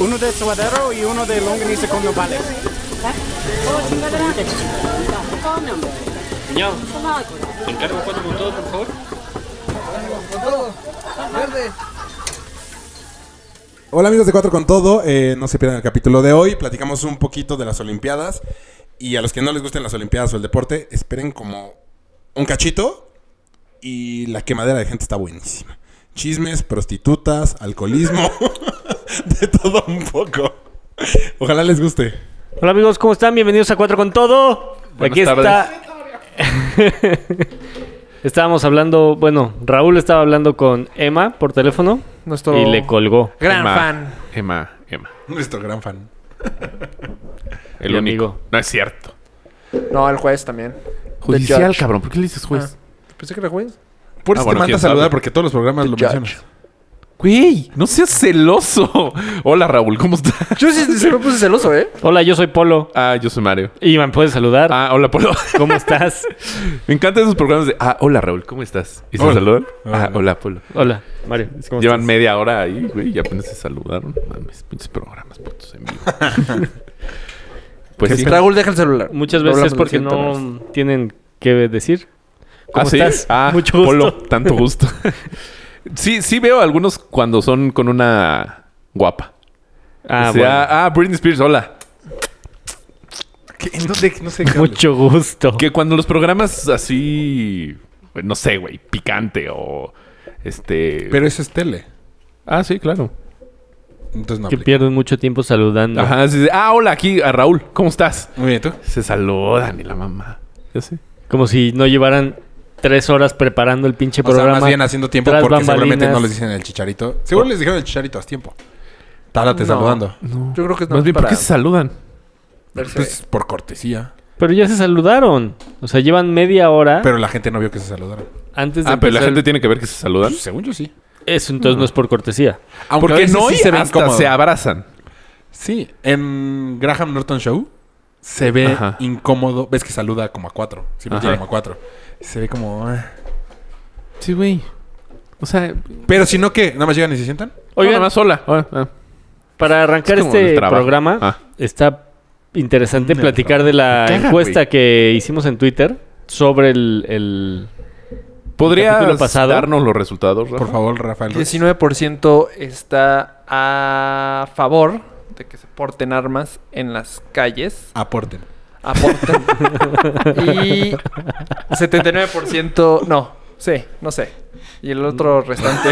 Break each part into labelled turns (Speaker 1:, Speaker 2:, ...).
Speaker 1: uno de suadero y uno de longaniza con nopales.
Speaker 2: Cuñado, encargo cuatro con todo, por favor.
Speaker 3: Hola amigos de Cuatro con Todo, eh, no se pierdan el capítulo de hoy, platicamos un poquito de las Olimpiadas y a los que no les gusten las Olimpiadas o el deporte, esperen como un cachito y la quemadera de gente está buenísima. Chismes, prostitutas, alcoholismo, de todo un poco. Ojalá les guste.
Speaker 4: Hola amigos, ¿cómo están? Bienvenidos a Cuatro con Todo.
Speaker 5: Buenas
Speaker 4: Aquí
Speaker 5: tardes.
Speaker 4: está. Estábamos hablando, bueno, Raúl estaba hablando con Emma por teléfono
Speaker 5: Nuestro
Speaker 4: y le colgó.
Speaker 5: gran
Speaker 4: Emma.
Speaker 5: fan. Emma, Emma.
Speaker 3: Nuestro gran fan.
Speaker 5: El
Speaker 4: Mi
Speaker 5: único.
Speaker 4: amigo.
Speaker 5: No es cierto.
Speaker 6: No, el juez también. The
Speaker 5: Judicial,
Speaker 6: judge.
Speaker 5: cabrón. ¿Por qué le dices juez?
Speaker 6: Pensé que era juez.
Speaker 3: Por
Speaker 5: Ah,
Speaker 3: eso
Speaker 5: bueno,
Speaker 3: te manda
Speaker 5: quién
Speaker 3: a saludar
Speaker 5: sabe.
Speaker 3: porque todos los programas lo
Speaker 6: judge.
Speaker 3: mencionan.
Speaker 5: Güey, no seas celoso. Hola, Raúl, ¿cómo estás?
Speaker 6: Yo sí, sí me puse celoso, ¿eh?
Speaker 4: Hola, yo soy Polo.
Speaker 5: Ah, yo soy Mario.
Speaker 4: Y me puedes saludar.
Speaker 5: Ah, hola, Polo.
Speaker 4: ¿Cómo
Speaker 3: Ah.
Speaker 4: estás?
Speaker 5: Me encantan esos programas de... Ah, hola, Raúl, ¿cómo estás? ¿Y se
Speaker 3: Hola.
Speaker 5: saludan?
Speaker 3: Hola.
Speaker 5: Ah, hola, Polo.
Speaker 4: Hola, Mario. ¿cómo
Speaker 5: Llevan
Speaker 4: estás?
Speaker 5: media hora ahí, güey, y apenas se saludaron. Mames, pinches programas putos en vivo. pues sí.
Speaker 6: Raúl, deja el celular.
Speaker 4: Muchas
Speaker 6: No hablamos
Speaker 4: veces
Speaker 6: de
Speaker 4: porque
Speaker 6: los síntomas.
Speaker 4: no tienen qué decir. ¿Cómo
Speaker 5: ¿Ah, sí?
Speaker 4: estás?
Speaker 5: Ah,
Speaker 4: Mucho gusto.
Speaker 5: Polo, tanto gusto. sí, sí veo algunos cuando son con una guapa.
Speaker 4: Ah,
Speaker 5: O sea, ah, Britney Spears, hola.
Speaker 3: ¿Qué? No sé, no sé. qué
Speaker 4: bueno.
Speaker 3: hablo.
Speaker 4: Mucho gusto.
Speaker 5: Que cuando los programas así, no sé, güey, picante o este...
Speaker 3: Pero eso es tele.
Speaker 5: Ah, sí, claro.
Speaker 3: Entonces no.
Speaker 4: Que
Speaker 3: aplica.
Speaker 4: pierden mucho tiempo saludando.
Speaker 5: Ajá, sí, sí. Ah, hola, aquí a Raúl, ¿cómo estás?
Speaker 3: Muy bien, ¿tú?
Speaker 5: Se saludan y la mamá. Ya sé.
Speaker 4: Como si no llevaran tres horas preparando el pinche
Speaker 3: O sea,
Speaker 4: programa.
Speaker 3: más bien haciendo tiempo
Speaker 4: tras
Speaker 3: porque seguramente no
Speaker 4: bambalinas.
Speaker 3: les dicen el chicharito. Seguro les dijeron el chicharito a tiempo. Tárate
Speaker 6: No.
Speaker 3: saludando.
Speaker 5: No.
Speaker 6: Yo creo que es
Speaker 5: Más bien, ¿por
Speaker 6: para
Speaker 5: qué se saludan?
Speaker 6: verse
Speaker 3: Pues por cortesía.
Speaker 4: Pero ya se saludaron. O sea, llevan media hora
Speaker 3: Pero la gente no vio que se saludaron.
Speaker 4: antes de
Speaker 5: Ah, pero la
Speaker 4: empezar-
Speaker 5: gente tiene que ver que se saludan.
Speaker 3: Pues, según yo sí.
Speaker 4: Eso entonces no es por cortesía.
Speaker 3: Aunque a
Speaker 5: Porque
Speaker 3: veces
Speaker 5: no
Speaker 3: sí
Speaker 5: y
Speaker 3: se ve
Speaker 5: hasta
Speaker 3: incómodo.
Speaker 5: se abrazan.
Speaker 3: Sí, en Graham Norton Show se ve
Speaker 5: Ajá.
Speaker 3: incómodo. Ves que saluda como a cuatro. Siempre
Speaker 5: Ajá.
Speaker 3: llega como a cuatro. Se ve como... ah.
Speaker 5: Sí, güey. O sea,
Speaker 3: Pero si no, ¿qué? ¿Nada más llegan y se sientan?
Speaker 4: Oigan,
Speaker 5: Oigan, más sola. Ah, ah.
Speaker 4: Para arrancar
Speaker 5: Es como el
Speaker 4: este
Speaker 5: trabajo.
Speaker 4: programa,
Speaker 5: Ah.
Speaker 4: está interesante
Speaker 3: Mm, el
Speaker 4: platicar de la
Speaker 5: Me caga,
Speaker 4: encuesta
Speaker 5: güey.
Speaker 4: que hicimos en Twitter sobre el... el- capítulo
Speaker 5: ¿Podrías
Speaker 4: pasado?
Speaker 5: darnos los resultados, Rafa?
Speaker 3: Por favor,
Speaker 6: pues,
Speaker 3: Rafael. Ruiz.
Speaker 6: 19% está a favor de que se porten armas en las calles.
Speaker 3: Aporten.
Speaker 6: Aporten. y 79%, no, sí, no sé. Y el otro restante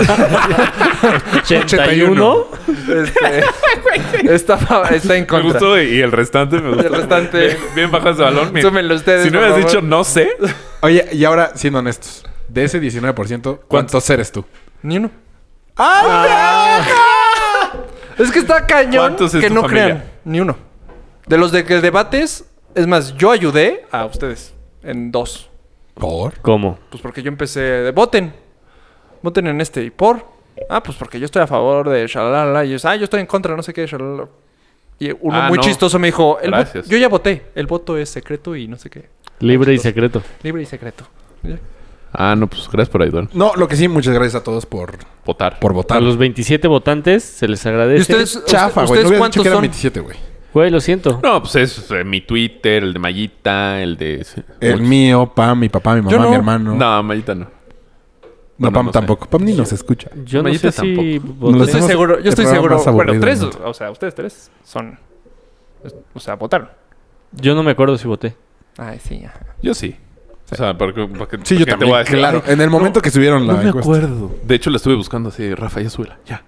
Speaker 4: 81.
Speaker 6: este, está, fa- está en
Speaker 5: Me
Speaker 6: contra.
Speaker 5: gustó y y el restante me gustó.
Speaker 6: El restante.
Speaker 5: Bien, bien bajo ese balón. mira.
Speaker 6: Súmenlo ustedes,
Speaker 5: Si no
Speaker 6: por
Speaker 5: hubieras
Speaker 6: favor.
Speaker 5: dicho no sé,
Speaker 3: Oye, y ahora, siendo honestos. De ese 19%, ¿cuántos eres tú?
Speaker 6: Ni uno. Es que está cañón
Speaker 5: Ah. ¿Cuántos es
Speaker 6: que
Speaker 5: tu
Speaker 6: no
Speaker 5: familia?
Speaker 6: crean. Ni uno. De los de que debates, es más, yo ayudé a ustedes en dos.
Speaker 3: ¿Por?
Speaker 4: ¿Cómo?
Speaker 6: Pues porque yo empecé de voten. Voten en este. ¿Y por? Ah, pues porque yo estoy a favor de shalala. Y es, ah, yo estoy en contra, no sé qué, shalala. Y uno
Speaker 5: Ah,
Speaker 6: muy
Speaker 5: no.
Speaker 6: chistoso me dijo, el vo-
Speaker 5: Gracias.
Speaker 6: yo ya voté. El voto es secreto y no sé qué.
Speaker 4: Libre y secreto.
Speaker 6: Libre y secreto.
Speaker 5: Ah, no, pues gracias por ayudar.
Speaker 3: No, lo que sí, muchas gracias a todos por,
Speaker 5: Votar.
Speaker 3: por
Speaker 4: A
Speaker 3: votar.
Speaker 4: los 27 votantes se les agradece.
Speaker 6: ¿Y ustedes?
Speaker 3: Chafa, güey.
Speaker 6: ¿Ustedes
Speaker 3: No hubiera dicho
Speaker 6: cuántos
Speaker 3: que eran
Speaker 6: son?
Speaker 3: 27, güey.
Speaker 4: Güey, lo siento.
Speaker 5: No, pues es eh, mi Twitter, el de Mayita, el de...
Speaker 3: El mío, Pam, mi papá, mi mamá,
Speaker 6: Yo no.
Speaker 3: mi hermano. No,
Speaker 5: No, Mayita no. bueno,
Speaker 3: Pam
Speaker 5: no sé.
Speaker 3: tampoco. Pam ni nos escucha.
Speaker 4: Yo no sé
Speaker 5: Mayita
Speaker 4: si
Speaker 3: No lo
Speaker 4: voté.
Speaker 3: sé.
Speaker 6: Estoy
Speaker 3: Hacemos
Speaker 6: seguro,
Speaker 3: el
Speaker 6: yo estoy
Speaker 3: programa
Speaker 6: seguro.
Speaker 3: más aburrido
Speaker 6: Bueno, tres,
Speaker 3: del mundo.
Speaker 6: o sea, ustedes tres son. O sea, votaron.
Speaker 4: Yo no me acuerdo si voté.
Speaker 6: Ay, sí, ajá.
Speaker 5: Yo sí. O sea, porque... porque
Speaker 3: Sí, yo
Speaker 5: porque
Speaker 3: también. claro. En el momento que subieron la
Speaker 5: No me
Speaker 3: encuesta.
Speaker 5: acuerdo. ah, De hecho, la estuve buscando así. Rafa, ya súbela. Ya.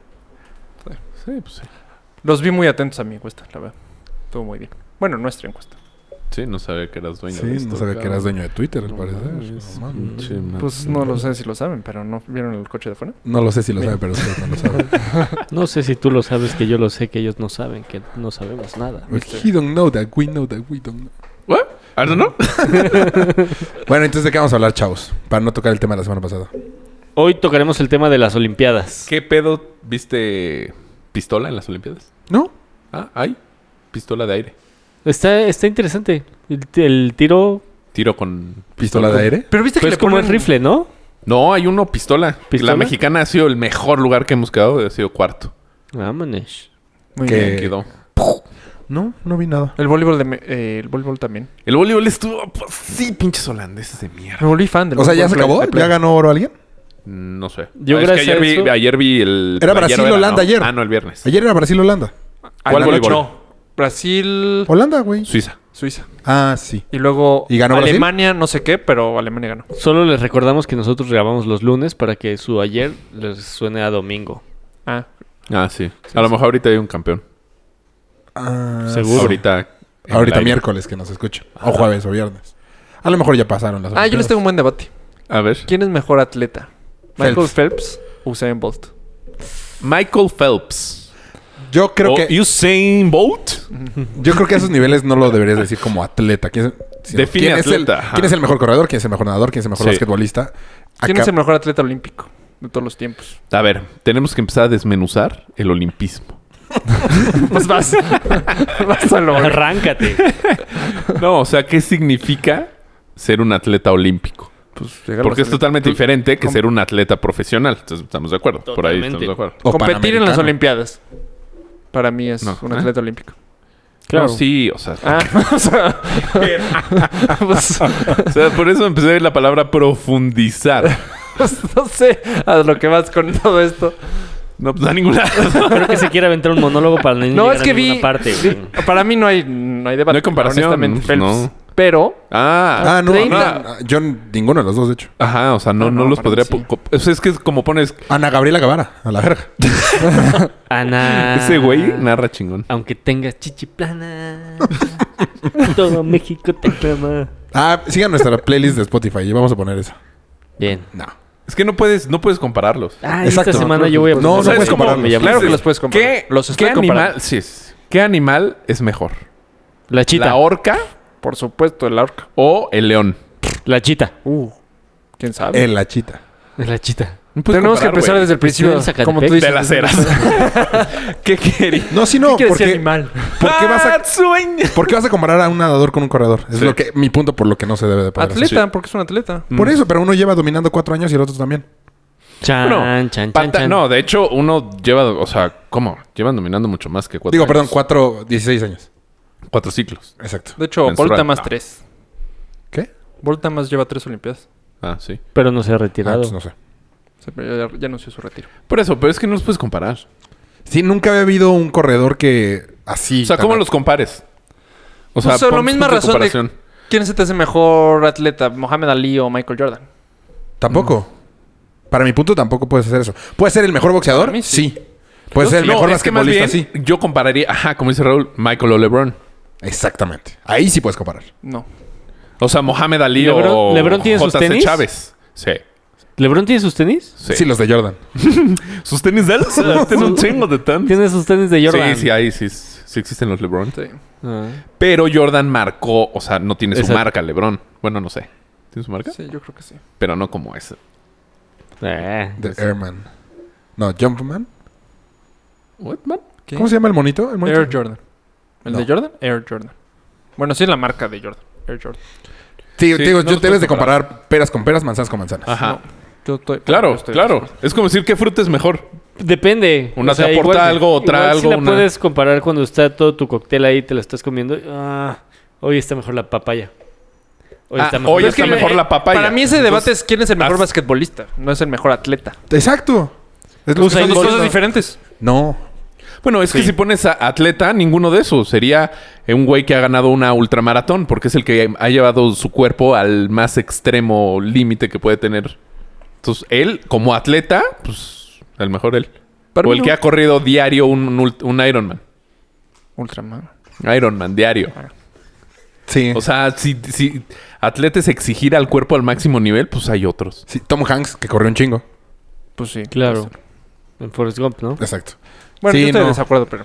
Speaker 5: Sí, pues sí.
Speaker 6: Los vi muy atentos a mi encuesta, la verdad. Estuvo muy bien. Bueno, nuestra encuesta.
Speaker 5: Sí, no sabía que eras dueño de
Speaker 3: Sí,
Speaker 5: esto,
Speaker 3: no sabía que
Speaker 5: claro.
Speaker 3: eras dueño de Twitter, al
Speaker 5: No
Speaker 3: parecer.
Speaker 5: mames.
Speaker 3: No, mames.
Speaker 5: Pinche madre.
Speaker 6: Pues no lo sé si lo saben, pero ¿no vieron el coche de afuera?
Speaker 3: No lo sé si lo saben, pero ustedes no lo saben.
Speaker 4: No sé si tú lo sabes, que yo lo sé, que ellos no saben, que no sabemos nada.
Speaker 3: But He don't know that, we know that, we don't know.
Speaker 5: ¿What? ¿Ah, I don't know.
Speaker 3: Bueno, entonces, ¿de qué vamos a hablar, chavos? Para no tocar el tema de la semana pasada.
Speaker 4: Hoy tocaremos el tema de las Olimpiadas.
Speaker 5: ¿Qué pedo viste pistola en las Olimpiadas?
Speaker 3: ¿No?
Speaker 5: Ah, hay pistola de aire.
Speaker 4: Está, está interesante. El, t- el tiro
Speaker 5: Tiro con
Speaker 3: ¿Pistola de aire?
Speaker 6: Pero viste que
Speaker 4: pues,
Speaker 6: le
Speaker 4: es como
Speaker 6: ponen
Speaker 4: el rifle, ¿no?
Speaker 5: No, hay uno pistola.
Speaker 4: ¿Pistola? Eh.
Speaker 5: La mexicana ha sido el mejor lugar que hemos quedado, ha sido cuarto.
Speaker 4: Vámonos.
Speaker 6: Muy
Speaker 3: Que-
Speaker 6: bien.
Speaker 5: Ahí quedó.
Speaker 3: No, no vi nada.
Speaker 6: El voleibol, de, me- eh, el voleibol también.
Speaker 5: El voleibol estuvo, pues, sí, pinches holandeses de mierda.
Speaker 6: Me volví fan del
Speaker 3: O sea, ¿ya se
Speaker 6: voleibol
Speaker 3: acabó?
Speaker 6: play- de
Speaker 3: ¿Ya ganó oro alguien?
Speaker 5: No sé.
Speaker 4: Yo
Speaker 5: Ah, es que
Speaker 4: gracias
Speaker 5: ayer,
Speaker 4: a
Speaker 5: vi,
Speaker 4: eso-
Speaker 5: ayer vi el.
Speaker 3: Era
Speaker 5: ayer
Speaker 3: Brasil,
Speaker 5: no
Speaker 3: Holanda,
Speaker 5: no.
Speaker 3: ayer.
Speaker 5: Ah, no, el viernes.
Speaker 3: Ayer era Brasil-Holanda.
Speaker 6: play.
Speaker 5: ¿Cuál
Speaker 6: Ay,
Speaker 5: voleibol?
Speaker 6: Ah, no. Brasil,
Speaker 3: Holanda, güey.
Speaker 5: Suiza.
Speaker 6: Suiza.
Speaker 3: Ah, sí.
Speaker 6: Y luego
Speaker 3: ¿Y ganó Brasil?
Speaker 6: Alemania, no sé qué, pero Alemania ganó.
Speaker 4: Solo les recordamos que nosotros grabamos los lunes para que su ayer les suene a domingo.
Speaker 6: Ah,
Speaker 5: Ah, sí. a lo mejor ahorita hay un campeón.
Speaker 3: Ah,
Speaker 4: Seguro.
Speaker 5: Ahorita. en
Speaker 3: Ahorita
Speaker 5: el aire.
Speaker 3: miércoles que nos escucha. O jueves o viernes. A lo mejor ya pasaron las
Speaker 6: Ah, yo les
Speaker 3: Olimpiadas.
Speaker 6: tengo un buen debate.
Speaker 5: A ver.
Speaker 6: ¿Quién es mejor atleta? ¿Michael
Speaker 3: Phelps.
Speaker 6: Phelps o Usain Bolt?
Speaker 5: Michael Phelps.
Speaker 3: Yo creo
Speaker 5: o
Speaker 3: que
Speaker 5: Usain Bolt.
Speaker 3: yo creo que a esos niveles no lo deberías decir como atleta. ¿Quién es, sino
Speaker 5: Define
Speaker 3: quién es el-
Speaker 5: atleta, ajá.
Speaker 3: quién es el mejor corredor? ¿Quién es el mejor nadador? ¿Quién es el mejor
Speaker 5: Sí.
Speaker 3: basquetbolista?
Speaker 6: ¿Quién
Speaker 3: Acá-
Speaker 6: es el mejor atleta olímpico de todos los tiempos?
Speaker 5: A ver, tenemos que empezar a desmenuzar el olimpismo.
Speaker 6: Pues vas. vas a lo-
Speaker 4: Arráncate.
Speaker 5: No, o sea, ¿qué significa ser un atleta olímpico?
Speaker 6: Pues, llegar a
Speaker 5: Porque
Speaker 6: los
Speaker 5: es totalmente
Speaker 6: Olimpi-
Speaker 5: diferente que
Speaker 6: com-
Speaker 5: ser un atleta profesional. Entonces, estamos de acuerdo. Por ahí estamos
Speaker 4: Totalmente.
Speaker 5: de acuerdo.
Speaker 3: o
Speaker 6: Competir en las
Speaker 3: panamericano.
Speaker 6: Olimpiadas. Para mí es
Speaker 5: No.
Speaker 6: un
Speaker 5: ¿Eh?
Speaker 6: atleta olímpico.
Speaker 4: Claro.
Speaker 5: No, sí, o sea,
Speaker 6: Ah, o sea. pues,
Speaker 5: o sea, por eso empecé la palabra profundizar.
Speaker 6: pues, no sé a lo que vas con todo esto.
Speaker 5: No, pues a ninguna.
Speaker 4: Creo que se quiere aventar un monólogo para no,
Speaker 6: No,
Speaker 4: llegar
Speaker 6: es
Speaker 4: a
Speaker 6: que
Speaker 4: ninguna
Speaker 6: vi.
Speaker 4: parte.
Speaker 6: vi-
Speaker 4: güey.
Speaker 6: para mí no hay, no hay debate.
Speaker 5: No hay comparación,
Speaker 6: honestamente,
Speaker 5: pues,
Speaker 6: Phelps.
Speaker 5: no.
Speaker 6: Pero
Speaker 5: Ah,
Speaker 3: Ah, no,
Speaker 6: Treinta.
Speaker 3: no, yo ninguno de los dos, de hecho.
Speaker 5: ajá, o sea, no,
Speaker 6: No,
Speaker 5: no,
Speaker 6: Ah. no,
Speaker 5: los
Speaker 6: para mí
Speaker 5: podría.
Speaker 6: sí.
Speaker 5: po- co- o sea, es que es como pones
Speaker 3: Ana Gabriela Guevara, a la verga.
Speaker 6: Ah.
Speaker 4: Ana.
Speaker 5: ese güey, narra chingón.
Speaker 4: Ah, Aunque tengas chichiplana. todo México te clama.
Speaker 3: Ah, sigan nuestra playlist de Spotify y vamos a poner esa.
Speaker 4: Bien.
Speaker 3: No.
Speaker 5: Es que no puedes, no puedes compararlos.
Speaker 4: Ah,
Speaker 3: Exacto.
Speaker 4: esta semana yo voy a
Speaker 3: No,
Speaker 4: poner-
Speaker 3: no
Speaker 5: O sea,
Speaker 3: puedes
Speaker 5: es como-
Speaker 3: compararlos.
Speaker 4: Me llama-
Speaker 6: Claro que
Speaker 5: dices,
Speaker 6: los puedes comparar.
Speaker 5: ¿Qué,
Speaker 6: Los estoy
Speaker 5: qué
Speaker 6: comparando.
Speaker 5: animal? Sí, sí. ¿Qué animal es mejor?
Speaker 4: La chita.
Speaker 5: ¿La orca
Speaker 6: por supuesto, el arca.
Speaker 5: o el león?
Speaker 4: La chita.
Speaker 6: Uh, quién sabe.
Speaker 3: En la chita.
Speaker 4: La chita.
Speaker 5: No puedes
Speaker 6: Tenemos que
Speaker 5: comparar,
Speaker 6: empezar
Speaker 5: güey.
Speaker 6: desde el principio.
Speaker 4: Estuve en
Speaker 6: Como tú
Speaker 4: Zacatepec.
Speaker 6: dices.
Speaker 5: de las eras. ¿Qué quería?
Speaker 3: No, si no,
Speaker 6: ¿Qué quiere decir
Speaker 3: porque,
Speaker 6: animal? ¡Ah,
Speaker 3: ¿por qué vas a,
Speaker 5: sueño?
Speaker 3: por qué vas a comparar a un nadador con un corredor? Es
Speaker 5: Sí.
Speaker 3: lo que mi punto por lo que no se debe de poder hacer.
Speaker 6: Atleta, porque es un atleta.
Speaker 3: Por eso, pero uno lleva dominando cuatro años y el otro también.
Speaker 4: Chan,
Speaker 5: No,
Speaker 4: chan, chan,
Speaker 5: pata-
Speaker 4: chan.
Speaker 5: no, de hecho, uno lleva, o sea, ¿cómo? Llevan dominando mucho más que cuatro.
Speaker 3: Digo,
Speaker 5: años.
Speaker 3: perdón, cuatro, 16 años.
Speaker 5: Cuatro ciclos.
Speaker 3: Exacto. Ah, pues
Speaker 6: De hecho,
Speaker 5: Menstrual,
Speaker 6: Volta más
Speaker 5: no.
Speaker 6: tres.
Speaker 3: ¿Qué?
Speaker 6: Ah. Volta más lleva tres Olimpiadas.
Speaker 5: Ah, sí.
Speaker 4: Pero no se ha retirado.
Speaker 3: Ah, pues no sé.
Speaker 6: O sea, pero ya, ya anunció su retiro.
Speaker 5: Por eso, pero es que no los puedes comparar.
Speaker 3: Sí, nunca había habido un corredor que así.
Speaker 5: O sea,
Speaker 3: tan-
Speaker 5: ¿cómo los compares? O
Speaker 4: Pues
Speaker 6: O sea, la
Speaker 5: pon
Speaker 6: Pues, misma
Speaker 5: punto de
Speaker 6: razón de-
Speaker 5: comparación.
Speaker 6: ¿Quién se te hace mejor atleta? ¿Mohamed Ali o Michael Jordan?
Speaker 3: Tampoco. Para mi punto, tampoco puedes hacer eso. ¿Puedes ser el mejor boxeador?
Speaker 6: Mm. Para mí sí.
Speaker 3: sí.
Speaker 6: Yo
Speaker 3: ¿Puedes
Speaker 5: Pues
Speaker 3: ser
Speaker 6: sí.
Speaker 3: el mejor
Speaker 5: no, es que más
Speaker 3: basquetbolista?
Speaker 5: bien,
Speaker 3: sí.
Speaker 5: yo compararía, ajá, como dice Raúl, Michael o LeBron.
Speaker 3: Exactamente. Ahí sí puedes comparar.
Speaker 6: No.
Speaker 5: O sea, Mohamed Ali
Speaker 4: ¿Lebron-
Speaker 5: o
Speaker 4: LeBron tiene sus
Speaker 5: JC
Speaker 4: tenis?
Speaker 5: Chávez. Sí.
Speaker 4: ¿Lebrón tiene sus tenis?
Speaker 5: Sí.
Speaker 3: Sí, los de Jordan.
Speaker 5: Sus tenis de él tienen un chingo de tantos.
Speaker 4: Tiene sus tenis de Jordan.
Speaker 5: Sí, sí, ahí sí, sí existen los LeBron.
Speaker 6: Sí.
Speaker 4: Ah.
Speaker 5: Pero Jordan marcó, o sea, no tiene su
Speaker 4: Exacto.
Speaker 5: marca, LeBron. Bueno, no sé. ¿Tiene su marca?
Speaker 6: Sí, yo creo que sí.
Speaker 5: Pero no como esa.
Speaker 4: Eh.
Speaker 3: The Airman. No, Jumpman.
Speaker 5: What, man?
Speaker 6: ¿Qué?
Speaker 3: ¿Cómo se llama el monito? El monito.
Speaker 6: Air Jordan. ¿El
Speaker 3: No.
Speaker 6: de Jordan? Air Jordan. Bueno, sí es la marca de Jordan. Air Jordan.
Speaker 3: Sí,
Speaker 5: Sí,
Speaker 3: digo,
Speaker 5: no
Speaker 3: yo debes
Speaker 5: los
Speaker 3: de
Speaker 5: puedes comparar.
Speaker 3: comparar. peras con peras, manzanas con manzanas.
Speaker 6: Ah.
Speaker 5: Ajá.
Speaker 6: Yo estoy- yo
Speaker 5: Claro,
Speaker 6: estoy-
Speaker 5: claro. Es como decir qué fruta es mejor.
Speaker 4: Depende.
Speaker 5: Una te aporta
Speaker 4: igual-
Speaker 5: algo, otra
Speaker 4: igual
Speaker 5: algo,
Speaker 4: Sí la
Speaker 5: una-
Speaker 4: puedes comparar cuando está todo tu cóctel ahí, te lo estás comiendo. Ah, hoy está mejor la papaya. Hoy
Speaker 5: Ah, hoy
Speaker 6: Pero
Speaker 5: está mejor la papaya.
Speaker 6: Para mí ese
Speaker 5: Entonces,
Speaker 6: debate es quién es el mejor basquetbolista, no es el mejor atleta.
Speaker 3: Exacto. Es lo que
Speaker 6: Son
Speaker 3: estás
Speaker 6: dos cosas
Speaker 3: diciendo.
Speaker 6: diferentes.
Speaker 3: No.
Speaker 5: Bueno, es que si pones a atleta, ninguno de esos. Sería eh, un güey que ha ganado una ultramaratón, porque es el que ha llevado su cuerpo al más extremo límite que puede tener. Entonces, él, como atleta, pues, el mejor él.
Speaker 6: Para
Speaker 5: o
Speaker 6: mí
Speaker 5: el
Speaker 6: no.
Speaker 5: que ha corrido diario un, ult- un Ironman.
Speaker 6: Ultraman.
Speaker 5: Ironman, diario.
Speaker 3: Sí.
Speaker 5: O sea, si, si atleta es exigir al cuerpo al máximo nivel, pues hay otros.
Speaker 3: Sí, Tom Hanks, que corrió un chingo.
Speaker 6: Pues sí.
Speaker 4: Claro. En Forrest Gump, ¿no?
Speaker 3: Exacto.
Speaker 6: Bueno,
Speaker 3: Sí,
Speaker 6: yo estoy en
Speaker 3: no.
Speaker 6: desacuerdo, pero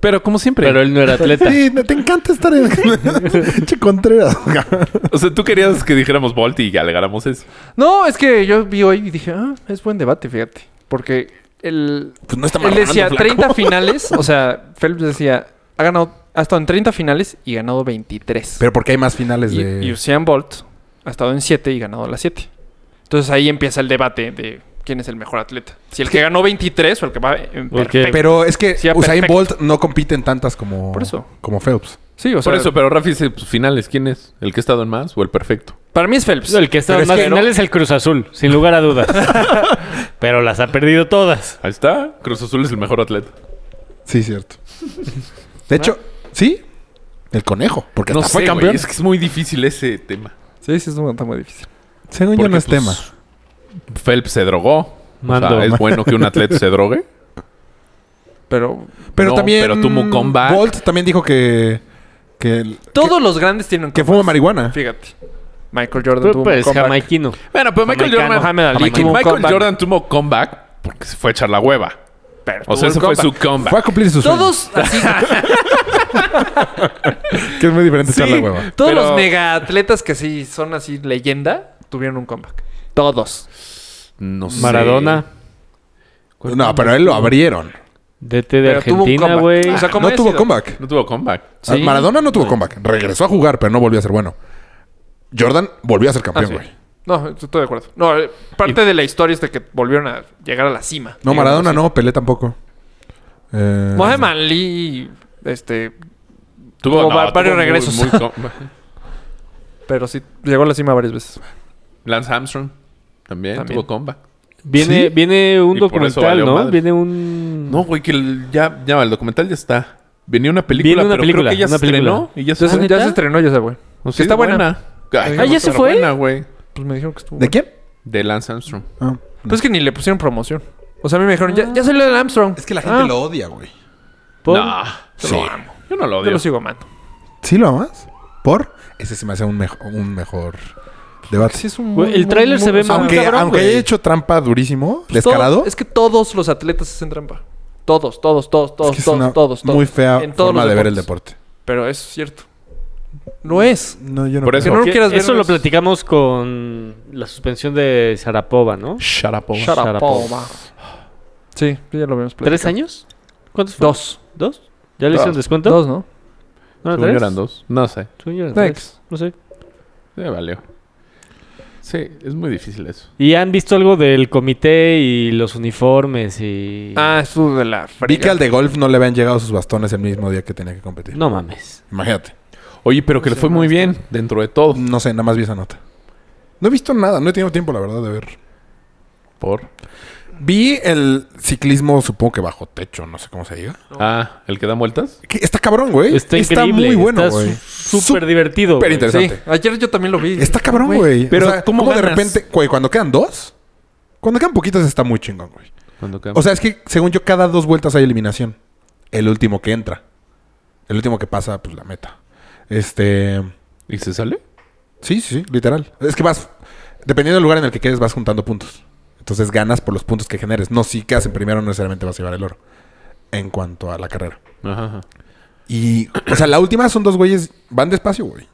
Speaker 5: Pero como siempre.
Speaker 4: Pero él no era atleta.
Speaker 3: Sí, te encanta estar en... che Contreras.
Speaker 5: O sea, tú querías que dijéramos Bolt y alegáramos eso.
Speaker 6: No, es que yo vi hoy y dije, ah, es buen debate, fíjate. Porque él,
Speaker 3: Pues no está mal.
Speaker 6: él decía 30 finales, o sea, Phelps decía, ha ganado, ha estado en 30 finales y ganado 23.
Speaker 3: Pero porque hay más finales
Speaker 6: y,
Speaker 3: de...
Speaker 6: y Usain Bolt ha estado en 7 y ganado las 7. Entonces ahí empieza el debate de quién es el mejor atleta. Si el que ganó 23 o el que va en perfecto.
Speaker 3: Pero es que
Speaker 6: Sí,
Speaker 3: Usain
Speaker 6: perfecto.
Speaker 3: Bolt no compite en tantas como,
Speaker 6: Por eso.
Speaker 3: como Phelps.
Speaker 6: Sí, o sea,
Speaker 5: Por eso, pero Rafi dice, pues, finales, ¿quién es? ¿El que ha estado en más o el perfecto?
Speaker 6: para mí es Phelps.
Speaker 4: Pues El que está
Speaker 3: Pero es
Speaker 4: más
Speaker 3: que
Speaker 4: final
Speaker 3: no-
Speaker 4: es el Cruz Azul, sin lugar a dudas. Pero las ha perdido todas.
Speaker 5: Ahí está. Cruz Azul es el mejor atleta.
Speaker 3: Sí, cierto. De hecho, sí. El conejo. Porque
Speaker 5: No
Speaker 3: hasta
Speaker 5: sé,
Speaker 3: fue
Speaker 5: güey,
Speaker 3: campeón.
Speaker 5: Es que es muy difícil ese tema.
Speaker 6: Sí, sí, es un montón muy difícil.
Speaker 3: Según yo
Speaker 5: Porque,
Speaker 3: no es
Speaker 5: pues,
Speaker 3: tema.
Speaker 5: Phelps se drogó.
Speaker 4: Mando.
Speaker 5: O sea, ¿es bueno que un atleta se drogue?
Speaker 6: Pero
Speaker 3: Pero
Speaker 5: no,
Speaker 3: también.
Speaker 5: pero tuvo un comeback.
Speaker 3: Bolt también dijo que. Que,
Speaker 6: todos los grandes tienen
Speaker 3: que
Speaker 6: comeback,
Speaker 3: fuma marihuana.
Speaker 6: Fíjate. Michael Jordan tuvo
Speaker 4: Pero,
Speaker 6: un
Speaker 4: pues,
Speaker 6: comeback.
Speaker 4: jamaiquino.
Speaker 5: Bueno, pero Michael
Speaker 4: Jamaicano.
Speaker 5: Jordan...
Speaker 6: Mohamed Ali
Speaker 5: Michael,
Speaker 6: tuvo un
Speaker 5: Michael
Speaker 6: comeback.
Speaker 5: Jordan tuvo comeback porque se fue a echar la hueva.
Speaker 6: Pero
Speaker 5: O
Speaker 6: tuvo
Speaker 5: sea, ese
Speaker 6: un
Speaker 5: fue su
Speaker 6: comeback.
Speaker 5: comeback.
Speaker 3: Fue a cumplir sus sueños.
Speaker 6: Todos así,
Speaker 3: Que es muy diferente echar la hueva.
Speaker 6: todos
Speaker 5: Pero-
Speaker 6: los mega atletas que sí son así leyenda tuvieron un comeback. Todos.
Speaker 5: No sé.
Speaker 4: Maradona,
Speaker 5: Pues
Speaker 3: No, pero a él lo abrieron.
Speaker 4: DT de
Speaker 6: Pero tuvo un
Speaker 4: Argentina,
Speaker 6: comeback.
Speaker 4: güey.
Speaker 6: O sea, ¿cómo
Speaker 3: Ah, No
Speaker 6: haya
Speaker 3: tuvo
Speaker 6: sido?
Speaker 3: comeback.
Speaker 5: No tuvo comeback.
Speaker 3: Ah, Maradona no tuvo comeback. Regresó a jugar, pero no volvió a ser bueno. Jordan volvió a ser
Speaker 6: Ah,
Speaker 3: campeón,
Speaker 6: sí.
Speaker 3: güey.
Speaker 6: No, estoy de acuerdo. No, eh, parte de la historia es de que volvieron a llegar a la cima.
Speaker 3: No, Maradona no, Pelé tampoco. Eh,
Speaker 6: Mohamed Ali, este,
Speaker 5: Tuvo,
Speaker 6: Tuvo va- varios regresos.
Speaker 5: muy comeback.
Speaker 6: pero sí llegó a la cima varias veces.
Speaker 5: Lance Armstrong también,
Speaker 6: También.
Speaker 5: tuvo comeback.
Speaker 3: ¿Sí?
Speaker 4: Viene, viene un
Speaker 5: Y por eso
Speaker 4: documental,
Speaker 5: valió
Speaker 4: ¿no?
Speaker 5: madre.
Speaker 4: Viene un...
Speaker 5: No, güey, que el- ya, ya el documental ya está. Venía una película,
Speaker 4: Viene una
Speaker 5: pero
Speaker 4: película,
Speaker 5: creo que ya
Speaker 4: una
Speaker 5: se estrenó
Speaker 4: película.
Speaker 5: y ya se
Speaker 6: Entonces,
Speaker 5: fue.
Speaker 6: Ah, ya se estrenó, ya se fue.
Speaker 5: No,
Speaker 3: Pues
Speaker 5: sí,
Speaker 6: que está buena.
Speaker 5: Ay,
Speaker 4: Ah, ¿ya se
Speaker 5: está
Speaker 4: fue?
Speaker 5: buena, güey.
Speaker 6: Pues me dijeron que estuvo.
Speaker 3: ¿De
Speaker 6: buena.
Speaker 3: quién?
Speaker 5: De Lance Armstrong.
Speaker 3: Ah.
Speaker 6: Pues es que ni le pusieron promoción. O sea, a mí me dijeron, ya, ya salió el Armstrong. Ah,
Speaker 3: Es que la gente lo odia, güey.
Speaker 4: ¿Por?
Speaker 5: No,
Speaker 3: Sí.
Speaker 5: yo no lo
Speaker 6: Yo
Speaker 5: odio.
Speaker 6: lo sigo amando.
Speaker 3: ¿Sí lo amas? ¿Por? Ese se me hace un, mejo- un mejor debate.
Speaker 6: Sí, es un
Speaker 4: Güey, el tráiler se ve
Speaker 6: o sea,
Speaker 4: mal.
Speaker 3: aunque
Speaker 6: cabrón,
Speaker 3: aunque
Speaker 6: güey.
Speaker 3: haya hecho trampa durísimo,
Speaker 6: Pues
Speaker 3: descarado.
Speaker 6: todo- es que todos los atletas hacen trampa. Todos, todos, todos, todos,
Speaker 3: es que es
Speaker 6: todos,
Speaker 3: una
Speaker 6: todos, todos.
Speaker 3: muy fea
Speaker 6: En todos
Speaker 3: forma
Speaker 6: los
Speaker 3: de ver el
Speaker 6: deportes.
Speaker 3: deporte.
Speaker 6: Pero eso es cierto. No es.
Speaker 3: No, yo no
Speaker 5: Por
Speaker 3: creo.
Speaker 5: eso-
Speaker 6: no
Speaker 4: Que
Speaker 6: quieras ver pues,
Speaker 4: eso lo
Speaker 6: los-
Speaker 4: platicamos con la suspensión de Sarapova, ¿no?
Speaker 5: Sharapova.
Speaker 6: Sharapova. Sí, ya lo vemos.
Speaker 4: ¿Tres años? ¿Cuántos fueron?
Speaker 6: Dos.
Speaker 4: ¿Dos? ¿Ya le
Speaker 5: Dos.
Speaker 4: hicieron descuento?
Speaker 6: Dos, ¿no?
Speaker 4: ¿No eran
Speaker 5: Según yo
Speaker 4: tres?
Speaker 5: eran dos. No sé.
Speaker 4: Según yo eran
Speaker 6: Next.
Speaker 4: tres. No sé.
Speaker 5: Ya valió. Sí, es muy difícil eso.
Speaker 4: ¿Y han visto algo del comité y los uniformes y...?
Speaker 6: Ah, es su de la
Speaker 3: Vi que
Speaker 6: friga.
Speaker 3: al de golf no le habían llegado sus bastones el mismo día que tenía que competir.
Speaker 4: No mames.
Speaker 3: Imagínate.
Speaker 5: Oye, pero que le fue muy bien dentro de todo.
Speaker 3: No sé, nada más vi esa nota. No he visto nada, no he tenido tiempo, la verdad, de ver.
Speaker 5: Por.
Speaker 3: Vi el ciclismo, supongo que bajo techo, no sé cómo se diga.
Speaker 5: Ah, el que da vueltas.
Speaker 3: Que Está cabrón,
Speaker 5: Eh,
Speaker 3: güey.
Speaker 4: Está increíble.
Speaker 3: muy bueno,
Speaker 4: Está
Speaker 3: güey.
Speaker 4: su- súper divertido.
Speaker 3: Súper
Speaker 4: güey.
Speaker 6: Sí,
Speaker 3: interesante.
Speaker 6: ayer yo también lo vi.
Speaker 3: Está cabrón, güey.
Speaker 5: pero
Speaker 3: o sea,
Speaker 5: ¿cómo
Speaker 3: ¿cómo de
Speaker 5: ganas?
Speaker 3: repente, güey, cuando quedan dos, cuando quedan poquitos está muy chingón, güey.
Speaker 5: Cuando
Speaker 3: O sea, es que según yo, cada dos vueltas hay eliminación. El último que entra. El último que pasa, pues la meta. Este.
Speaker 5: ¿Y se sale?
Speaker 3: Sí, sí, sí, literal. Es que vas. Dependiendo del lugar en el que quedes, vas juntando puntos. Entonces ganas por los puntos que generes. No, si quedas en primero, no necesariamente vas a llevar el oro. En cuanto a la carrera.
Speaker 5: Ajá. ajá.
Speaker 3: Y. O sea, la última son dos güeyes. Van despacio, güey.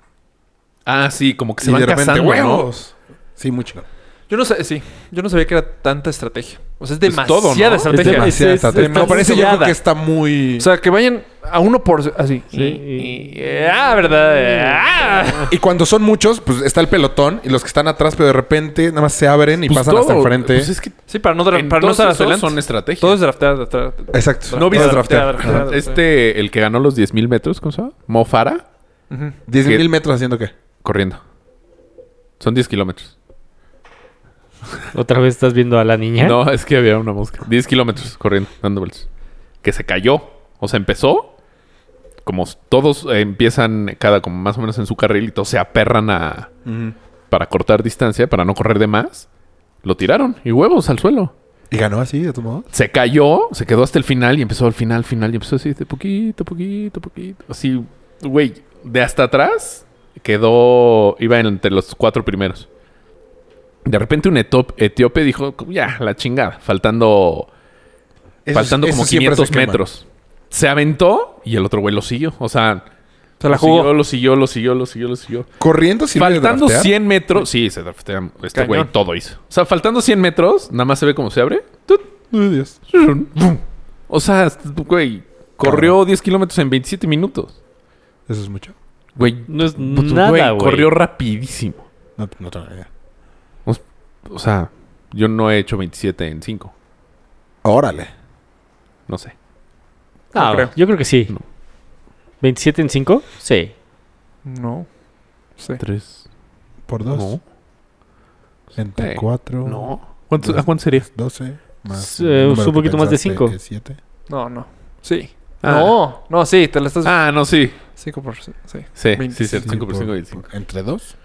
Speaker 5: Ah, sí, como que se
Speaker 3: Y
Speaker 5: van casando, ¿no?
Speaker 3: ¡huevos! Sí, muy chingón.
Speaker 6: Yo no sé, sí. Yo no sabía que era tanta estrategia. O sea, es
Speaker 5: Es todo, ¿no?
Speaker 6: demasiada
Speaker 5: Es
Speaker 4: Es-
Speaker 6: estrategia.
Speaker 4: es-
Speaker 3: Demasiada
Speaker 4: es-
Speaker 3: estrategia.
Speaker 4: está
Speaker 3: No, pero ese yo creo
Speaker 4: estudiada.
Speaker 3: que está muy.
Speaker 6: O sea, que vayan a uno por... Así.
Speaker 4: Sí,
Speaker 6: Y- y- ah, ¿verdad? Ah.
Speaker 3: Y cuando son muchos, pues está el pelotón y los que están atrás, pero de repente nada más se abren y
Speaker 5: Pues
Speaker 3: pasan hasta
Speaker 5: todo.
Speaker 3: enfrente.
Speaker 5: Pues es que
Speaker 6: Sí, para no, dra-
Speaker 5: en
Speaker 6: para no
Speaker 5: todos
Speaker 6: estar
Speaker 5: esos
Speaker 6: hasta adelante.
Speaker 5: son estrategias.
Speaker 6: Todo es draftear, draftear.
Speaker 3: Exacto.
Speaker 5: No viste
Speaker 3: Todo es
Speaker 6: draftear,
Speaker 3: draftear.
Speaker 6: draftear.
Speaker 5: Este, el que ganó los 10.000 metros, ¿cómo se llama? Mofara,
Speaker 6: Ujú.
Speaker 3: 10
Speaker 5: ¿Qué?
Speaker 3: mil metros haciendo qué?
Speaker 5: corriendo. Son 10 kilómetros.
Speaker 4: ¿Otra vez estás viendo a la niña?
Speaker 5: No, es que había una mosca. 10 kilómetros corriendo, dando vueltas. Que se cayó. O sea, empezó. Como todos eh, empiezan cada como más o menos en su carril y todos se aperran a... Para cortar distancia, para no correr de más. Lo tiraron y huevos al suelo.
Speaker 3: Y ganó así, de tu modo.
Speaker 5: Se cayó, se quedó hasta el final y empezó al final, final. Y empezó así de poquito, poquito, poquito. Así, güey, de hasta atrás quedó, iba entre los cuatro primeros. De repente un etop- etíope dijo, ya, la chingada, faltando faltando como 500 metros. Se aventó y el otro güey lo siguió. O sea,
Speaker 6: Se la
Speaker 5: lo
Speaker 6: jugó.
Speaker 5: siguió, lo siguió, lo siguió, lo siguió, lo siguió.
Speaker 3: Corriendo sin
Speaker 5: faltando 100 metros. Sí, se draftea. Este
Speaker 6: Cañón.
Speaker 5: güey todo hizo. O sea, faltando 100 metros, nada más se ve cómo se abre. Tut,
Speaker 3: Dios.
Speaker 5: run, bum. O sea, güey, corrió 10 kilómetros en 27 minutos.
Speaker 3: Eso es mucho.
Speaker 5: Güey,
Speaker 4: No es
Speaker 5: pues,
Speaker 4: nada, güey.
Speaker 5: Corrió rapidísimo.
Speaker 3: No, no tengo idea.
Speaker 5: O sea, Yo no he hecho 27 en 5.
Speaker 3: Órale.
Speaker 5: No sé.
Speaker 4: Ah,
Speaker 6: creo.
Speaker 4: Yo creo que sí.
Speaker 5: No.
Speaker 4: ¿27 en 5? Sí.
Speaker 6: No. Sí.
Speaker 5: 3.
Speaker 3: Por dos.
Speaker 5: No.
Speaker 3: Entre
Speaker 5: Sí.
Speaker 3: cuatro.
Speaker 5: No. ¿Cuánto, ah, ¿cuánto sería?
Speaker 3: 12. Más
Speaker 4: Sí, es un poquito más de cinco.
Speaker 3: 7.
Speaker 6: No, no. Sí.
Speaker 5: Ah.
Speaker 6: No. No, sí, te la estás.
Speaker 5: Ah, no, sí.
Speaker 6: 5 por. Sí. sí.
Speaker 5: Sí, sí,
Speaker 6: 25.
Speaker 5: sí, 5 por 5 y 5.
Speaker 3: ¿Entre dos?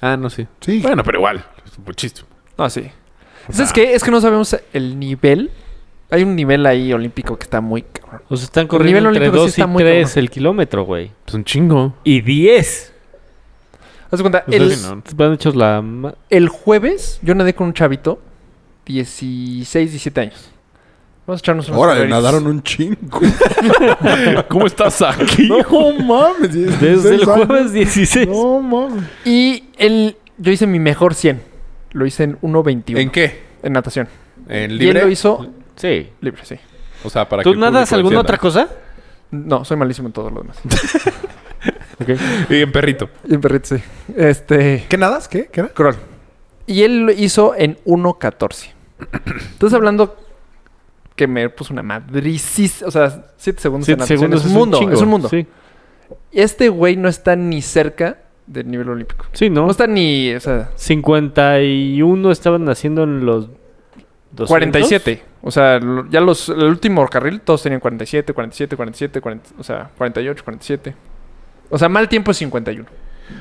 Speaker 5: Ah, no, sí.
Speaker 3: Sí.
Speaker 5: Bueno, pero igual. Es muchísimo.
Speaker 6: No, sí.
Speaker 5: Ah.
Speaker 6: ¿Sabes qué? Es que no sabemos el nivel. Hay un nivel ahí olímpico que está muy cabrón.
Speaker 4: O sea, están
Speaker 6: nivel
Speaker 4: corriendo entre
Speaker 6: olímpico sí
Speaker 4: 2
Speaker 6: está
Speaker 4: y
Speaker 6: muy
Speaker 4: 3
Speaker 6: cabrón.
Speaker 4: el kilómetro, güey.
Speaker 5: Es un chingo.
Speaker 4: Y 10.
Speaker 6: Haz de cuenta,
Speaker 5: Pues
Speaker 6: el,
Speaker 5: sí, no.
Speaker 4: Van hechos la... ma-
Speaker 6: el jueves yo nadé con un chavito, 16, 17 años. Vamos a echarnos unos
Speaker 3: Órale, nadaron un chingo.
Speaker 5: ¿Cómo estás aquí?
Speaker 3: No mames.
Speaker 4: Desde el
Speaker 3: 16 años.
Speaker 4: jueves 16.
Speaker 3: No mames.
Speaker 6: Y el, yo hice mi mejor 100. Lo hice en 1.21.
Speaker 5: ¿En qué?
Speaker 6: En natación.
Speaker 5: ¿En
Speaker 6: Y él
Speaker 5: libre?
Speaker 6: lo hizo
Speaker 4: Sí.
Speaker 6: libre, sí.
Speaker 5: O sea, para
Speaker 4: ¿Tú
Speaker 5: que el
Speaker 4: nadas
Speaker 5: público
Speaker 4: alguna otra
Speaker 5: entienda.
Speaker 4: cosa?
Speaker 6: No, soy malísimo en todo lo demás.
Speaker 5: Y en perrito.
Speaker 6: y en perrito, sí. Este...
Speaker 3: ¿Qué nadas? ¿Qué? ¿Qué era?
Speaker 6: Crawl. Y él lo hizo en 1.14. Estás hablando que me puso una madricis. O sea, 7 segundos en
Speaker 4: Siete
Speaker 6: natación
Speaker 4: segundos
Speaker 6: es un mundo.
Speaker 4: chingo.
Speaker 6: es un mundo.
Speaker 4: Sí,
Speaker 6: Y Este güey no está ni cerca del nivel olímpico.
Speaker 4: Sí, ¿no?
Speaker 6: No está ni. O sea,
Speaker 4: 51 estaban haciendo en los... Eh, 200.
Speaker 6: 47. O sea, lo- ya los. El último carril todos tenían 47, 47, 47, 40, o sea, 48, 47. O sea, mal tiempo es 51.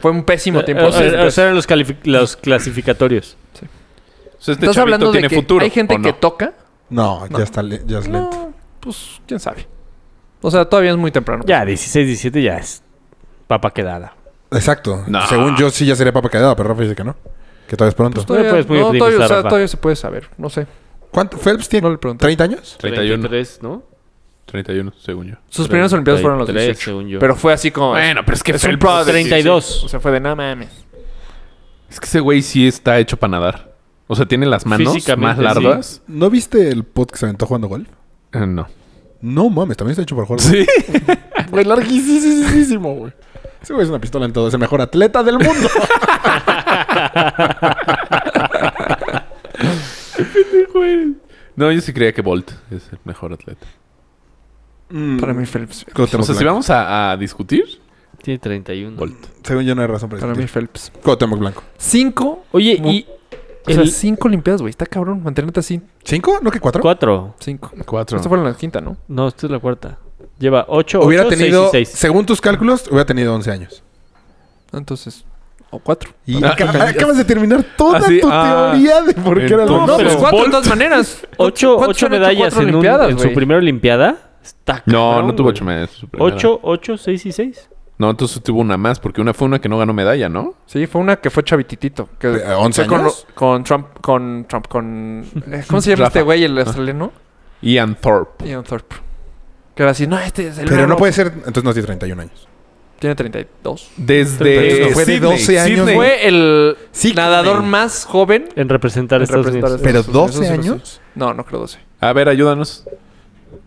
Speaker 6: Fue un pésimo tiempo. pues.
Speaker 4: O,
Speaker 6: O sea,
Speaker 4: Eh, o- o sea, este eran los, califi- los clasificatorios.
Speaker 5: O sea, este
Speaker 6: estás
Speaker 5: chavito
Speaker 6: hablando de
Speaker 5: tiene
Speaker 6: que
Speaker 5: futuro.
Speaker 6: hay gente
Speaker 5: ¿o no?
Speaker 6: que toca.
Speaker 3: No,
Speaker 6: No.
Speaker 3: ya está le- ya es lento.
Speaker 4: Ah.
Speaker 6: No, pues quién sabe. O sea, todavía es muy temprano.
Speaker 4: Ya, 16, 17 ya es papa quedada.
Speaker 3: Exacto.
Speaker 5: No.
Speaker 3: Según yo sí ya sería papa quedada, pero Rafa dice que no. Que todavía es pronto.
Speaker 6: Todavía,
Speaker 4: puedes muy
Speaker 6: no,
Speaker 4: optimista,
Speaker 6: todavía, o sea,
Speaker 4: Rafa.
Speaker 6: todavía se puede saber. Pues No sé.
Speaker 3: ¿Cuánto? ¿Phelps tiene
Speaker 6: No le pregunté.
Speaker 3: 30 años?
Speaker 5: 31.
Speaker 4: 33, ¿no?
Speaker 5: 31, según yo.
Speaker 6: Sus primeros Olimpiadas fueron los
Speaker 4: 33,
Speaker 6: 18.
Speaker 4: según yo.
Speaker 6: Pero fue así como.
Speaker 5: Bueno, pero es que
Speaker 6: es un
Speaker 5: Phelps-
Speaker 6: pro de-
Speaker 4: 32.
Speaker 6: O sea, fue de nada mames.
Speaker 5: Es que ese güey sí está hecho para nadar. O sea, tiene las manos más
Speaker 4: Físicamente, sí.
Speaker 5: largas.
Speaker 3: ¿No viste el pot que se aventó jugando golf?
Speaker 5: Eh, no.
Speaker 3: No mames, también está hecho para jugar golf.
Speaker 5: Sí.
Speaker 3: Güey, larguísimo, güey. Ese güey es una pistola en todo. Es el mejor atleta del mundo.
Speaker 5: No, yo sí creía que Bolt es el mejor atleta.
Speaker 3: Mm.
Speaker 6: Para mí, Phelps.
Speaker 5: O sea, si vamos a, a discutir,
Speaker 4: Tiene 31.
Speaker 5: Bolt.
Speaker 3: Según yo no hay razón para,
Speaker 6: Para mí,
Speaker 3: discutir.
Speaker 6: Phelps.
Speaker 3: Cuauhtémoc Blanco.
Speaker 6: Cinco.
Speaker 4: Oye,
Speaker 6: Mu-
Speaker 4: Este. y
Speaker 6: O sea,
Speaker 4: el-
Speaker 6: cinco Olimpiadas, güey. Está cabrón. Mantenerte así.
Speaker 3: ¿Cinco? ¿No que cuatro?
Speaker 4: 4.
Speaker 6: Cinco.
Speaker 5: Cuatro.
Speaker 6: Esta fue la quinta, ¿no?
Speaker 4: No, esta es la cuarta. Lleva 8,
Speaker 3: Hubiera
Speaker 4: 8,
Speaker 3: tenido,
Speaker 4: 6 y 6.
Speaker 3: según tus cálculos, hubiera tenido 11 años.
Speaker 6: Entonces. O cuatro.
Speaker 3: Y
Speaker 5: Ah,
Speaker 3: aca-
Speaker 5: ah,
Speaker 3: acabas de terminar toda
Speaker 5: ah, sí,
Speaker 3: tu
Speaker 5: ah,
Speaker 3: teoría de por qué era el
Speaker 5: entonces-
Speaker 3: mejor.
Speaker 5: pero
Speaker 6: pues cuatro
Speaker 5: Bolt-
Speaker 6: de todas maneras.
Speaker 4: 8,
Speaker 6: ¿Cuántos han hecho
Speaker 4: medallas
Speaker 6: cuatro
Speaker 4: en, un-
Speaker 6: Olimpiadas,
Speaker 4: en su
Speaker 6: güey?
Speaker 4: primera Olimpiada. Está
Speaker 5: No,
Speaker 4: cabrón,
Speaker 5: no tuvo
Speaker 4: güey.
Speaker 5: ocho medallas. su primera.
Speaker 4: 8, 8, 6 y 6.
Speaker 5: No, entonces tuvo una más, porque una fue una que no ganó medalla, ¿no?
Speaker 6: Sí, fue una que fue chavititito. Que
Speaker 3: ¿Eh, once
Speaker 6: fue con,
Speaker 3: años?
Speaker 6: Ro- con Trump, con Trump, con... eh, ¿Cómo se llama
Speaker 5: Rafa.
Speaker 6: este güey, el australiano?
Speaker 5: Ian Thorpe.
Speaker 6: Ian Thorpe. Que era así, no, este es el...
Speaker 3: Pero no
Speaker 6: mero".
Speaker 3: puede ser, entonces no tiene 31 años.
Speaker 6: Tiene 32.
Speaker 5: Desde.
Speaker 3: Fue de
Speaker 5: Sydney,
Speaker 3: 12 años.
Speaker 5: Sydney.
Speaker 6: Fue el
Speaker 3: Sí,
Speaker 6: nadador
Speaker 3: güey.
Speaker 6: más joven.
Speaker 4: En representar a
Speaker 6: En
Speaker 4: Estados
Speaker 6: representar
Speaker 4: Unidos.
Speaker 6: a
Speaker 3: Pero
Speaker 6: Eso sí, eso
Speaker 3: 12
Speaker 6: sí, eso
Speaker 3: años.
Speaker 6: No, no creo 12.
Speaker 5: A ver, ayúdanos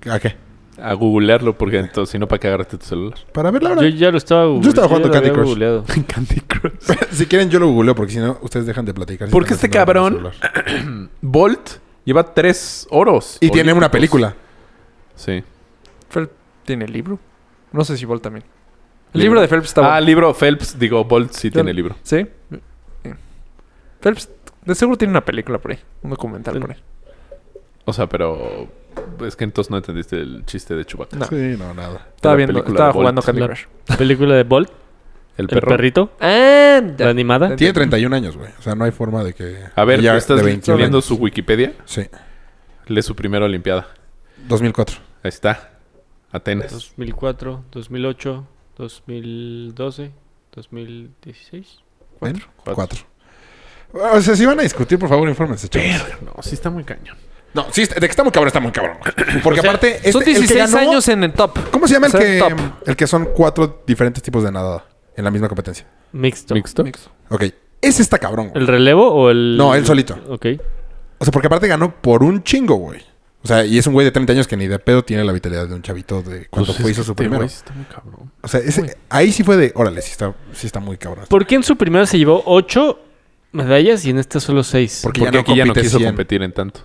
Speaker 3: ¿A qué?
Speaker 5: a googlearlo, porque entonces, si no, para que agarraste tu celular.
Speaker 3: Para ver la hora.
Speaker 4: Yo ya lo estaba
Speaker 3: Yo estaba jugando Candy Crush.
Speaker 4: Crush.
Speaker 5: Candy Crush.
Speaker 3: si quieren, yo lo googleo porque si no, ustedes dejan de platicar. si
Speaker 5: Porque
Speaker 3: están
Speaker 5: este
Speaker 3: haciendo algo
Speaker 5: cabrón-
Speaker 3: en el celular.
Speaker 5: Bolt lleva tres oros.
Speaker 3: Y tiene una
Speaker 5: olímpicos.
Speaker 3: película.
Speaker 5: Sí.
Speaker 6: Phelps tiene el libro. No sé si Bolt también. El libro de Phelps está
Speaker 5: Ah,
Speaker 6: bueno.
Speaker 5: libro Phelps. Digo, Bolt sí
Speaker 6: Claro.
Speaker 5: tiene libro.
Speaker 6: ¿Sí? Sí. Phelps, de seguro tiene una película por ahí. Un documental por ahí.
Speaker 5: O sea, pero... Es que entonces no entendiste el chiste de Chewbacca.
Speaker 6: No.
Speaker 3: Sí, no, nada.
Speaker 6: Estaba
Speaker 5: la
Speaker 6: viendo,
Speaker 5: película
Speaker 6: estaba
Speaker 5: de Bolt.
Speaker 6: jugando Candy
Speaker 4: La-
Speaker 6: Crush.
Speaker 4: Película de Bolt,
Speaker 5: El
Speaker 4: el
Speaker 5: perro.
Speaker 4: perrito,
Speaker 6: Ah,
Speaker 4: la
Speaker 6: ya.
Speaker 4: animada.
Speaker 3: Tiene 31 años, güey. O sea, no hay forma de que.
Speaker 5: A ver,
Speaker 3: ya
Speaker 5: ¿estás
Speaker 3: de 21
Speaker 5: viendo
Speaker 3: años.
Speaker 5: su Wikipedia?
Speaker 3: Sí.
Speaker 5: Lee su primera olimpiada.
Speaker 3: 2004.
Speaker 5: Ahí está. Atenas.
Speaker 4: 2004, 2008, 2012, 2016.
Speaker 3: ¿Ven?
Speaker 5: Cuatro.
Speaker 3: Cuatro. O sea, si van a discutir, por favor, infórmense, chavos.
Speaker 5: No, sí está muy cañón.
Speaker 3: No, sí, de que está muy cabrón, está muy cabrón. Porque aparte, este,
Speaker 6: Son
Speaker 3: el que
Speaker 6: 16
Speaker 3: ganó-
Speaker 6: años en el top.
Speaker 3: ¿Cómo se llama el
Speaker 6: O sea,
Speaker 3: que,
Speaker 6: top.
Speaker 3: el que son cuatro diferentes tipos de nadada en la misma competencia?
Speaker 4: Mixto.
Speaker 5: ¿Mixto?
Speaker 3: Ok. Ese está cabrón, güey.
Speaker 4: ¿El relevo o el...?
Speaker 3: No, él solito.
Speaker 4: Ok.
Speaker 3: O sea, porque aparte ganó por un chingo, güey. O sea, y es un güey de 30 años que ni de pedo tiene la vitalidad de un chavito de cuando
Speaker 5: Pues
Speaker 3: fue
Speaker 5: es
Speaker 3: hizo
Speaker 5: que
Speaker 3: su
Speaker 5: este
Speaker 3: primero.
Speaker 5: güey sí está muy cabrón.
Speaker 3: O sea, ese- ahí sí fue de, órale, sí está, sí está muy cabrón.
Speaker 4: ¿Por qué en su primera se llevó 8 medallas y en esta solo seis.
Speaker 3: Porque
Speaker 5: Porque
Speaker 3: ya no
Speaker 5: aquí ya no
Speaker 3: compite
Speaker 5: quiso
Speaker 3: 100.
Speaker 5: competir en tanto.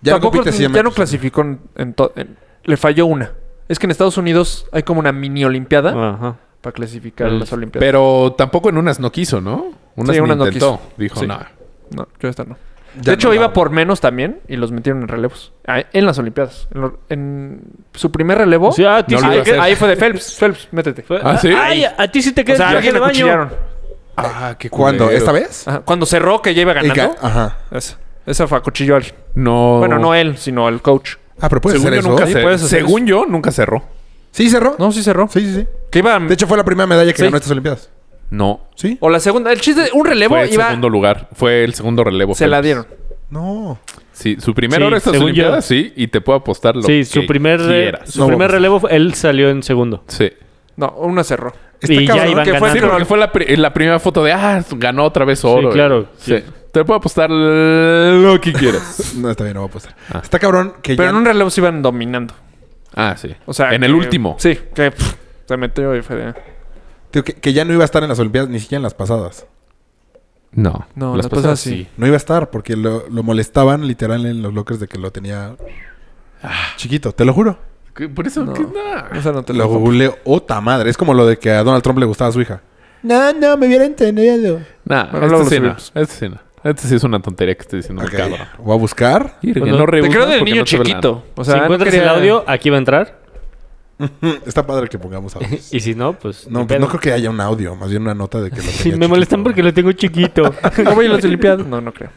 Speaker 3: Ya no
Speaker 6: Tampoco
Speaker 3: compite
Speaker 6: es- ya
Speaker 3: 100
Speaker 6: no
Speaker 3: metros.
Speaker 6: clasificó en, en to- en- Le falló una. Es que en Estados Unidos hay como una mini olimpiada
Speaker 5: Ah.
Speaker 4: Ajá.
Speaker 6: para clasificar
Speaker 4: Mm.
Speaker 6: las olimpiadas.
Speaker 5: Pero tampoco en unas no quiso, ¿no? Unas,
Speaker 6: Sí,
Speaker 5: ni
Speaker 6: unas no
Speaker 5: intentó.
Speaker 6: quiso.
Speaker 5: Dijo,
Speaker 6: Sí.
Speaker 5: no.
Speaker 6: No, yo esta no.
Speaker 3: Ya
Speaker 6: de hecho,
Speaker 3: no
Speaker 6: iba
Speaker 3: la-
Speaker 6: por menos también y los metieron en relevos. Ah, En las Olimpiadas. En, lo- en su primer relevo.
Speaker 4: Sí, ah, a ti
Speaker 5: No
Speaker 4: sí
Speaker 5: lo
Speaker 6: ahí,
Speaker 5: iba a hacer.
Speaker 6: ahí fue de Phelps. Phelps, métete.
Speaker 4: Fue-
Speaker 5: ¿Ah, sí?
Speaker 4: Ay, a ti sí te
Speaker 6: O
Speaker 4: quedas
Speaker 6: sea, alguien
Speaker 4: en
Speaker 6: le
Speaker 4: el baño.
Speaker 6: cuchillaron.
Speaker 5: Ah, qué
Speaker 3: ¿Cuándo?
Speaker 5: culero.
Speaker 3: ¿Esta vez?
Speaker 6: Ajá, Cuando cerró que ya iba
Speaker 3: Y ah.
Speaker 6: ganando.
Speaker 3: ca- Ajá.
Speaker 6: Esa, esa fue a cuchillo a alguien.
Speaker 5: No.
Speaker 3: Oh.
Speaker 6: Bueno, no él, sino el coach.
Speaker 3: Ah, pero puede
Speaker 5: Según
Speaker 3: ser
Speaker 5: yo,
Speaker 3: eso.
Speaker 5: nunca
Speaker 6: Sí,
Speaker 5: cer-
Speaker 6: puedes hacer
Speaker 5: Según yo, nunca cerró.
Speaker 3: ¿Sí cerró?
Speaker 6: No, sí cerró.
Speaker 3: Sí, sí, sí.
Speaker 6: Que iba.
Speaker 3: De hecho, fue la primera medalla que
Speaker 6: Sí. Oh.
Speaker 3: ganó estas Olimpiadas.
Speaker 5: No.
Speaker 3: ¿Sí?
Speaker 6: o la segunda. El chiste, un relevo
Speaker 5: Fue el
Speaker 6: iba.
Speaker 5: segundo lugar. Fue el segundo relevo.
Speaker 6: Se la
Speaker 5: Phelps.
Speaker 6: dieron.
Speaker 3: No.
Speaker 5: Sí, su primera
Speaker 4: Sí,
Speaker 5: hora de estas
Speaker 4: según yo.
Speaker 5: Olimpiadas, sí. Y te puedo apostar lo
Speaker 4: Sí, su
Speaker 5: que
Speaker 4: primer, re-
Speaker 5: quieras. pues,
Speaker 4: su
Speaker 3: No,
Speaker 4: primer
Speaker 3: vamos.
Speaker 4: relevo, fue- él salió en segundo.
Speaker 5: Sí.
Speaker 6: No, una cerró.
Speaker 3: Está
Speaker 4: y ya
Speaker 3: cabrón,
Speaker 4: iban
Speaker 6: que fue-
Speaker 5: Sí,
Speaker 4: ganando.
Speaker 5: porque fue la, pri- eh, la primera foto de, ah, ganó otra vez oro.
Speaker 4: claro.
Speaker 5: Sí. Te puedo apostar lo que quieras.
Speaker 3: No, está bien, no voy a apostar. Está cabrón que
Speaker 6: Pero
Speaker 3: ya...
Speaker 6: en un relevo se iban dominando.
Speaker 5: ah, sí.
Speaker 6: O sea.
Speaker 5: en
Speaker 6: que-
Speaker 5: el último.
Speaker 6: Sí, que pff, se metió y fue de.
Speaker 3: Tío, que, que ya no iba a estar en las Olimpiadas, ni siquiera en las pasadas.
Speaker 5: No.
Speaker 6: No,
Speaker 5: las
Speaker 6: las
Speaker 5: pasadas
Speaker 6: pasadas
Speaker 5: sí.
Speaker 3: No iba a estar porque lo, lo molestaban literal en los lockers de que lo tenía chiquito, te lo juro.
Speaker 5: ¿Qué- Por eso,
Speaker 6: No.
Speaker 5: ¿qué? Nah.
Speaker 6: O sea, no te
Speaker 3: Lo
Speaker 6: lo
Speaker 3: googleé, ota madre. Es como lo de que a Donald Trump le gustaba a su hija. No, no, me hubiera entendido.
Speaker 5: Nah,
Speaker 6: Bueno,
Speaker 5: este
Speaker 6: luego
Speaker 5: sí no.
Speaker 6: lo subimos.
Speaker 5: Este sí no. Este sí es una tontería que estoy diciendo.
Speaker 3: Ok,
Speaker 5: Cabrón.
Speaker 3: voy a buscar.
Speaker 5: Irga,
Speaker 4: Bueno,
Speaker 5: no
Speaker 4: te
Speaker 6: Te
Speaker 5: rebuznas
Speaker 6: creo del
Speaker 5: porque
Speaker 6: niño
Speaker 5: no te ve nada.
Speaker 6: chiquito. O sea,
Speaker 4: si
Speaker 6: no
Speaker 4: encuentras
Speaker 6: quería-
Speaker 4: el audio, aquí va a entrar.
Speaker 3: Está padre que pongamos audio.
Speaker 4: Y si no, pues.
Speaker 3: No,
Speaker 4: ni
Speaker 3: pues
Speaker 4: pedo.
Speaker 3: no creo que haya un audio, más bien una nota de que lo tenía
Speaker 4: Sí, me
Speaker 3: chiquito.
Speaker 4: molestan porque lo tengo chiquito.
Speaker 6: No voy a las Olimpiadas. No, no creo.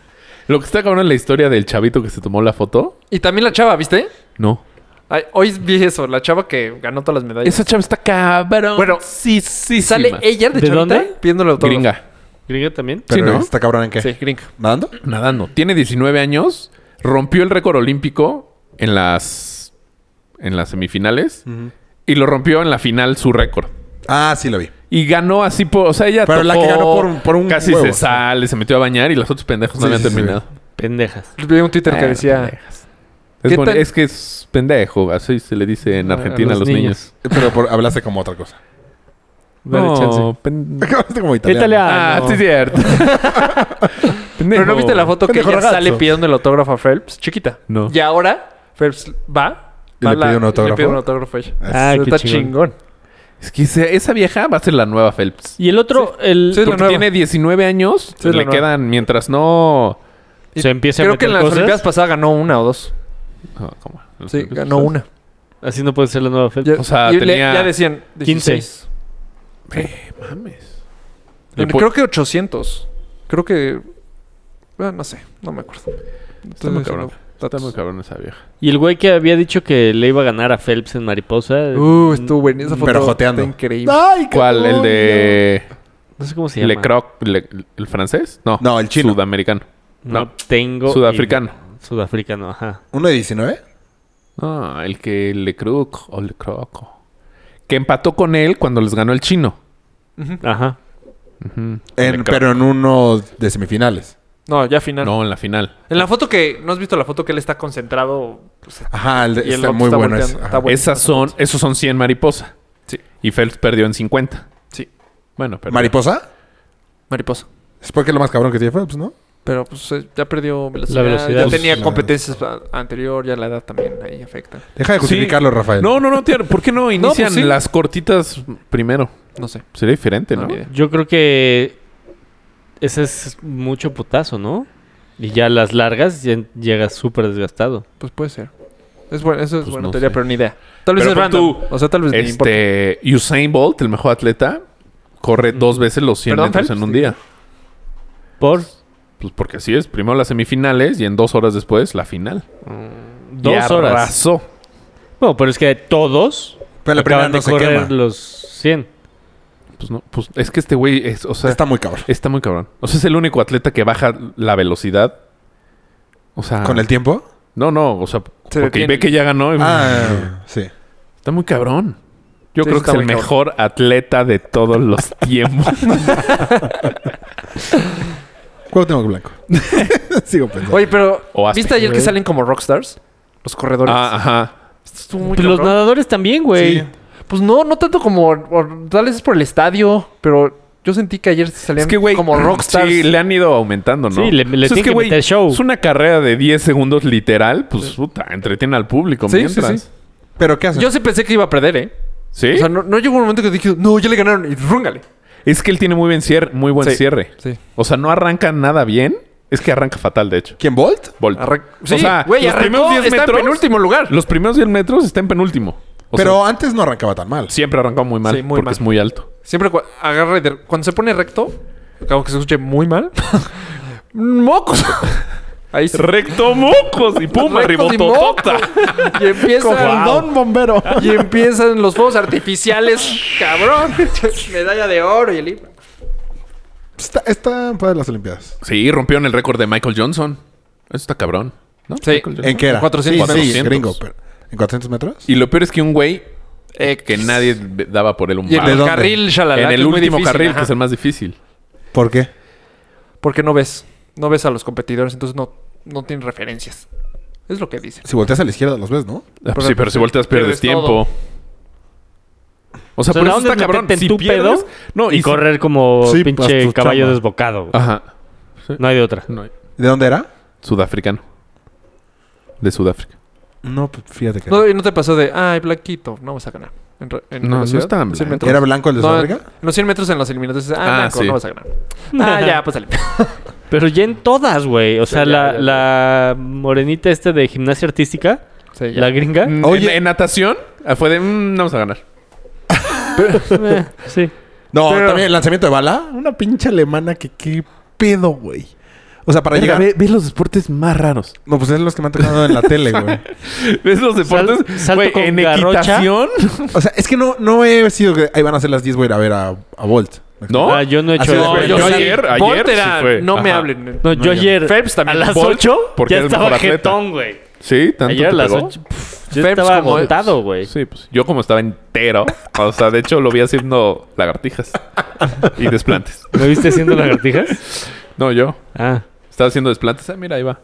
Speaker 5: Lo que está cabrón es la historia del chavito que se tomó la foto.
Speaker 6: Y también la chava, ¿viste?
Speaker 5: No.
Speaker 6: Ay, hoy vi eso, la chava que ganó todas las medallas.
Speaker 5: Esa chava está cabrón.
Speaker 6: Bueno,
Speaker 5: sí, sí,
Speaker 6: Y sale ella de,
Speaker 4: ¿De
Speaker 6: chavita
Speaker 4: dónde?
Speaker 6: pidiéndole autógrafo.
Speaker 5: Gringa.
Speaker 4: Gringa también.
Speaker 3: Pero
Speaker 5: Sí, ¿no?
Speaker 3: está cabrón en qué.
Speaker 6: Sí, gringa.
Speaker 3: ¿Nadando?
Speaker 5: Nadando. Tiene 19 años. Rompió el récord olímpico en las... En las semifinales. Y lo rompió en la final su récord.
Speaker 3: Ah, sí lo vi.
Speaker 5: Y ganó así por... O sea, ella
Speaker 3: Pero la que ganó por- por un
Speaker 5: Casi
Speaker 3: huevo,
Speaker 5: se
Speaker 3: sí.
Speaker 5: sale, se metió a bañar y los otros pendejos no
Speaker 3: Sí,
Speaker 5: habían
Speaker 3: sí, sí.
Speaker 5: terminado.
Speaker 4: Pendejas.
Speaker 6: Vi un Twitter que
Speaker 5: Ah,
Speaker 6: decía...
Speaker 5: pendejas. Es,
Speaker 6: ¿Qué
Speaker 5: bueno,
Speaker 6: tan-
Speaker 5: es que es pendejo. Así se le dice en
Speaker 4: A- a
Speaker 5: Argentina a los,
Speaker 4: los
Speaker 5: niños.
Speaker 3: Pero por- hablaste como otra cosa.
Speaker 4: Dale chance.
Speaker 5: No, pen-
Speaker 3: Hablaste como italiano.
Speaker 4: Italia.
Speaker 5: Ah,
Speaker 4: no.
Speaker 5: sí es cierto.
Speaker 6: Pero no viste la foto que
Speaker 3: Pendejo
Speaker 6: ella
Speaker 3: ragazzo.
Speaker 6: sale pidiendo el autógrafo a Phelps, chiquita.
Speaker 5: No.
Speaker 6: Y ahora Phelps va...
Speaker 3: ¿Y
Speaker 6: va
Speaker 3: le pide un autógrafo?
Speaker 6: Le pide un autógrafo a ella.
Speaker 4: Ah,
Speaker 6: Eso
Speaker 4: qué
Speaker 6: está
Speaker 4: chingón.
Speaker 6: chingón.
Speaker 5: Es que esa, esa vieja va a ser la nueva Phelps.
Speaker 4: Y el otro, el.
Speaker 6: Sí, la
Speaker 5: Porque
Speaker 6: nueva.
Speaker 5: tiene 19 años,
Speaker 6: Sí, la
Speaker 5: le
Speaker 6: nueva.
Speaker 5: quedan mientras no.
Speaker 4: Se empieza a
Speaker 6: Creo que
Speaker 4: meter
Speaker 6: en las
Speaker 4: cosas.
Speaker 6: Olimpiadas pasadas ganó una o dos.
Speaker 5: no, pues, ¿cómo?
Speaker 6: Sí, ganó una.
Speaker 4: Así no puede ser la nueva Phelps.
Speaker 6: Ya-
Speaker 5: O sea,
Speaker 6: y
Speaker 5: tenía-
Speaker 6: le, ya decían
Speaker 4: 15.
Speaker 6: 16.
Speaker 5: Eh, mames. Le po-
Speaker 6: Creo que 800. Creo que... Bueno, no sé. No me acuerdo.
Speaker 5: Está muy cabrón. Está
Speaker 6: Datos.
Speaker 5: muy cabrón esa vieja.
Speaker 4: Y el güey que había dicho que le iba a ganar a Phelps en mariposa.
Speaker 6: Uh, estuvo buena esa foto.
Speaker 3: Pero joteando.
Speaker 6: Está increíble.
Speaker 3: ¡Ay,
Speaker 5: ¿Cuál? ¿El de
Speaker 4: No sé cómo se llama.
Speaker 5: Le Croc? le- ¿El francés? No.
Speaker 3: No, el chino.
Speaker 5: Sudamericano.
Speaker 4: No,
Speaker 5: No.
Speaker 4: tengo.
Speaker 5: Sudafricano.
Speaker 4: Sudafricano, ajá.
Speaker 3: ¿Uno de 19?
Speaker 5: Ah, el que Le Croc o Le Croc. Que empató con él cuando les ganó el chino.
Speaker 4: Ajá.
Speaker 5: Ujú.
Speaker 3: En-
Speaker 5: Le Croc.
Speaker 3: pero en uno de semifinales.
Speaker 6: No, ya final.
Speaker 5: No, en la final.
Speaker 6: En la foto que... ¿No has visto la foto que él está concentrado? Pues,
Speaker 3: Ajá, el de-
Speaker 6: Y el
Speaker 3: está
Speaker 6: otro
Speaker 3: muy
Speaker 6: está
Speaker 3: bueno
Speaker 6: volteando, está
Speaker 3: ese. Ajá.
Speaker 6: bueno. pues,
Speaker 5: Esas son, esos son 100 mariposa.
Speaker 6: Sí.
Speaker 5: Y Phelps perdió en 50.
Speaker 6: Sí.
Speaker 5: Bueno, pero.
Speaker 3: ¿Mariposa?
Speaker 6: mariposa.
Speaker 3: Es porque es lo más cabrón que tiene Phelps, ¿no?
Speaker 6: Pero pues eh, ya perdió velocidad.
Speaker 4: La velocidad.
Speaker 6: Ya
Speaker 4: Pues,
Speaker 6: tenía
Speaker 3: la-
Speaker 6: competencias a- anterior, ya la edad también ahí afecta.
Speaker 3: Deja de
Speaker 5: Sí.
Speaker 3: justificarlo, Rafael.
Speaker 5: No, no, no, tío, ¿Por qué no inician
Speaker 6: pues sí.
Speaker 5: las cortitas primero?
Speaker 6: No sé.
Speaker 5: Sería diferente,
Speaker 6: No,
Speaker 5: ¿no?
Speaker 6: ni idea.
Speaker 4: Yo creo que. Ese es mucho putazo, ¿no? Y ya las largas ya llegas súper desgastado.
Speaker 6: Pues puede ser. Es bueno, eso es
Speaker 5: Pues
Speaker 6: buena
Speaker 5: no
Speaker 6: teoría,
Speaker 5: sé.
Speaker 6: pero ni idea. Tal vez
Speaker 5: Pero
Speaker 6: es
Speaker 5: pon
Speaker 6: random.
Speaker 5: tú,
Speaker 6: o sea, tal vez Pues, ni importa.
Speaker 5: este, Usain Bolt, el mejor atleta, corre dos veces los 100
Speaker 6: Mm. ¿Perdón,
Speaker 5: metros
Speaker 6: Phelps?
Speaker 5: en un día.
Speaker 4: Por
Speaker 5: Pues porque así es. Primero las semifinales y en dos horas después la final.
Speaker 4: dos
Speaker 5: Y
Speaker 4: horas.
Speaker 5: arrasó.
Speaker 4: Bueno, pero es que todos
Speaker 3: Pero la primera
Speaker 4: acaban
Speaker 3: no
Speaker 4: de
Speaker 3: se
Speaker 4: correr
Speaker 3: quema.
Speaker 4: los 100.
Speaker 5: Pues no, pues es que este güey es, o
Speaker 3: Está
Speaker 5: sea, está...
Speaker 3: muy cabrón.
Speaker 5: muy cabrón. O sea, es el único atleta que baja la velocidad. O sea,
Speaker 3: ¿Con el tiempo?
Speaker 5: no, no, o sea,
Speaker 6: Se
Speaker 5: porque
Speaker 6: detiene.
Speaker 5: ve que ya ganó. y-
Speaker 3: Ah, sí.
Speaker 5: Está muy cabrón.
Speaker 6: Sí,
Speaker 5: Yo creo
Speaker 6: sí
Speaker 5: que es
Speaker 6: está
Speaker 5: el
Speaker 6: muy
Speaker 5: mejor atleta de todos los tiempos.
Speaker 3: ¿Cuál tengo blanco? Sigo pensando.
Speaker 6: Oye, pero
Speaker 5: O Aspen.
Speaker 6: ¿viste ayer que salen como rockstars? Los corredores.
Speaker 5: ah, ajá.
Speaker 6: Estuvo muy
Speaker 4: Pero Pues los
Speaker 6: cabrón.
Speaker 4: nadadores también, güey.
Speaker 3: Sí.
Speaker 6: Pues no, no tanto como... o- tal vez es por el estadio, pero... Yo sentí que ayer salían
Speaker 5: Es que, güey,
Speaker 6: como rockstars.
Speaker 5: Sí, le han ido aumentando, ¿no?
Speaker 4: Sí, le- le
Speaker 5: O sea, Pues es
Speaker 4: tienen que
Speaker 5: güey,
Speaker 4: meter show.
Speaker 5: Es una carrera de 10 segundos literal. Pues, puta, entretiene al público
Speaker 6: Sí, sí,
Speaker 5: mientras.
Speaker 6: sí.
Speaker 5: Sí,
Speaker 3: ¿Pero qué hacen?
Speaker 6: Yo sí pensé que iba a perder, ¿eh? O sea, no, no llegó un momento que dije, no, ya le ganaron y rúngale.
Speaker 5: Es que él tiene muy buen cierre. Muy buen
Speaker 6: Sí.
Speaker 5: cierre.
Speaker 6: Sí.
Speaker 5: O sea, no arranca nada bien. Es que arranca fatal, de hecho.
Speaker 3: ¿Quién Bolt?
Speaker 5: Bolt.
Speaker 6: Arran- Sí, güey, arrancó, está en penúltimo lugar.
Speaker 5: Los primeros 10 metros está en penúltimo. O
Speaker 3: Pero
Speaker 5: sea,
Speaker 3: antes no arrancaba tan mal.
Speaker 5: siempre arrancó muy mal
Speaker 6: Sí, muy
Speaker 5: porque
Speaker 6: mal.
Speaker 5: es muy alto.
Speaker 6: Siempre cua- agarra y de- cuando se pone recto, acabo que se escuche muy mal. ¡Mocos! Ahí sí.
Speaker 5: Recto mocos y pum,
Speaker 6: Rectos y
Speaker 5: ribototota.
Speaker 6: mocos. Y empiezan,
Speaker 3: bombero.
Speaker 6: y empiezan los fuegos artificiales, cabrón. Medalla de oro y el himno.
Speaker 3: Está, está para las Olimpiadas.
Speaker 5: Sí, rompieron el récord de Michael Johnson. Eso está cabrón. ¿no?
Speaker 6: Sí.
Speaker 5: Michael Johnson.
Speaker 3: ¿En qué era?
Speaker 6: 400.
Speaker 3: Sí, sí,
Speaker 5: 400.
Speaker 3: gringo. pero- ¿En 400 metros?
Speaker 5: Y lo peor es que un güey Eh, que nadie daba por él un
Speaker 6: Y en
Speaker 5: bar.
Speaker 3: ¿De
Speaker 6: el
Speaker 3: dónde?
Speaker 6: carril, shalala,
Speaker 5: En
Speaker 6: que
Speaker 5: el
Speaker 6: es muy
Speaker 5: último
Speaker 6: difícil,
Speaker 5: carril,
Speaker 6: ajá.
Speaker 5: que es el más difícil.
Speaker 3: ¿Por qué?
Speaker 6: Porque no ves. No ves a los competidores, entonces no, no tienen referencias. Es lo que dicen.
Speaker 3: Si volteas a la izquierda los ves, ¿no?
Speaker 5: Ah, sí, pero si volteas pierdes
Speaker 6: pierdes
Speaker 5: tiempo. O sea,
Speaker 4: O sea,
Speaker 5: por
Speaker 4: la
Speaker 5: eso
Speaker 4: onda
Speaker 5: está
Speaker 4: es
Speaker 5: cabrón.
Speaker 4: meterte en
Speaker 5: Si
Speaker 4: tu
Speaker 5: pierdes...
Speaker 4: pedo
Speaker 5: No,
Speaker 4: y,
Speaker 5: si-
Speaker 4: correr como
Speaker 3: Sí, pues,
Speaker 4: pinche
Speaker 3: tu
Speaker 4: caballo
Speaker 3: chamba.
Speaker 4: desbocado. güey.
Speaker 5: Ajá.
Speaker 4: No hay de otra.
Speaker 5: Ah, No hay-
Speaker 3: ¿De dónde era?
Speaker 5: Sudafricano. De Sudáfrica.
Speaker 3: No, pues, fíjate que.
Speaker 6: No, y no te pasó de, ay, Blanquito, no vas a ganar. En, re- en
Speaker 5: No, no
Speaker 6: velocidad,
Speaker 5: es tan
Speaker 6: en 100
Speaker 5: blanco.
Speaker 6: metros.
Speaker 3: ¿Era blanco el de
Speaker 6: No,
Speaker 3: Sudáfrica?
Speaker 6: en los 100 metros en los eliminatorios, ah,
Speaker 5: Ah,
Speaker 6: blanco,
Speaker 5: sí.
Speaker 6: no vas a ganar. Ah, ya, pues sale.
Speaker 4: Pero ya en todas, güey. O sea,
Speaker 6: ya,
Speaker 4: la,
Speaker 6: ya, ya.
Speaker 4: la morenita este de gimnasia artística,
Speaker 6: Sí, ya.
Speaker 4: la gringa.
Speaker 5: Oye.
Speaker 3: Oye.
Speaker 5: En, en natación ah, fue de... mm, no vamos a ganar.
Speaker 4: Eh, sí.
Speaker 3: No,
Speaker 6: Pero-
Speaker 3: también el lanzamiento de bala. Una pinche alemana que qué pedo, güey. O sea, para llegar.
Speaker 5: los deportes más raros.
Speaker 3: No, pues es los que me han tocado en la tele, güey.
Speaker 5: ¿Ves los
Speaker 4: Sal-
Speaker 5: deportes?
Speaker 4: salto
Speaker 5: Güey,
Speaker 4: con
Speaker 5: en
Speaker 4: garrocha.
Speaker 5: equitación.
Speaker 3: O sea, es que no, no he sido que ahí van a ser las 10, voy a ir a ver a, a Bolt.
Speaker 5: ¿No?
Speaker 4: Ah, yo no he hecho
Speaker 3: Así es,
Speaker 4: eso.
Speaker 5: güey.
Speaker 4: yo,
Speaker 5: Yo
Speaker 6: sí.
Speaker 5: ayer- ayer
Speaker 6: Bolt
Speaker 5: sí
Speaker 6: era,
Speaker 5: fue.
Speaker 6: No me
Speaker 5: Ajá.
Speaker 6: hablen.
Speaker 4: no, yo ayer
Speaker 6: Phelps también.
Speaker 4: a las
Speaker 6: Bolt,
Speaker 4: 8
Speaker 5: porque
Speaker 4: ya
Speaker 5: es el
Speaker 4: estaba
Speaker 5: mejor atleta.
Speaker 4: jetón, güey.
Speaker 5: Sí, tanto
Speaker 4: Ayer a
Speaker 5: te
Speaker 4: las
Speaker 5: pegó?
Speaker 4: 8 pff, yo
Speaker 6: Phelps
Speaker 4: estaba
Speaker 6: como-
Speaker 4: agotado, güey.
Speaker 5: Sí, pues yo como estaba entero, o sea, de hecho lo vi haciendo lagartijas y desplantes.
Speaker 4: ¿Me viste haciendo lagartijas?
Speaker 5: No, yo
Speaker 4: Ah.
Speaker 5: estaba haciendo desplantes. Ah, mira, ahí va.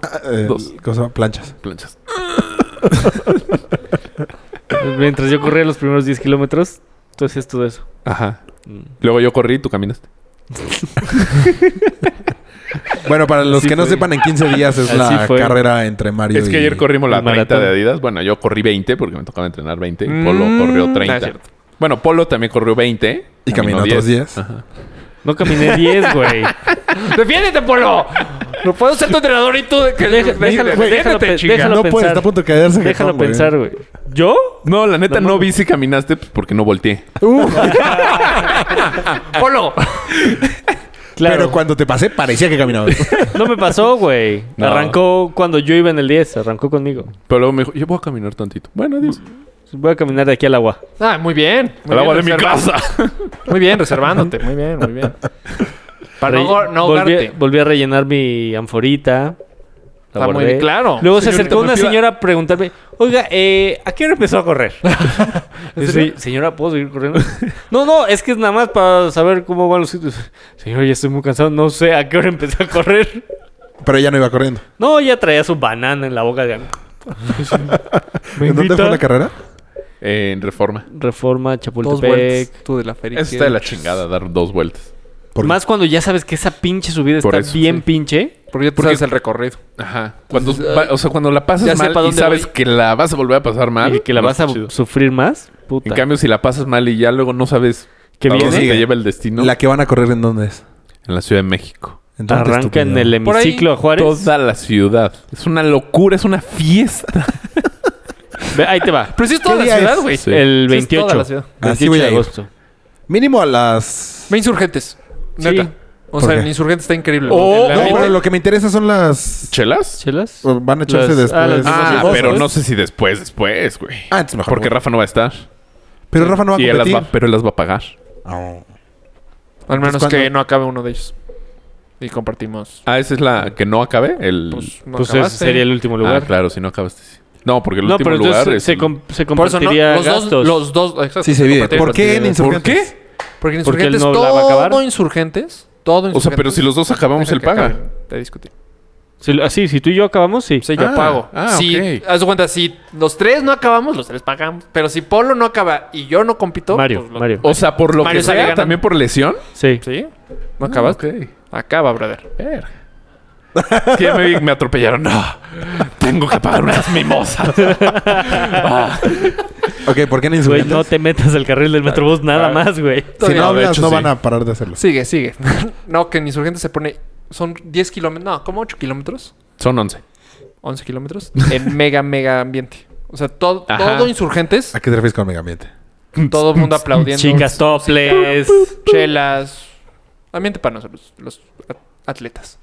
Speaker 3: Ah, eh,
Speaker 5: Dos.
Speaker 3: cosa, planchas.
Speaker 5: Planchas.
Speaker 4: Mientras yo corría los primeros 10 kilómetros, tú hacías todo eso.
Speaker 5: Ajá.
Speaker 4: Mm.
Speaker 5: Luego yo corrí y tú caminaste.
Speaker 3: Bueno, para los
Speaker 4: Así
Speaker 3: que no
Speaker 4: fue.
Speaker 3: sepan, en 15 días es
Speaker 4: Así
Speaker 3: la
Speaker 4: fue.
Speaker 3: carrera entre Mario
Speaker 5: es que ayer
Speaker 3: y-
Speaker 5: corrimos la
Speaker 4: el
Speaker 5: 30 de
Speaker 4: maratón.
Speaker 5: Adidas. Bueno, yo corrí 20 porque me tocaba entrenar 20. Y Polo
Speaker 6: Mm,
Speaker 5: corrió
Speaker 6: no es
Speaker 5: 30.
Speaker 6: cierto.
Speaker 5: bueno, Polo también corrió 20.
Speaker 3: Ah, Y caminó otros 10.
Speaker 5: Ajá.
Speaker 4: No caminé 10, güey.
Speaker 6: ¡Defiéndete, Polo! No puedo ser tu entrenador y tú... de- Que
Speaker 4: Deja- déjalo,
Speaker 6: defiéndete,
Speaker 4: güey, déjalo pe-
Speaker 6: chinga.
Speaker 4: déjalo
Speaker 3: Ah, No puedes,
Speaker 4: pensar.
Speaker 3: está a punto de caerse.
Speaker 4: Déjalo
Speaker 3: jetón, güey.
Speaker 4: pensar, güey. ¿Yo?
Speaker 5: No, la neta no, vi si caminaste pues, porque no volteé.
Speaker 3: Uh,
Speaker 6: ¡Polo!
Speaker 3: Pero cuando te pasé, parecía que caminaba.
Speaker 4: No me pasó, güey.
Speaker 5: No.
Speaker 4: Arrancó cuando yo iba en el 10, arrancó conmigo.
Speaker 5: Pero luego me dijo, yo voy a caminar tantito. Bueno, adiós.
Speaker 4: Voy a caminar de aquí al agua.
Speaker 6: Ah, muy bien. Muy bien,
Speaker 5: Al agua de mi
Speaker 6: reservado.
Speaker 5: casa.
Speaker 6: Muy bien, reservándote. Muy bien, muy bien. Para
Speaker 4: Re-
Speaker 6: no, ahor- no
Speaker 4: volví,
Speaker 6: ahogarte.
Speaker 4: volví a rellenar mi anforita. La
Speaker 6: Está muy
Speaker 4: guardé.
Speaker 6: claro.
Speaker 4: Luego se
Speaker 6: Señorita,
Speaker 4: acercó
Speaker 6: me
Speaker 4: una
Speaker 6: pido-
Speaker 4: señora a preguntarme, oiga, eh, ¿a qué hora empezó a correr? Yo, "Sí, señora, ¿puedo seguir corriendo? no, no, es que es nada más para saber cómo van los sitios. Señor, ya estoy muy cansado, no sé a qué hora empezó a correr.
Speaker 3: Pero ella no iba corriendo.
Speaker 4: No, ya traía su banana en la boca de... Me
Speaker 3: ¿En dónde
Speaker 4: invita.
Speaker 3: fue la carrera?
Speaker 5: Eh, en reforma.
Speaker 4: Reforma,
Speaker 6: Dos
Speaker 4: Chapultepec.
Speaker 6: vueltas. Tú de la feria.
Speaker 5: Eso está de la chingada, dar dos vueltas.
Speaker 3: Por-
Speaker 4: Más cuando ya sabes que esa pinche subida
Speaker 5: Por
Speaker 4: está
Speaker 5: eso,
Speaker 4: bien
Speaker 5: sí.
Speaker 4: pinche.
Speaker 6: Porque ya te sabes el recorrido.
Speaker 5: Ajá. Cuando, va- o sea, cuando la pasas
Speaker 6: ya sé
Speaker 5: mal
Speaker 6: pa'
Speaker 5: y
Speaker 6: dónde
Speaker 5: sabes
Speaker 6: voy.
Speaker 5: que la vas a volver a pasar
Speaker 6: Ah,
Speaker 5: mal.
Speaker 4: y que la
Speaker 5: no
Speaker 4: vas a
Speaker 5: está chido.
Speaker 4: sufrir más. Puta.
Speaker 5: En cambio, si la pasas mal y ya luego no sabes
Speaker 4: ¿Qué
Speaker 5: a dónde
Speaker 4: viene?
Speaker 5: te lleva el destino.
Speaker 3: La que van a correr en dónde es.
Speaker 5: En la Ciudad de México.
Speaker 3: ¿En dónde,
Speaker 4: Arranca
Speaker 3: estúpido?
Speaker 4: en
Speaker 5: em-
Speaker 4: el
Speaker 6: Por ahí,
Speaker 4: hemiciclo a Juárez.
Speaker 5: Toda la ciudad. Es una locura, es una fiesta.
Speaker 4: Ve, ahí te va.
Speaker 6: Pero sí es toda la
Speaker 3: día
Speaker 6: ciudad,
Speaker 3: es?
Speaker 6: güey.
Speaker 5: Sí.
Speaker 4: El
Speaker 6: Sí, es toda
Speaker 4: 28.
Speaker 6: la ciudad.
Speaker 3: Así voy
Speaker 4: 28 de
Speaker 3: a ir.
Speaker 4: agosto.
Speaker 3: Mínimo a las.
Speaker 6: Ve insurgentes.
Speaker 4: Sí.
Speaker 6: Neta. O
Speaker 3: ¿Por
Speaker 6: sea,
Speaker 3: qué?
Speaker 6: el insurgente está increíble.
Speaker 5: Oh,
Speaker 6: En la
Speaker 3: No,
Speaker 6: neta.
Speaker 3: pero lo que me interesa son las.
Speaker 5: ¿Chelas?
Speaker 4: ¿Chelas?
Speaker 3: o Van a echarse
Speaker 4: Las-
Speaker 3: después.
Speaker 4: ah, las-
Speaker 5: Ah,
Speaker 4: sí,
Speaker 5: pero
Speaker 4: sí.
Speaker 5: no sé si después, después, güey.
Speaker 3: Ah, entonces mejor
Speaker 5: Porque
Speaker 3: voy.
Speaker 5: Rafa no va a estar.
Speaker 3: Pero Rafa no va a
Speaker 5: Y él las
Speaker 3: competir.
Speaker 5: va, pero él las va Oh. a pagar.
Speaker 3: Ah.
Speaker 6: Al menos
Speaker 3: Pues,
Speaker 6: que
Speaker 3: ¿cuándo?
Speaker 6: no acabe uno de ellos. Y compartimos.
Speaker 5: Ah, esa es la que no acabe. El...
Speaker 6: Pues, no
Speaker 4: Pues ese
Speaker 6: acabaste.
Speaker 4: sería el último lugar.
Speaker 5: Ah, claro, si no acabaste. sí. No, porque el
Speaker 4: No,
Speaker 5: último
Speaker 4: pero
Speaker 5: lugar
Speaker 4: entonces
Speaker 5: es
Speaker 4: se,
Speaker 5: el-
Speaker 4: com- se
Speaker 6: Por eso no,
Speaker 4: compartiría
Speaker 6: los
Speaker 4: gastos.
Speaker 6: dos, los dos, exacto,
Speaker 3: Sí, se vive.
Speaker 6: compartir
Speaker 3: ¿Por qué
Speaker 6: gastos.
Speaker 3: en
Speaker 5: pues ¿Por
Speaker 3: insurgentes?
Speaker 5: qué?
Speaker 6: Porque en
Speaker 4: Porque él
Speaker 6: insurgentes
Speaker 4: no la va a
Speaker 6: todo
Speaker 4: acabar.
Speaker 6: insurgentes, todo
Speaker 5: O sea, pero
Speaker 6: Insurgentes,
Speaker 5: si los dos acabamos,
Speaker 6: deja
Speaker 5: él
Speaker 6: que
Speaker 5: paga.
Speaker 6: acaben de discutir.
Speaker 4: Si- Así, si tú y yo acabamos, sí.
Speaker 6: Sí, yo
Speaker 5: Ah,
Speaker 6: pago.
Speaker 5: ah,
Speaker 6: si,
Speaker 5: ok.
Speaker 6: haz de cuenta, si los tres no acabamos, los tres pagamos. Pero si Polo no acaba y yo no compito.
Speaker 4: Ah, Mario,
Speaker 6: pues lo-
Speaker 4: Mario.
Speaker 5: O sea, por lo
Speaker 6: Mario
Speaker 5: que
Speaker 6: sale
Speaker 5: sea,
Speaker 6: ganando.
Speaker 5: también por lesión.
Speaker 4: Sí.
Speaker 6: ¿Sí? ¿No acabas?
Speaker 5: Ah, Ok.
Speaker 6: Acaba, brother.
Speaker 5: Verga. Es que ya me, vi- me atropellaron. No, tengo que pagar unas mimosas. Ah.
Speaker 3: Ok, ¿por qué no
Speaker 4: Güey,
Speaker 3: insultas?
Speaker 4: no te metas al carril del Metrobús nada más, güey.
Speaker 3: si no
Speaker 5: No, de
Speaker 3: hablas,
Speaker 5: hecho,
Speaker 3: no
Speaker 5: sí.
Speaker 3: van a parar de hacerlo.
Speaker 6: Sigue, sigue. no, que en Insurgente se pone. Son 10 kilómetros. No, como 8 kilómetros.
Speaker 5: Son 11.
Speaker 6: 11 kilómetros. En mega, mega ambiente. O sea, todo,
Speaker 5: Ajá.
Speaker 6: todo insurgentes.
Speaker 3: ¿A qué te refieres con ambiente?
Speaker 6: Todo el mundo aplaudiendo.
Speaker 4: Chicas toples.
Speaker 6: Chelas. Ambiente para nosotros, los at- atletas.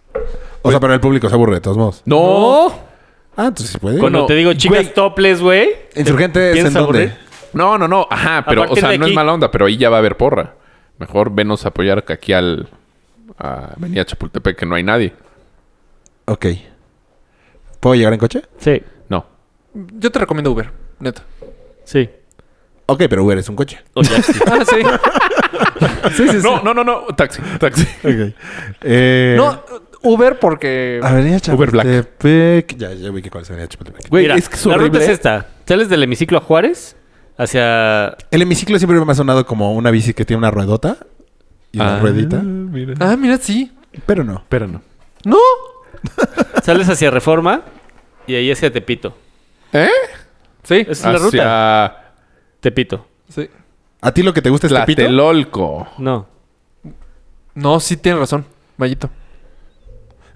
Speaker 3: O sea, pero el público se aburre, de todos modos.
Speaker 5: No,
Speaker 3: Ah, entonces sí puede.
Speaker 4: Cuando
Speaker 5: No,
Speaker 4: te digo chicas
Speaker 3: güey.
Speaker 4: toples, güey.
Speaker 3: Insurgente es en
Speaker 4: ¿Piensas
Speaker 3: dónde?
Speaker 4: aburrir?
Speaker 5: no, no, no. Ajá, pero, o
Speaker 4: partir
Speaker 5: sea,
Speaker 4: de
Speaker 5: no es
Speaker 4: aquí.
Speaker 5: mala onda, pero ahí ya va a haber porra. Mejor venos a apoyar que aquí al. A venir a Chapultepec, que no hay nadie.
Speaker 3: Ok. ¿Puedo llegar en coche?
Speaker 4: Sí,
Speaker 5: No.
Speaker 6: Yo te recomiendo Uber, neta.
Speaker 4: sí.
Speaker 3: Ok, pero Uber es un coche.
Speaker 4: O ya sí.
Speaker 6: Ah, sí.
Speaker 5: No, no, no, no. Taxi, taxi.
Speaker 3: Ok. Eh,
Speaker 6: No, Uber porque.
Speaker 3: Avenida
Speaker 5: Uber Black.
Speaker 3: Chapultepec. Ya, ya vi que cuál es Avenida Chapultepec.
Speaker 5: Güey,
Speaker 4: Mira,
Speaker 5: es que es
Speaker 4: la ruta es
Speaker 5: horrible.
Speaker 4: esta. Sales del hemiciclo a Juárez hacia...
Speaker 3: El hemiciclo siempre me ha sonado como una bici que tiene una ruedota y una
Speaker 5: Ah,
Speaker 3: ruedita,
Speaker 5: Mira.
Speaker 6: Ah, mira, sí.
Speaker 3: pero no.
Speaker 5: Pero no.
Speaker 6: No.
Speaker 4: Sales hacia Reforma y ahí hacia Tepito.
Speaker 5: ¿Eh?
Speaker 6: Sí.
Speaker 4: Esa es la ruta.
Speaker 5: Hacia
Speaker 4: Tepito.
Speaker 6: sí.
Speaker 3: ¿A ti lo que te gusta es Tepito?
Speaker 5: Tlatelolco.
Speaker 4: No.
Speaker 6: No, sí tienes razón, Mayito.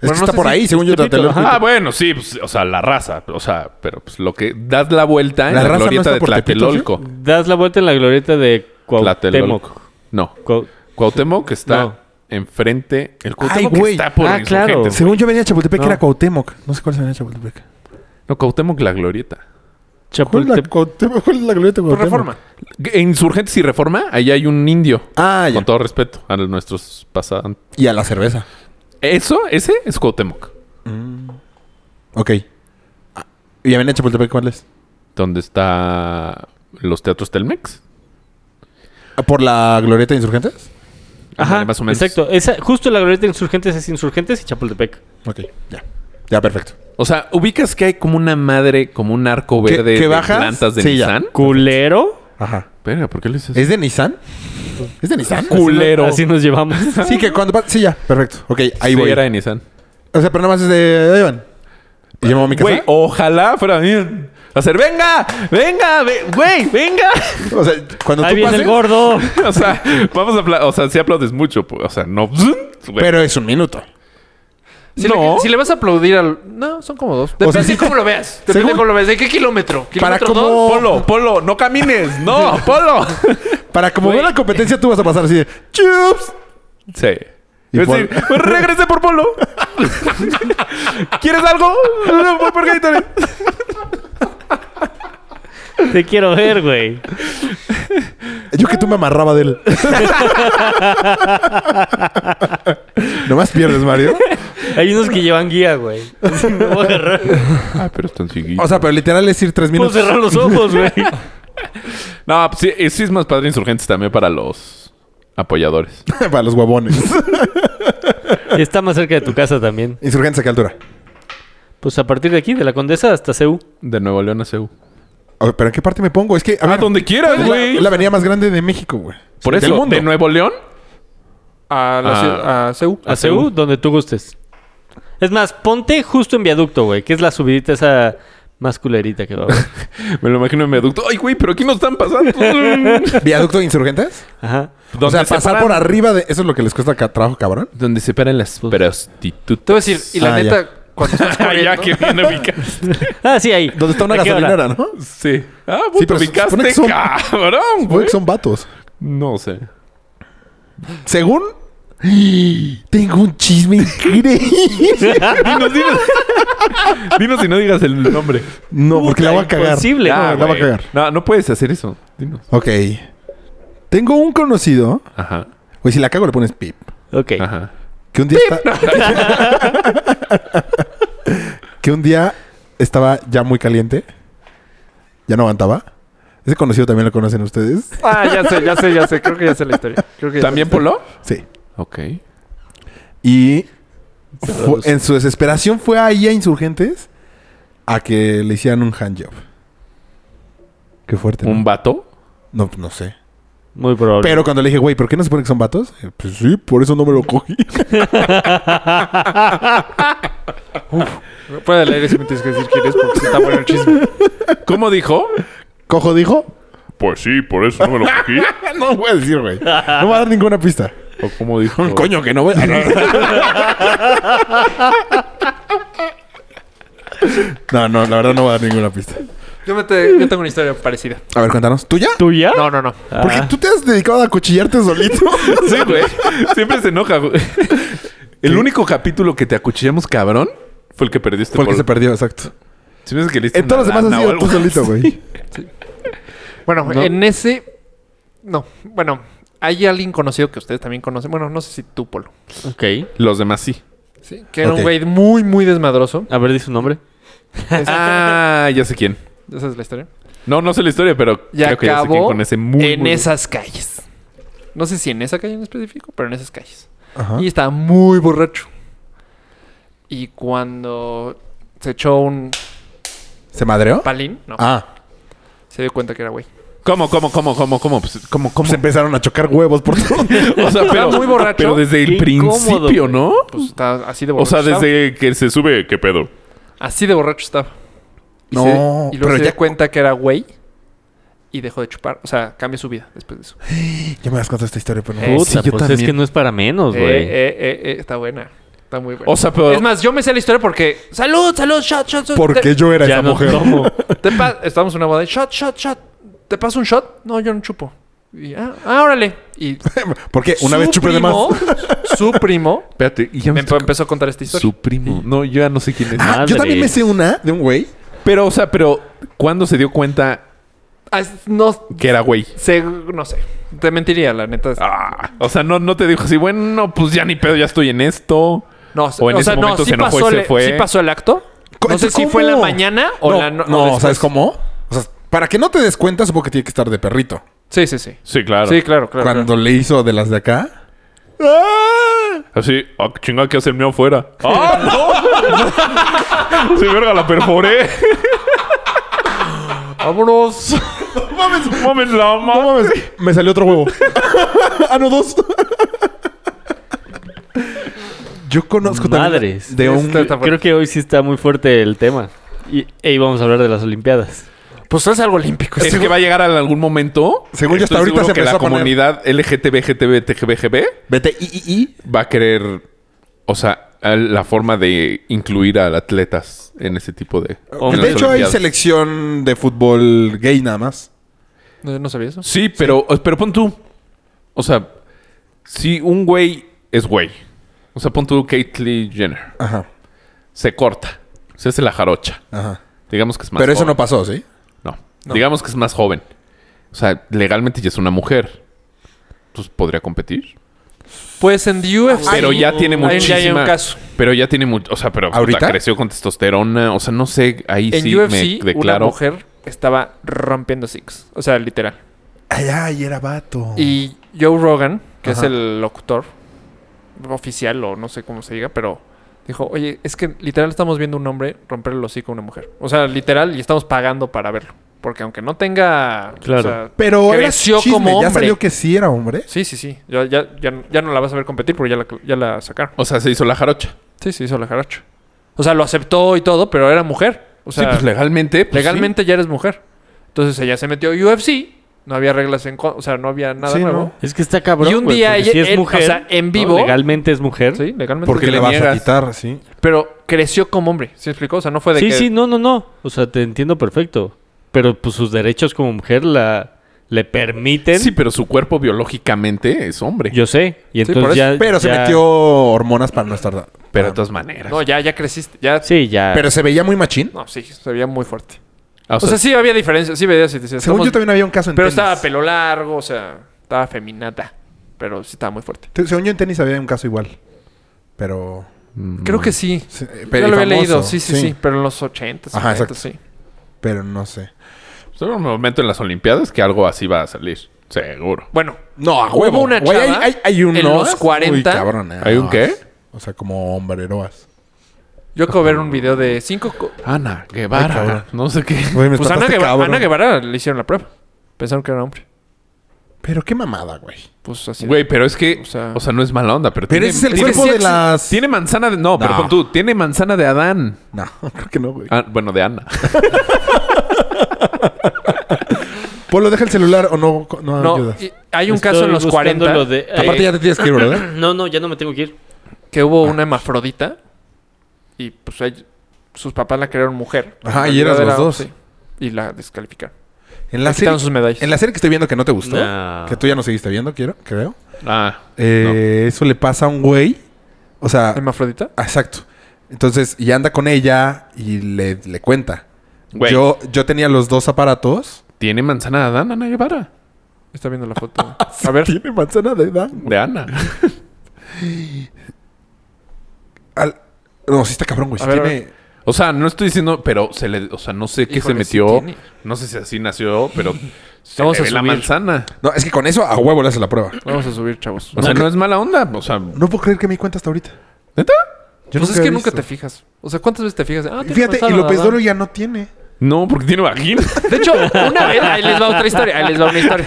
Speaker 3: Es que
Speaker 6: Bueno, no
Speaker 3: está
Speaker 6: sé
Speaker 3: por
Speaker 6: si-
Speaker 3: ahí, según yo,
Speaker 4: Tepito,
Speaker 3: Tlatelolco.
Speaker 5: Ah, bueno, sí, pues, o sea, la raza, o sea, pero pues lo que das la vuelta en
Speaker 3: ¿La
Speaker 5: la,
Speaker 3: raza no
Speaker 5: glorieta
Speaker 3: está
Speaker 5: de
Speaker 3: por Tepito,
Speaker 5: Tlatelolco.
Speaker 4: Das la vuelta en la glorieta de Cuauhtémoc.
Speaker 5: Tlatelolco. No,
Speaker 4: Cuau-
Speaker 5: Cuauhtémoc está
Speaker 4: No.
Speaker 5: enfrente. El
Speaker 3: Ay,
Speaker 5: Cuauhtémoc
Speaker 3: güey.
Speaker 5: está por
Speaker 4: Ah, claro.
Speaker 5: Insurgentes, güey.
Speaker 3: Según yo venía Chapultepec,
Speaker 4: No.
Speaker 3: era Cuauhtémoc. No sé cuál es Avenida Chapultepec.
Speaker 5: No, Cuauhtémoc la glorieta.
Speaker 3: ¿Cuál es la,
Speaker 4: Chapultepec.
Speaker 3: Cuauhtémoc? ¿Cuál es la glorieta de
Speaker 6: Por
Speaker 3: Cuauhtémoc?
Speaker 6: reforma.
Speaker 5: En Insurgentes y Reforma, ahí hay un indio.
Speaker 3: Ah, ya.
Speaker 5: Con todo respeto a nuestros pasados.
Speaker 3: Y a la cerveza.
Speaker 5: Eso, ese es Cuauhtémoc.
Speaker 3: Ok. Ah, ¿Y Avenida Chapultepec cuál es?
Speaker 5: Donde está los teatros Telmex.
Speaker 3: Ah, ¿Por la glorieta de Insurgentes?
Speaker 4: Ajá,
Speaker 5: Más o menos.
Speaker 4: exacto. Esa, justo la glorieta de Insurgentes es Insurgentes y Chapultepec.
Speaker 3: Ok, ya. Ya, perfecto.
Speaker 5: O sea, ubicas que hay como una madre, como un arco
Speaker 3: ¿Que-
Speaker 5: verde
Speaker 3: que
Speaker 5: de
Speaker 3: bajas?
Speaker 5: plantas de
Speaker 3: Sí, ya.
Speaker 5: Nissan.
Speaker 4: ¿Culero?
Speaker 3: Ajá.
Speaker 5: Verga, ¿por qué le dices?
Speaker 3: ¿Es de Nissan? ¿Es de Nissan?
Speaker 5: culero.
Speaker 4: Así nos llevamos.
Speaker 3: Sí, que cuando... pa- Sí, ya. Perfecto. Ok, ahí
Speaker 5: Sí,
Speaker 3: voy.
Speaker 5: era de Nissan.
Speaker 3: O sea, pero nada más es de... Ahí van. ¿Y llevo a mi casa?
Speaker 5: Güey, ojalá fuera bien. Hacer, venga, venga, ve- güey, venga.
Speaker 3: O sea, cuando
Speaker 4: Ahí
Speaker 3: tú
Speaker 4: viene
Speaker 3: pases...
Speaker 4: el gordo.
Speaker 5: o sea, vamos a apla- o sea, sí aplaudes mucho, pues, o sea, no. Pero,
Speaker 3: Pero es un minuto.
Speaker 6: Si,
Speaker 5: No.
Speaker 6: le, si le vas a aplaudir al. No, son como dos. Depende
Speaker 3: sea, sí.
Speaker 6: de cómo lo veas. Depende
Speaker 3: Según-
Speaker 6: de cómo lo veas. ¿De qué kilómetro?
Speaker 3: Para
Speaker 6: ¿Kilómetro
Speaker 3: cómo-
Speaker 6: dos?
Speaker 5: Polo, Polo, no camines, no, Polo.
Speaker 3: Para como ve la competencia, tú vas a pasar así de... ¡Chups!
Speaker 5: Sí.
Speaker 3: Y
Speaker 5: Es decir, regrese por Polo. ¿Quieres algo? No, voy por Gatorade.
Speaker 4: Te quiero ver, güey.
Speaker 3: Yo que tú me amarraba de él. Nomás pierdes, Mario.
Speaker 4: Hay unos que llevan guía, güey. No voy a agarrar.
Speaker 5: Ah, pero están siguiendo.
Speaker 3: O sea, pero literal es ir tres
Speaker 4: Puedo
Speaker 3: minutos.
Speaker 4: cerrar los ojos, güey.
Speaker 5: No, pues sí, eh, sí es más padre Insurgentes también para los apoyadores.
Speaker 3: Para los huevones.
Speaker 4: Y Está más cerca de tu casa también.
Speaker 3: Insurgentes a qué altura.
Speaker 4: Pues a partir de aquí, de la Condesa hasta CEU.
Speaker 5: De Nuevo León a CEU.
Speaker 3: O- ¿Pero en qué parte me pongo? Es que... A
Speaker 5: A
Speaker 3: ver,
Speaker 5: Ah, donde quieras,
Speaker 3: es la,
Speaker 5: Pues, güey.
Speaker 3: es la avenida más grande de México, güey.
Speaker 5: Por
Speaker 3: Del
Speaker 5: eso,
Speaker 3: mundo.
Speaker 5: de Nuevo León
Speaker 6: A la
Speaker 5: Ah.
Speaker 6: ciudad- a CEU.
Speaker 4: A CEU, donde tú gustes. Es más, ponte justo en viaducto, güey, que es la subidita esa más culerita que va a haber.
Speaker 5: Me lo imagino en viaducto. Ay, güey, pero aquí no están pasando.
Speaker 3: ¿Viaducto de Insurgentes?
Speaker 4: Ajá.
Speaker 3: O sea, pasar
Speaker 5: separan-
Speaker 3: por arriba de... ¿Eso es lo que les cuesta ca- trabajo, cabrón?
Speaker 5: Donde separan las
Speaker 3: Pues.
Speaker 6: Te
Speaker 5: prostitutas.
Speaker 6: voy a decir, y la
Speaker 3: Ah,
Speaker 6: neta, cuando estás corriendo,
Speaker 5: ya que bien ubicas.
Speaker 4: Ah, sí, ahí.
Speaker 3: Donde está una
Speaker 4: ¿A qué hora?
Speaker 3: gasolinera, ¿no?
Speaker 5: Sí. Ah,
Speaker 3: Sí,
Speaker 5: puto,
Speaker 3: pero se supone
Speaker 5: ubicaste,
Speaker 3: que son-
Speaker 5: cabrón,
Speaker 3: Güey,
Speaker 5: güey.
Speaker 3: que son vatos.
Speaker 5: No sé.
Speaker 3: Según... Tengo un chisme increíble.
Speaker 5: Dinos, dinos. dinos y no digas el nombre.
Speaker 3: No, porque la voy a cagar.
Speaker 4: Imposible.
Speaker 3: la
Speaker 5: Ah,
Speaker 3: va a
Speaker 5: güey.
Speaker 3: cagar.
Speaker 5: No, no puedes hacer eso. Dinos.
Speaker 3: Ok. Tengo un conocido.
Speaker 5: Ajá.
Speaker 3: Güey, si la cago le pones pip.
Speaker 4: Ok.
Speaker 5: Ajá.
Speaker 3: Que un día está- que un día estaba ya muy caliente. Ya no aguantaba. Ese conocido también lo conocen ustedes.
Speaker 6: Ah, ya sé, ya sé, ya sé. Creo que ya sé la historia. Creo que ya sé.
Speaker 5: ¿También Polo?
Speaker 3: Sí.
Speaker 5: Ok.
Speaker 3: Y Fu- en su desesperación fue ahí a Insurgentes a que le hicieran un handjob. Qué fuerte. ¿no?
Speaker 5: ¿Un vato?
Speaker 3: No, pues, no sé.
Speaker 4: Muy probable.
Speaker 3: Pero cuando le dije, güey, ¿por qué no se supone que son vatos? Eh, Pues sí, por eso no me lo cogí.
Speaker 6: Fuera del aire si me tienes que decir quién es porque sí está bueno el chisme.
Speaker 5: ¿Cómo dijo?
Speaker 3: ¿Cojo dijo? "Ah,
Speaker 5: Pues sí, por eso no me lo cogí.
Speaker 3: no voy a decir, güey. No va a dar ninguna pista.
Speaker 5: ¿O cómo dijo?
Speaker 3: Coño, que no voy a... No, no, la verdad no voy a dar ninguna pista.
Speaker 6: Yo, me te- yo tengo una historia parecida.
Speaker 3: A ver, cuéntanos. ¿Tuya?
Speaker 4: ¿Tuya?
Speaker 6: No, no, no.
Speaker 3: Porque tú te has dedicado a acuchillarte solito.
Speaker 5: Sí, güey. Siempre se enoja, güey. El único capítulo que te acuchillamos, cabrón, fue el que perdiste.
Speaker 3: Porque
Speaker 5: por-
Speaker 3: se perdió, exacto.
Speaker 5: Si me dices que le diste
Speaker 3: En todos los
Speaker 5: una
Speaker 3: demás has
Speaker 5: lana o
Speaker 3: sido
Speaker 5: algo
Speaker 3: tú solito,
Speaker 5: así.
Speaker 3: güey.
Speaker 6: Bueno, en ese. No, bueno, hay alguien conocido que ustedes también conocen. Bueno, no sé si tú, Polo.
Speaker 4: Ok.
Speaker 5: Los demás sí.
Speaker 6: Sí, que era
Speaker 3: Ok.
Speaker 6: un güey muy, muy desmadroso.
Speaker 4: A ver, di su nombre.
Speaker 5: Ah, ya sé quién.
Speaker 6: Esa es la historia.
Speaker 5: No, no sé la historia, pero
Speaker 6: Y
Speaker 5: creo que ya sé quién
Speaker 6: acabó
Speaker 5: con ese muy,
Speaker 6: en
Speaker 5: muy-
Speaker 6: esas calles. No sé si en esa calle en específico, pero en esas calles.
Speaker 3: Ajá.
Speaker 6: Y estaba muy borracho. Y cuando se echó un
Speaker 3: ¿Se madreó?
Speaker 6: palín, no,
Speaker 3: Ah.
Speaker 6: se dio cuenta que era güey.
Speaker 5: ¿Cómo, cómo, cómo, cómo, cómo? Pues, ¿Cómo, cómo?
Speaker 3: Se empezaron a chocar huevos por todo.
Speaker 5: O sea, pero,
Speaker 6: muy borracho.
Speaker 5: pero desde el
Speaker 4: Qué incómodo,
Speaker 5: principio,
Speaker 4: güey.
Speaker 5: ¿no?
Speaker 6: Pues estaba así de
Speaker 5: O
Speaker 6: borracho.
Speaker 5: sea,
Speaker 6: estaba.
Speaker 5: desde que se sube, ¿qué pedo?
Speaker 6: Así de borracho estaba. Y
Speaker 3: No,
Speaker 6: se- y luego
Speaker 3: pero
Speaker 6: se
Speaker 3: ya-
Speaker 6: dio cuenta que era güey. Y dejó de chupar. O sea, cambió su vida después de eso.
Speaker 3: ya me has contado esta historia, pero no.
Speaker 4: Puta,
Speaker 3: Sí, yo
Speaker 4: pues es
Speaker 3: también.
Speaker 4: que no es para menos,
Speaker 6: Eh,
Speaker 4: güey.
Speaker 6: eh, eh, eh, está buena. Está muy buena.
Speaker 5: O sea, pero...
Speaker 6: es más, yo me sé la historia porque... ¡Salud, salud, shot, shot, shot!
Speaker 3: Porque yo era
Speaker 4: ya
Speaker 3: esa
Speaker 4: no
Speaker 3: mujer.
Speaker 4: tomo.
Speaker 6: Te pa- Estábamos en una boda. y, Shot, shot, shot. ¿Te paso un shot? No, yo no chupo. Y, ah, ah, órale. Y
Speaker 3: Porque una
Speaker 6: su
Speaker 3: vez chupé de más.
Speaker 6: primo- Su primo
Speaker 5: Espérate, y ya
Speaker 6: me
Speaker 5: me
Speaker 6: empe- empezó a contar esta historia.
Speaker 5: Su primo. No, yo ya no sé quién es.
Speaker 4: Ah.
Speaker 3: Yo también me
Speaker 4: Madre.
Speaker 3: sé una de un güey.
Speaker 5: Pero, o sea, pero... ¿Cuándo se dio cuenta
Speaker 6: Ah, es- no,
Speaker 5: que era güey?
Speaker 6: sé, no sé. Te mentiría, la neta.
Speaker 5: Ah, o sea, no, no te dijo así, bueno, pues ya ni pedo, ya estoy en esto.
Speaker 6: No,
Speaker 5: o en ese momento se enojó y
Speaker 6: pasó
Speaker 5: se
Speaker 6: el-
Speaker 5: fue.
Speaker 6: sí pasó el acto.
Speaker 3: Co-
Speaker 6: No sé si
Speaker 3: ¿cómo?
Speaker 6: fue en la mañana o
Speaker 3: no,
Speaker 6: la no-
Speaker 3: no,
Speaker 6: o después.
Speaker 3: ¿sabes cómo? O sea, para que no te des cuenta, supongo que tiene que estar de perrito.
Speaker 6: Sí, sí, sí.
Speaker 5: Sí, claro.
Speaker 6: Sí, claro, claro.
Speaker 3: Cuando
Speaker 6: claro.
Speaker 3: le hizo de las de acá.
Speaker 5: Así, ah, chinga, que hace el mío afuera? ¡Ah,
Speaker 6: Ah,
Speaker 5: no! sí, verga, la perforé.
Speaker 6: Vámonos.
Speaker 5: No mames, la
Speaker 3: No
Speaker 5: ma-
Speaker 3: mames, me salió otro huevo. ah, no, dos. Yo conozco también
Speaker 4: Madres.
Speaker 3: de un
Speaker 6: Esta está fuerte.
Speaker 4: Creo que hoy sí está muy fuerte el tema. Y, e íbamos a hablar de las Olimpiadas.
Speaker 6: Pues es algo olímpico.
Speaker 5: Es que va a llegar en algún momento.
Speaker 3: Según yo, hasta
Speaker 5: Estoy
Speaker 3: ahorita
Speaker 5: seguro
Speaker 3: se
Speaker 5: que la
Speaker 3: empezó a poner.
Speaker 5: comunidad LGTB, GTB, TGBGB
Speaker 3: Vete i, i, i.
Speaker 5: va a querer, o sea, a la forma de incluir a atletas en ese tipo de. en
Speaker 3: De
Speaker 5: las
Speaker 3: hecho, hay
Speaker 5: Olimpiadas.
Speaker 3: selección de fútbol gay nada más.
Speaker 6: No, no sabía eso.
Speaker 5: Sí, pero, pero pon tú. O sea, si un güey es güey. O sea, pon tú Caitlyn Jenner.
Speaker 3: Ajá,
Speaker 5: Se corta. Se hace la jarocha.
Speaker 3: ajá.
Speaker 5: Digamos que es más
Speaker 3: Pero eso no
Speaker 5: joven.
Speaker 3: pasó, ¿sí?
Speaker 5: No. Digamos que es más joven. O sea, legalmente ya es una mujer. Pues podría competir.
Speaker 6: Pues en the UFC.
Speaker 5: Pero ya tiene
Speaker 6: Ahí ya hay
Speaker 5: muchísima...
Speaker 6: un caso.
Speaker 5: Pero ya tiene mucho... O sea, pero puta,
Speaker 3: ¿Ahorita?
Speaker 5: creció con testosterona. O sea, no sé. Ahí
Speaker 6: En
Speaker 5: sí
Speaker 6: UFC,
Speaker 5: me
Speaker 6: una
Speaker 5: declaro...
Speaker 6: mujer estaba rompiendo six. O sea, literal.
Speaker 3: Ay, ay, era vato.
Speaker 6: Y Joe Rogan, que es
Speaker 3: Ajá.
Speaker 6: el locutor oficial o no sé cómo se diga, pero dijo, oye, es que literal estamos viendo un hombre romper el hocico a una mujer. O sea, literal, y estamos pagando para verlo. Porque aunque no tenga... o
Speaker 4: Claro.
Speaker 6: sea,
Speaker 3: Pero era
Speaker 6: creció
Speaker 3: chisme,
Speaker 6: como
Speaker 3: ya
Speaker 6: hombre.
Speaker 3: salió que sí era hombre.
Speaker 6: Sí, sí, sí. Ya, ya, ya, ya no la vas a ver competir porque ya la, ya la sacaron.
Speaker 5: O sea, se hizo la jarocha.
Speaker 6: Sí, se hizo la jaracha. O sea, lo aceptó y todo, pero era mujer. O sea,
Speaker 5: sí, pues legalmente... pues,
Speaker 6: legalmente ya eres mujer. Entonces ella se metió a UFC. No había reglas en... con- O sea, no había nada
Speaker 3: Sí,
Speaker 6: nuevo.
Speaker 3: ¿no?
Speaker 4: Es que está cabrón.
Speaker 6: Y un
Speaker 4: güey,
Speaker 6: día
Speaker 4: porque
Speaker 6: ella-
Speaker 4: si es
Speaker 6: él- o
Speaker 4: mujer,
Speaker 6: sea, en
Speaker 4: ¿no?
Speaker 6: vivo-
Speaker 4: legalmente es mujer.
Speaker 6: Sí, legalmente.
Speaker 3: Porque
Speaker 5: le
Speaker 3: le vas a
Speaker 5: niegas.
Speaker 3: quitar, sí.
Speaker 6: Pero creció como hombre, ¿sí me explicó? O sea, no fue de
Speaker 4: Sí,
Speaker 6: que...
Speaker 4: sí, no, no, no. O sea, te entiendo perfecto. Pero pues sus derechos como mujer la le permiten.
Speaker 5: Sí, sí, pero su cuerpo biológicamente es hombre.
Speaker 4: Yo sé. Y
Speaker 6: Sí,
Speaker 4: entonces
Speaker 6: por eso.
Speaker 4: ya.
Speaker 3: Pero se
Speaker 4: ya-
Speaker 3: metió hormonas para no estar.
Speaker 5: Pero de todas maneras.
Speaker 6: No, ya, ya creciste, ya...
Speaker 4: Sí, ya.
Speaker 3: Pero se veía muy machín.
Speaker 6: No, sí, se veía muy fuerte.
Speaker 5: Ah,
Speaker 6: O sea, sí había diferencia, sí veía... Sí, sí,
Speaker 3: Según
Speaker 6: estamos-
Speaker 3: yo también había un caso en
Speaker 6: Pero
Speaker 3: tenis.
Speaker 6: estaba pelo largo, o sea, estaba feminata. Pero sí estaba muy fuerte.
Speaker 3: Te- Según yo en tenis había un caso igual. Pero.
Speaker 4: Mm.
Speaker 6: Creo que sí.
Speaker 3: sí, eh,
Speaker 6: Yo
Speaker 3: pero
Speaker 6: lo había
Speaker 3: famoso,
Speaker 6: leído, sí, sí, sí, Pero en los 80,
Speaker 3: Ajá,
Speaker 6: 70,
Speaker 3: exacto.
Speaker 6: sí.
Speaker 3: Pero no sé.
Speaker 5: Solo un momento en las Olimpiadas que algo así va a salir. Seguro.
Speaker 6: Bueno,
Speaker 3: No, a
Speaker 6: huevo.
Speaker 3: huevo.
Speaker 6: Hubo una
Speaker 3: Güey,
Speaker 6: chava
Speaker 3: hay, hay, hay
Speaker 6: en
Speaker 3: unos
Speaker 6: los 40.
Speaker 3: Uy, cabrón, eh,
Speaker 5: ¿Hay un
Speaker 3: no.
Speaker 5: qué?
Speaker 3: O sea, como hombreroas.
Speaker 6: Yo acabo de ver un video de cinco... co-
Speaker 5: Ana Guevara.
Speaker 3: Ay, cabrón.
Speaker 5: no sé qué.
Speaker 3: Güey, me
Speaker 6: Pues Ana,
Speaker 3: espantaste,
Speaker 6: Gueva-
Speaker 3: cabrón.
Speaker 6: Ana Guevara le hicieron la prueba. Pensaron que era hombre.
Speaker 3: Pero qué mamada, güey.
Speaker 6: Pues así.
Speaker 5: Güey, pero es que.
Speaker 6: O
Speaker 5: O
Speaker 6: sea-
Speaker 5: sea, no es mala onda, pero.
Speaker 3: Pero
Speaker 5: tiene,
Speaker 3: ese es el
Speaker 5: tiene-
Speaker 3: cuerpo
Speaker 5: sí
Speaker 3: de
Speaker 5: exi-
Speaker 3: las-
Speaker 5: Tiene manzana de. No, pero
Speaker 3: No.
Speaker 5: pon tú, tiene manzana de Adán.
Speaker 3: No, creo que no, güey.
Speaker 5: Ah, bueno, de Ana.
Speaker 3: Polo, deja el celular o no, no,
Speaker 6: no,
Speaker 3: ayudas.
Speaker 6: y- eh, hay un
Speaker 4: Estoy
Speaker 6: caso en los
Speaker 4: buscando
Speaker 6: 40
Speaker 4: lo de-
Speaker 3: Aparte
Speaker 4: eh,
Speaker 3: ya te tienes que ir, ¿verdad?
Speaker 4: No, no, ya no me tengo que ir.
Speaker 6: que hubo
Speaker 3: Ah, pues.
Speaker 6: una hermafrodita y pues ella- sus papás la crearon mujer.
Speaker 3: Ajá,
Speaker 6: En
Speaker 3: y eras
Speaker 6: realidad
Speaker 3: los dos.
Speaker 6: sí, y la descalificaron.
Speaker 3: En
Speaker 6: Le
Speaker 3: la, serie,
Speaker 6: quitaron sus medallas.
Speaker 3: en la serie que estoy viendo que no te gustó,
Speaker 4: No.
Speaker 3: que tú ya no seguiste viendo, quiero, creo.
Speaker 5: Ah.
Speaker 3: Eh, Eso le pasa a un güey. O sea,
Speaker 6: ¿Hermafrodita?
Speaker 3: ah, exacto. Entonces, y anda con ella y le, le cuenta.
Speaker 5: Güey.
Speaker 3: Yo, yo tenía los dos aparatos.
Speaker 5: Tiene manzana de Adán, Ana Guevara.
Speaker 6: Está viendo la foto.
Speaker 3: Ah,
Speaker 6: A ver.
Speaker 3: Tiene manzana de edad.
Speaker 5: De Ana.
Speaker 3: Al- No, sí está cabrón, güey.
Speaker 6: A
Speaker 3: Sí
Speaker 6: ver, a
Speaker 3: tiene-
Speaker 5: O sea, no estoy diciendo, pero se le, o sea, no sé qué
Speaker 6: Híjole,
Speaker 5: se
Speaker 6: sí
Speaker 5: metió.
Speaker 6: tiene.
Speaker 5: no sé si así nació, pero se
Speaker 6: Vamos
Speaker 5: le
Speaker 6: a
Speaker 5: ve la
Speaker 6: subir.
Speaker 5: manzana.
Speaker 3: No, es que con eso a huevo le hace la prueba.
Speaker 6: Vamos a subir, chavos.
Speaker 5: O sea, no es mala onda. O sea,
Speaker 3: No puedo creer que me di cuenta hasta ahorita.
Speaker 5: ¿neta?
Speaker 3: Yo
Speaker 6: pues es que
Speaker 3: había
Speaker 6: nunca
Speaker 3: visto.
Speaker 6: te fijas. O sea, ¿cuántas veces te fijas? Ah, tiene
Speaker 3: Fíjate,
Speaker 6: manzana,
Speaker 3: y López
Speaker 6: ¿verdad?
Speaker 3: Doro ya no tiene.
Speaker 5: No, porque tiene vagina.
Speaker 6: De hecho, una vez, ahí les va otra historia, ahí les va una historia.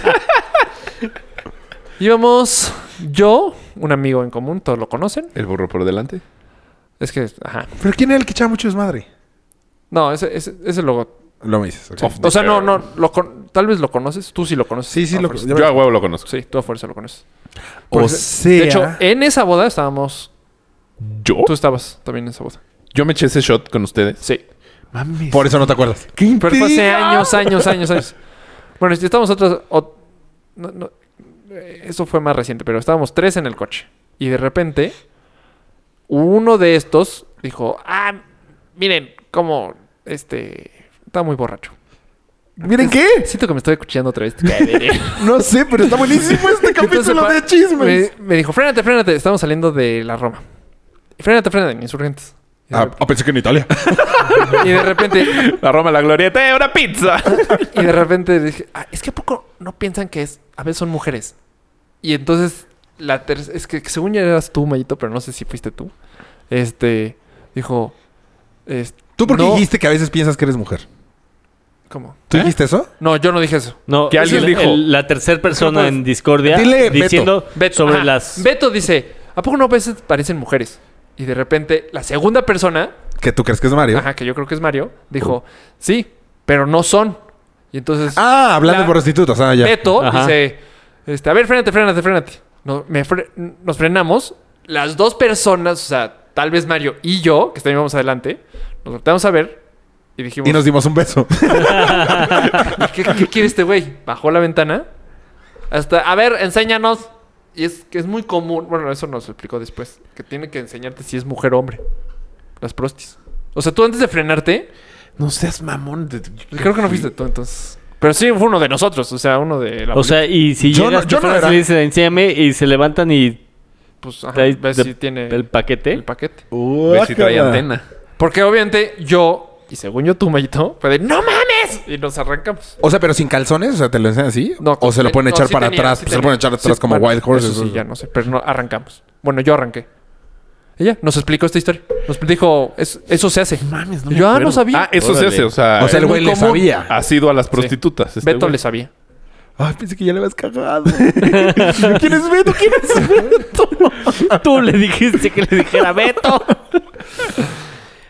Speaker 6: Íbamos yo, un amigo en común, todos lo conocen.
Speaker 5: El burro por delante.
Speaker 6: Es que, ajá.
Speaker 3: Pero ¿quién era el que echaba mucho desmadre?
Speaker 6: No, ese, ese, ese logo.
Speaker 3: Lo me dices. ok.
Speaker 6: O sea, no, no, lo con- tal vez lo conoces, tú sí lo conoces.
Speaker 3: Pues, Sí, sí,
Speaker 6: A
Speaker 3: lo
Speaker 6: fuerza.
Speaker 3: ya
Speaker 5: Yo
Speaker 3: me-
Speaker 5: a huevo lo conozco.
Speaker 6: Sí, tú a fuerza lo conoces.
Speaker 3: O sea.
Speaker 6: De hecho, en esa boda estábamos.
Speaker 5: ¿Yo?
Speaker 6: Tú estabas también en esa boda.
Speaker 5: Yo me eché ese shot con ustedes.
Speaker 6: Sí.
Speaker 5: Mames.
Speaker 3: por eso no te acuerdas.
Speaker 6: Pero fue hace años, años, años, años. Bueno, si estábamos otros. o- no, no, eh, eso fue más reciente, pero estábamos tres en el coche. Y de repente, uno de estos dijo: Ah, miren, como este. Está muy borracho.
Speaker 3: ¿Miren qué?
Speaker 6: Siento que me estoy escuchando otra vez.
Speaker 3: No sé, pero está buenísimo este
Speaker 6: Entonces,
Speaker 3: capítulo
Speaker 6: pa-
Speaker 3: de chismes.
Speaker 6: Me, me dijo, frénate, frénate. Estamos saliendo de la Roma. Frénate, frénate, en insurgentes. Y de
Speaker 3: Ah,
Speaker 6: rep-
Speaker 3: ah, pensé que en Italia.
Speaker 6: Y de repente,
Speaker 5: La Roma, la glorieta, ¡eh, una pizza.
Speaker 6: y de repente dije, "Ah, es que a poco no piensan que es, a veces son mujeres. Y entonces, la ter- es que según ya eras tú, Mayito, pero no sé si fuiste tú. Este, dijo, es-
Speaker 3: ¿Tú por qué
Speaker 6: no- ¿Eh?
Speaker 3: dijiste que a veces piensas que eres mujer?
Speaker 6: ¿Cómo?
Speaker 3: ¿Tú dijiste eso?
Speaker 6: No, yo no dije eso.
Speaker 4: No,
Speaker 5: Que alguien
Speaker 4: el-
Speaker 5: dijo.
Speaker 4: el- la tercera persona en Discordia
Speaker 3: Dile Beto.
Speaker 4: diciendo
Speaker 6: Bet-
Speaker 4: sobre
Speaker 6: ajá.
Speaker 4: las.
Speaker 6: Beto dice, ¿a poco no a veces parecen mujeres? Y de repente, la segunda persona
Speaker 3: ¿Que tú crees que es Mario?
Speaker 6: Ajá, que yo creo que es Mario, dijo, sí, pero no son. Y entonces
Speaker 3: Ah, hablando
Speaker 6: La-
Speaker 3: por prostitutas. Ah, ya.
Speaker 6: Beto
Speaker 4: Ajá.
Speaker 6: dice, este, a ver, frénate, frénate, frénate. No, me fre- nos frenamos, las dos personas, o sea, tal vez Mario y yo, que estábamos adelante, nos volteamos a ver y dijimos,
Speaker 3: Y nos dimos un beso.
Speaker 6: ¿qué, qué quiere este güey? Bajó la ventana, hasta, a ver, enséñanos. Y es que es muy común, bueno, eso nos lo explicó después, que tiene que enseñarte si es mujer o hombre, las prostis. O sea, tú antes de frenarte, pues
Speaker 5: No seas mamón. de-
Speaker 6: Creo que no fuiste tú entonces. Pero sí fue uno de nosotros, o sea, uno de la
Speaker 4: O sea, y si
Speaker 3: Yo no-
Speaker 4: llegas,
Speaker 3: yo no
Speaker 4: te paras
Speaker 3: era.
Speaker 4: y le dicen enséñame y se levantan y
Speaker 6: pues ajá,
Speaker 4: trae
Speaker 6: ves
Speaker 4: de-
Speaker 6: si tiene
Speaker 4: el paquete.
Speaker 6: el paquete.
Speaker 5: Ve si trae antena.
Speaker 6: Porque obviamente yo, y según yo tú, Mayito, fue de ¡No mames! Y nos arrancamos.
Speaker 3: O sea, pero sin calzones, o sea, te lo enseñan así.
Speaker 6: No,
Speaker 3: o se lo pueden
Speaker 6: no,
Speaker 3: echar
Speaker 6: sí
Speaker 3: para
Speaker 6: tenía,
Speaker 3: atrás.
Speaker 6: sí
Speaker 3: pues se lo
Speaker 6: tenía.
Speaker 3: pueden echar atrás
Speaker 6: Sí,
Speaker 3: como
Speaker 6: bueno,
Speaker 3: Wild Horses.
Speaker 6: eso sí, ya no sé, pero no arrancamos. Bueno, yo arranqué. Ella nos explicó esta historia. Nos dijo, "Es- eso se hace.
Speaker 5: Mames,
Speaker 6: yo ah, no sabía.
Speaker 5: Ah, eso
Speaker 4: Órale.
Speaker 5: se hace. O sea,
Speaker 3: O sea, el güey
Speaker 6: muy
Speaker 3: le
Speaker 6: común.
Speaker 3: sabía.
Speaker 5: ha sido a las prostitutas. este
Speaker 6: Beto
Speaker 5: güey.
Speaker 6: le sabía.
Speaker 3: Ay, pensé que ya le habías cagado. ¿Quién es Beto? ¿Quién es Beto?
Speaker 4: Tú le dijiste que le dijera Beto.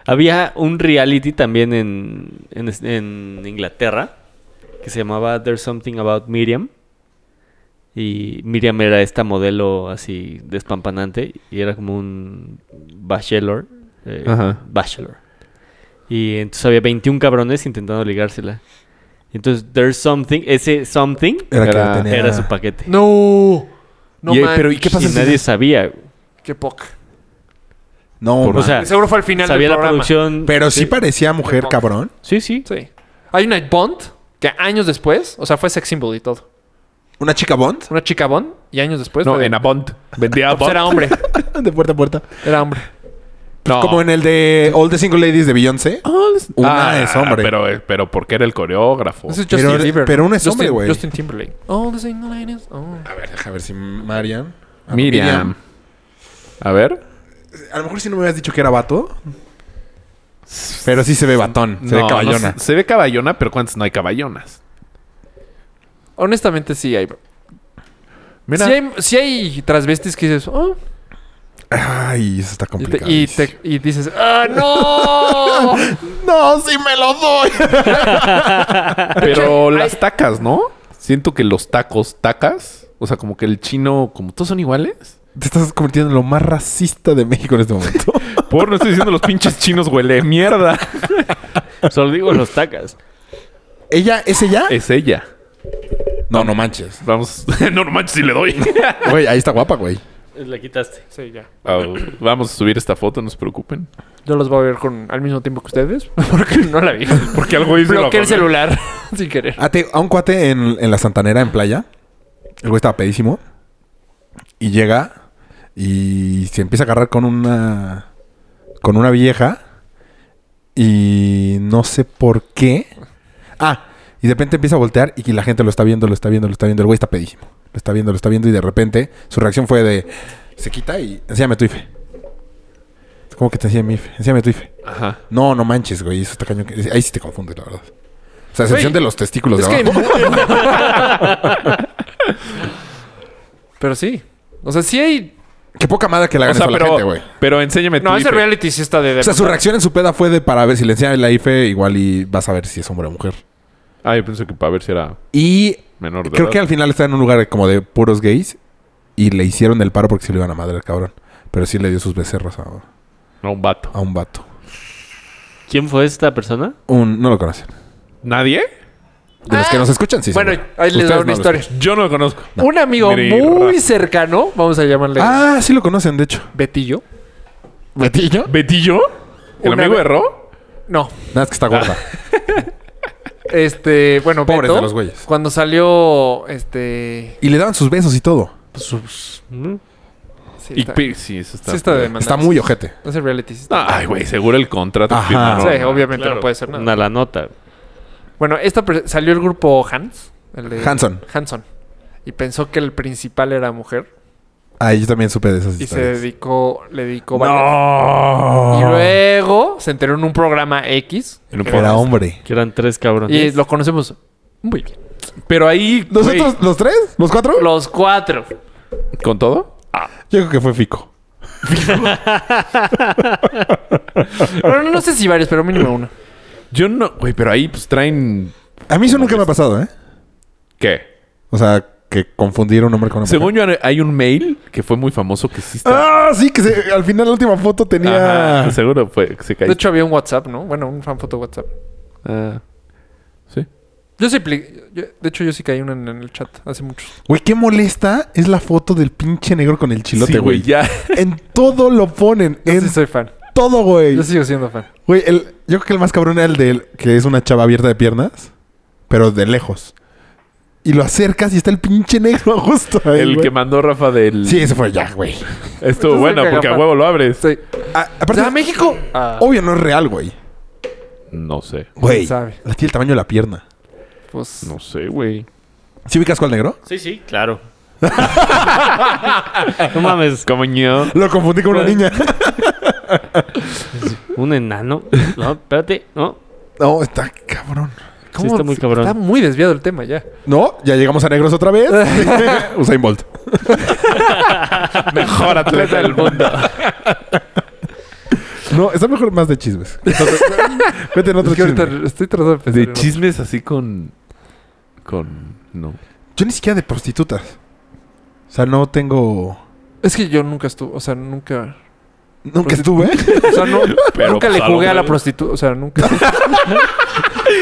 Speaker 4: Había un reality también en, en, es- en Inglaterra que se llamaba There's Something About Miriam. Y Miriam era esta modelo así despampanante y era como un bachelor. eh,
Speaker 5: Ajá.
Speaker 4: Bachelor. Y entonces había 21 cabrones intentando ligársela. Entonces, There's Something, ese Something
Speaker 3: Era,
Speaker 5: Era-
Speaker 3: que tenía...
Speaker 4: era su paquete.
Speaker 6: ¡No! No
Speaker 5: Y, eh,
Speaker 6: manches.
Speaker 5: pero ¿y qué pasa
Speaker 4: y
Speaker 5: si-
Speaker 4: nadie sabía.
Speaker 6: Qué poca.
Speaker 3: No,
Speaker 5: Por-
Speaker 4: O sea,
Speaker 6: Seguro fue al final
Speaker 4: sabía
Speaker 6: del
Speaker 4: la
Speaker 6: programa.
Speaker 4: producción.
Speaker 3: pero sí parecía mujer,
Speaker 6: Poco.
Speaker 3: cabrón.
Speaker 4: Sí, sí.
Speaker 6: Sí. Hay una Bond que años después, o sea, fue sex symbol y todo.
Speaker 3: ¿Una chica Bond?
Speaker 6: Una chica Bond y años después.
Speaker 5: No,
Speaker 6: fue-
Speaker 5: en Abont. Vendía
Speaker 6: Pues
Speaker 5: Abont.
Speaker 6: era hombre.
Speaker 3: De puerta a puerta.
Speaker 6: Era hombre.
Speaker 3: Pues
Speaker 5: No.
Speaker 3: Como en el de All the Single Ladies de Beyoncé. Una
Speaker 5: Ah,
Speaker 3: es hombre.
Speaker 5: Pero, eh, pero porque era el coreógrafo.
Speaker 6: Ese es
Speaker 3: Pero-
Speaker 6: Justin Bieber.
Speaker 3: pero uno es
Speaker 6: Justin-
Speaker 3: hombre, güey.
Speaker 6: Justin Timberlake. Oh, the single ladies. Oh.
Speaker 3: A ver, deja ver si Marian.
Speaker 5: Miriam. A ver.
Speaker 3: A lo mejor si no me hubieras dicho que era vato. Pero sí se ve batón. Se
Speaker 5: No,
Speaker 3: ve
Speaker 5: no
Speaker 3: caballona.
Speaker 5: se- se ve caballona, pero ¿cuántas no hay caballonas?
Speaker 6: Honestamente, sí hay.
Speaker 5: Mira,
Speaker 6: Sí hay, sí hay transvestis que dices, "Oh",
Speaker 3: Ay, eso está
Speaker 6: y, te-
Speaker 3: complicado.
Speaker 6: y te- y dices, ¡ah, no!
Speaker 3: No, sí me lo doy.
Speaker 5: pero las tacas, ¿no? Siento que los tacos, tacas. O sea, como que el chino, como todos son iguales.
Speaker 3: Te estás convirtiendo en lo más racista de México en este momento.
Speaker 5: Por no estoy diciendo los pinches chinos, huele mierda.
Speaker 4: Solo digo los tacas.
Speaker 3: ¿Ella? ¿Es ella?
Speaker 5: Es ella.
Speaker 3: Eh, No, no manches.
Speaker 5: Vamos, no no manches si le doy.
Speaker 3: Güey, ahí está guapa, güey.
Speaker 4: La quitaste.
Speaker 6: Sí, ya.
Speaker 5: Au, vamos a subir esta foto, no se preocupen.
Speaker 6: Yo los voy a ver con, al mismo tiempo que ustedes. Porque no la vi.
Speaker 5: Porque algo hice la
Speaker 6: Bloqueé el
Speaker 5: familia.
Speaker 6: celular sin querer.
Speaker 3: A, Ah, te- a un cuate en, en la Santanera, en playa. El güey estaba pedísimo. Y llega y se empieza a agarrar con una. con una vieja. Y no sé por qué. Ah, y de repente empieza a voltear y que la gente lo está viendo, lo está viendo, lo está viendo. El güey está pedísimo. Lo está viendo, lo está viendo. Y de repente su reacción fue de. Se quita y enséñame tu IFE. ¿Cómo que te enséñame mi IFE? Enséñame tu IFE.
Speaker 5: Ajá.
Speaker 3: No, no manches, güey. Eso está cañón. que- Ahí sí te confundes, la verdad. O sea, a excepción
Speaker 6: Güey,
Speaker 3: de los testículos
Speaker 6: Es
Speaker 3: de
Speaker 6: que hay
Speaker 3: abajo.
Speaker 6: mu- Pero sí. O sea, sí hay.
Speaker 3: Qué poca madre que le
Speaker 5: O
Speaker 3: hagan
Speaker 5: sea,
Speaker 3: eso a la gente,
Speaker 5: pero,
Speaker 3: güey.
Speaker 5: pero enséñame
Speaker 6: No,
Speaker 5: tu
Speaker 6: ese
Speaker 5: IFE.
Speaker 6: reality sí está de.
Speaker 3: O sea, su reacción en su peda fue de para ver si le enseñan la IFE, igual y vas a ver si es hombre o mujer.
Speaker 5: Ah, yo pensé que para ver si era
Speaker 3: Y
Speaker 5: menor de
Speaker 3: creo
Speaker 5: edad.
Speaker 3: que al final está en un lugar como de puros gays y le hicieron el paro porque se lo iban a madre cabrón. Pero sí le dio sus becerros a,
Speaker 5: No, un vato.
Speaker 3: a un vato.
Speaker 4: ¿Quién fue esta persona?
Speaker 3: Un, no lo conocen.
Speaker 5: ¿Nadie?
Speaker 3: De los que nos escuchan, sí.
Speaker 6: Ah, Bueno,
Speaker 3: seguro.
Speaker 6: ahí les
Speaker 3: Ustedes
Speaker 6: doy
Speaker 3: no
Speaker 6: una
Speaker 3: lo
Speaker 6: historia.
Speaker 5: Yo no lo conozco.
Speaker 6: Un amigo
Speaker 5: Mira,
Speaker 6: muy
Speaker 5: ra-
Speaker 6: cercano, vamos a llamarle
Speaker 3: escuchan. Ah, sí lo conocen, de hecho.
Speaker 6: Betillo.
Speaker 3: ¿Betillo?
Speaker 5: ¿Betillo? ¿El
Speaker 6: Una
Speaker 5: amigo
Speaker 6: vez-
Speaker 5: de Ro?
Speaker 6: No,
Speaker 3: Nada, es que está gorda.
Speaker 6: Ah. este, bueno,
Speaker 3: Pobres
Speaker 6: Beto,
Speaker 3: de los güeyes.
Speaker 6: Cuando salió, este.
Speaker 3: Y le daban sus besos y todo.
Speaker 6: Sí,
Speaker 5: Y
Speaker 6: está,
Speaker 5: pe- sí, eso está.
Speaker 6: sí está de
Speaker 3: Está muy ojete.
Speaker 6: Ese reality sí está.
Speaker 5: No, ay, güey, seguro el contrato.
Speaker 3: Ajá.
Speaker 5: que firmaron.
Speaker 6: sí, obviamente
Speaker 4: claro.
Speaker 6: no puede ser nada.
Speaker 4: Una la nota.
Speaker 6: Bueno, esta per- salió el grupo Hans. El de
Speaker 3: Hanson.
Speaker 6: Hanson. Y pensó que el principal era mujer.
Speaker 3: Ah, yo también supe de esas
Speaker 6: Y se
Speaker 3: historias.
Speaker 6: dedicó, le dedicó varias. Y luego se enteró en un programa X.
Speaker 5: En un
Speaker 6: que
Speaker 3: Era
Speaker 6: era-
Speaker 3: hombre.
Speaker 4: Que eran tres
Speaker 6: Y
Speaker 4: cabrones.
Speaker 6: lo conocemos muy bien.
Speaker 5: Pero ahí.
Speaker 3: ¿Nosotros, los tres? ¿Los cuatro?
Speaker 6: Los cuatro.
Speaker 5: güey, ¿Con todo?
Speaker 3: Yo creo que fue Fico.
Speaker 6: Bueno, no sé si varios, pero mínimo uno.
Speaker 5: Yo no. Güey, pero ahí pues traen.
Speaker 3: A mí eso nunca me ha pasado, ¿eh?
Speaker 5: ¿Qué?
Speaker 3: O sea, que confundir a un hombre con una mujer.
Speaker 5: Según yo, hay un mail que fue muy famoso que sí está.
Speaker 3: Ah, sí, que se- al final la última foto tenía.
Speaker 5: Ajá, seguro fue que se cayó.
Speaker 6: De hecho, había un WhatsApp, ¿no? Bueno, un fanfoto WhatsApp.
Speaker 5: Ah, sí.
Speaker 6: Yo sí. pli- yo- de hecho, yo sí caí uno en, en el chat hace muchos.
Speaker 3: Güey, qué molesta es la foto del pinche negro con el
Speaker 5: Sí,
Speaker 3: chilote, güey.
Speaker 5: Ya.
Speaker 3: en todo lo ponen.
Speaker 6: Yo
Speaker 3: en
Speaker 6: sí soy fan.
Speaker 3: todo, güey.
Speaker 6: Yo sigo siendo fan.
Speaker 3: Güey, el, yo creo que el más cabrón era el de él, que es una chava abierta de piernas, pero de lejos. Y lo acercas y está el pinche negro justo ahí,
Speaker 5: El
Speaker 3: güey.
Speaker 5: que mandó Rafa del.
Speaker 3: Sí, ese fue ya, güey.
Speaker 5: Estuvo bueno porque a huevo lo abres.
Speaker 6: Sí.
Speaker 3: Ah, aparte,
Speaker 6: ¿Ya México? Ah,
Speaker 5: Oh.
Speaker 3: obvio no es real, güey.
Speaker 5: No sé.
Speaker 3: Güey,
Speaker 6: sabe.
Speaker 3: la tiene el tamaño de la pierna.
Speaker 6: pues.
Speaker 5: No sé, güey.
Speaker 3: ¿Sí ubicas cuál negro?
Speaker 4: Sí, sí, claro. no mames.
Speaker 5: Coño.
Speaker 3: Lo confundí con una niña.
Speaker 4: Un enano. No, espérate. No.
Speaker 3: No, está cabrón.
Speaker 4: Sí, está muy cabrón.
Speaker 6: Está muy desviado el tema ya.
Speaker 3: No, ya llegamos a negros otra vez. Usain Bolt.
Speaker 5: Mejor atleta del mundo.
Speaker 3: No, está mejor más de chismes. Vete en otro
Speaker 6: Es que ahorita
Speaker 3: chisme.
Speaker 6: estoy tratando de
Speaker 3: Pues
Speaker 6: pensar.
Speaker 5: De
Speaker 6: en otro.
Speaker 5: chismes así con. Con. No.
Speaker 3: Yo ni siquiera de prostitutas. O sea, no tengo...
Speaker 6: Es que yo nunca estuve, o sea, nunca.
Speaker 3: Nunca estuve.
Speaker 6: O sea, no,
Speaker 5: Pero,
Speaker 6: nunca
Speaker 5: pues,
Speaker 6: le
Speaker 5: a
Speaker 6: jugué
Speaker 5: lo
Speaker 6: a la
Speaker 5: mejor-
Speaker 6: prostituta. O sea, nunca.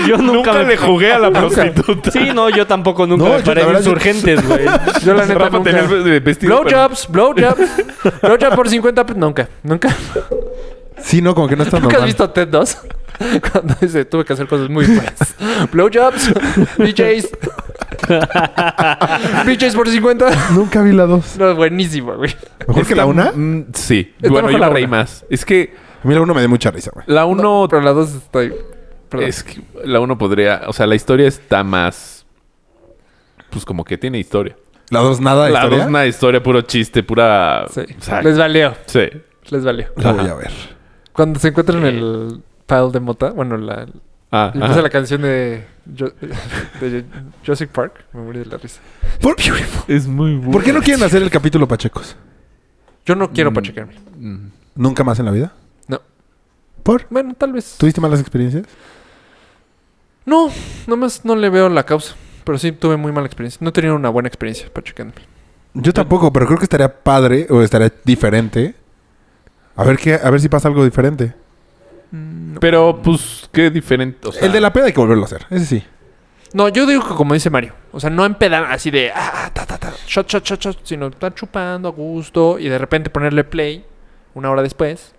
Speaker 4: Yo nunca, me...
Speaker 5: jugué a la
Speaker 4: Sí, no, yo tampoco nunca
Speaker 3: No,
Speaker 4: me
Speaker 3: yo, la
Speaker 4: paré en
Speaker 3: verdad, yo-
Speaker 4: insurgentes, güey.
Speaker 6: Yo la neta
Speaker 5: Rafa tenía
Speaker 6: nunca.
Speaker 5: el vestido. con-
Speaker 6: Blowjobs, blowjobs. Blowjob por 50 pe- Nunca, nunca.
Speaker 3: Sí, no, como que no está
Speaker 6: ¿Nunca has
Speaker 3: normal.
Speaker 6: visto TED 2? Cuando dice, tuve que hacer cosas muy buenas. Blowjobs, BJs. BJs por 50.
Speaker 3: Nunca vi la dos.
Speaker 6: No, buenísimo, güey.
Speaker 3: ¿Mejor que
Speaker 5: Está-
Speaker 3: la una? A
Speaker 5: mm, sí.
Speaker 6: Está
Speaker 5: bueno,
Speaker 6: mejor
Speaker 5: yo
Speaker 6: la
Speaker 5: me reí
Speaker 6: una.
Speaker 5: más. Es que
Speaker 3: mí la uno me dio mucha risa, güey.
Speaker 5: la uno.
Speaker 6: Pero la dos estoy. Perdón.
Speaker 5: es que la uno podría. O sea, la historia está más. Pues como que tiene historia.
Speaker 3: La dos nada.
Speaker 5: la
Speaker 3: historia.
Speaker 5: dos, una historia, puro chiste, pura.
Speaker 6: Sí.
Speaker 5: o sea,
Speaker 6: Les valió.
Speaker 5: sí.
Speaker 6: Les valió.
Speaker 3: La voy a ver.
Speaker 6: Cuando se encuentran en el pile de mota, bueno, la,
Speaker 5: Ah,
Speaker 6: empieza
Speaker 5: Eh. ajá.
Speaker 6: la canción de, Jo- de Jurassic Park. Me morí de la risa.
Speaker 3: ¿Por,
Speaker 5: Es muy bueno.
Speaker 3: ¿Por qué no quieren hacer el capítulo Pachecos?
Speaker 6: Yo no quiero pachequearme.
Speaker 5: Mm.
Speaker 3: ¿Nunca más en la vida?
Speaker 6: No.
Speaker 3: ¿Por?
Speaker 6: Bueno, tal vez.
Speaker 3: ¿Tuviste malas experiencias?
Speaker 6: No, nomás no le veo la causa. Pero sí tuve muy mala experiencia. No he tenido una buena experiencia pachequeándome.
Speaker 3: Yo tampoco, pero creo que estaría padre o estaría diferente. A ver qué, a ver si pasa algo diferente.
Speaker 5: Pero, pues, qué diferente. o sea,
Speaker 3: el de la peda hay que volverlo a hacer, ese sí.
Speaker 6: No, yo digo que como dice Mario. O sea, no empedar así de... Ah, ta, ta, ta, shot, shot, shot, shot. Sino estar chupando a gusto y de repente ponerle play una hora después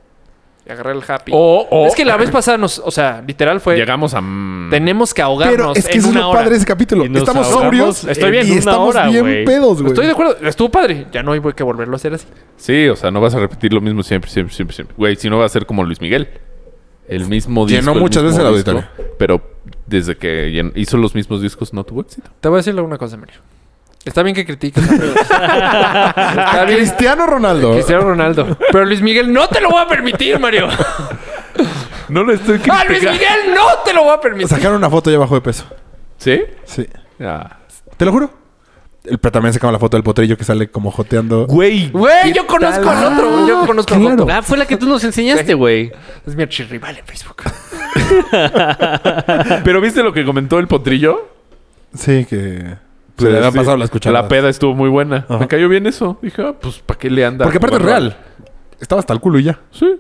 Speaker 6: y agarrar el happy.
Speaker 5: O, o-
Speaker 6: Es que la vez pasada nos... O sea, literal fue...
Speaker 5: llegamos a. mm,
Speaker 6: Tenemos que ahogarnos
Speaker 3: Pero es que
Speaker 6: en
Speaker 3: eso es
Speaker 6: una
Speaker 3: lo
Speaker 6: hora.
Speaker 3: padre de ese capítulo.
Speaker 4: Y nos
Speaker 3: Estamos
Speaker 4: ahogamos,
Speaker 3: sobrios
Speaker 4: estoy bien,
Speaker 3: y
Speaker 4: una
Speaker 3: estamos
Speaker 4: hora,
Speaker 3: bien
Speaker 4: güey.
Speaker 3: pedos, güey.
Speaker 6: Estoy de acuerdo. Estuvo padre. Ya no hay que volverlo a hacer así.
Speaker 5: Sí, o sea, no vas a repetir lo mismo siempre, siempre, siempre, siempre. Güey, si no va a ser como Luis Miguel. El mismo disco.
Speaker 3: Llenó
Speaker 5: el
Speaker 3: muchas
Speaker 5: mismo
Speaker 3: veces el
Speaker 5: disco,
Speaker 3: auditorio.
Speaker 5: Pero desde que llen- hizo los mismos discos no tuvo éxito.
Speaker 6: Te voy a decir una cosa, Mario. Está bien que critiques a todos. Está
Speaker 3: A
Speaker 6: bien
Speaker 3: Cristiano Ronaldo.
Speaker 6: Cristiano Ronaldo. Pero Luis Miguel no te lo voy a permitir, Mario.
Speaker 5: No lo estoy
Speaker 6: ¡Ah, Luis Miguel no te lo voy a permitir!
Speaker 3: Sacaron una foto ya abajo de peso.
Speaker 5: ¿Sí?
Speaker 3: Sí.
Speaker 5: Ah.
Speaker 3: Te lo juro. El, pero también sacaron la foto del potrillo que sale como joteando.
Speaker 5: Güey.
Speaker 6: Güey, yo conozco
Speaker 5: tal?
Speaker 6: al otro. Yo conozco al otro.
Speaker 4: Ah, fue la que tú nos enseñaste, güey.
Speaker 6: Es mi archirrival en Facebook.
Speaker 5: Pero viste lo que comentó el potrillo.
Speaker 3: Sí, que. Se le habían
Speaker 5: Sí.
Speaker 3: pasado las cucharadas.
Speaker 5: La peda estuvo muy buena.
Speaker 3: Ajá.
Speaker 5: Me cayó bien eso. Dije, ah, pues, ¿para qué le anda?
Speaker 3: Porque aparte es
Speaker 5: jugando?
Speaker 3: real. Estaba hasta el culo y ya.
Speaker 5: Sí.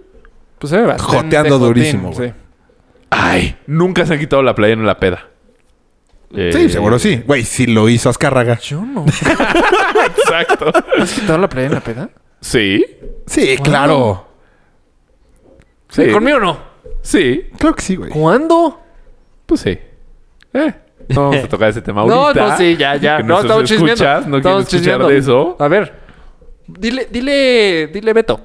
Speaker 6: Pues se ve bastante.
Speaker 3: Joteando durísimo, güey.
Speaker 6: sí.
Speaker 5: Ay, nunca se han quitado la playa en la peda.
Speaker 3: Sí, seguro sí. Güey, si lo hizo Azcárraga.
Speaker 6: Eh, Yo no.
Speaker 5: Exacto.
Speaker 6: ¿Has quitado la playa en la peda?
Speaker 5: Sí.
Speaker 3: Sí, claro.
Speaker 5: Sí.
Speaker 6: ¿Conmigo no?
Speaker 5: Sí.
Speaker 3: Claro que sí, güey.
Speaker 6: ¿Cuándo?
Speaker 5: Pues sí. Eh. No vamos a tocar ese tema ahorita.
Speaker 6: No, no, sí, ya, ya.
Speaker 5: Que
Speaker 6: No,
Speaker 5: nuestros
Speaker 6: estamos chismeando.
Speaker 5: escuchas no quieren
Speaker 6: estamos
Speaker 5: escuchar de eso.
Speaker 6: A ver. Dile, dile, dile Beto.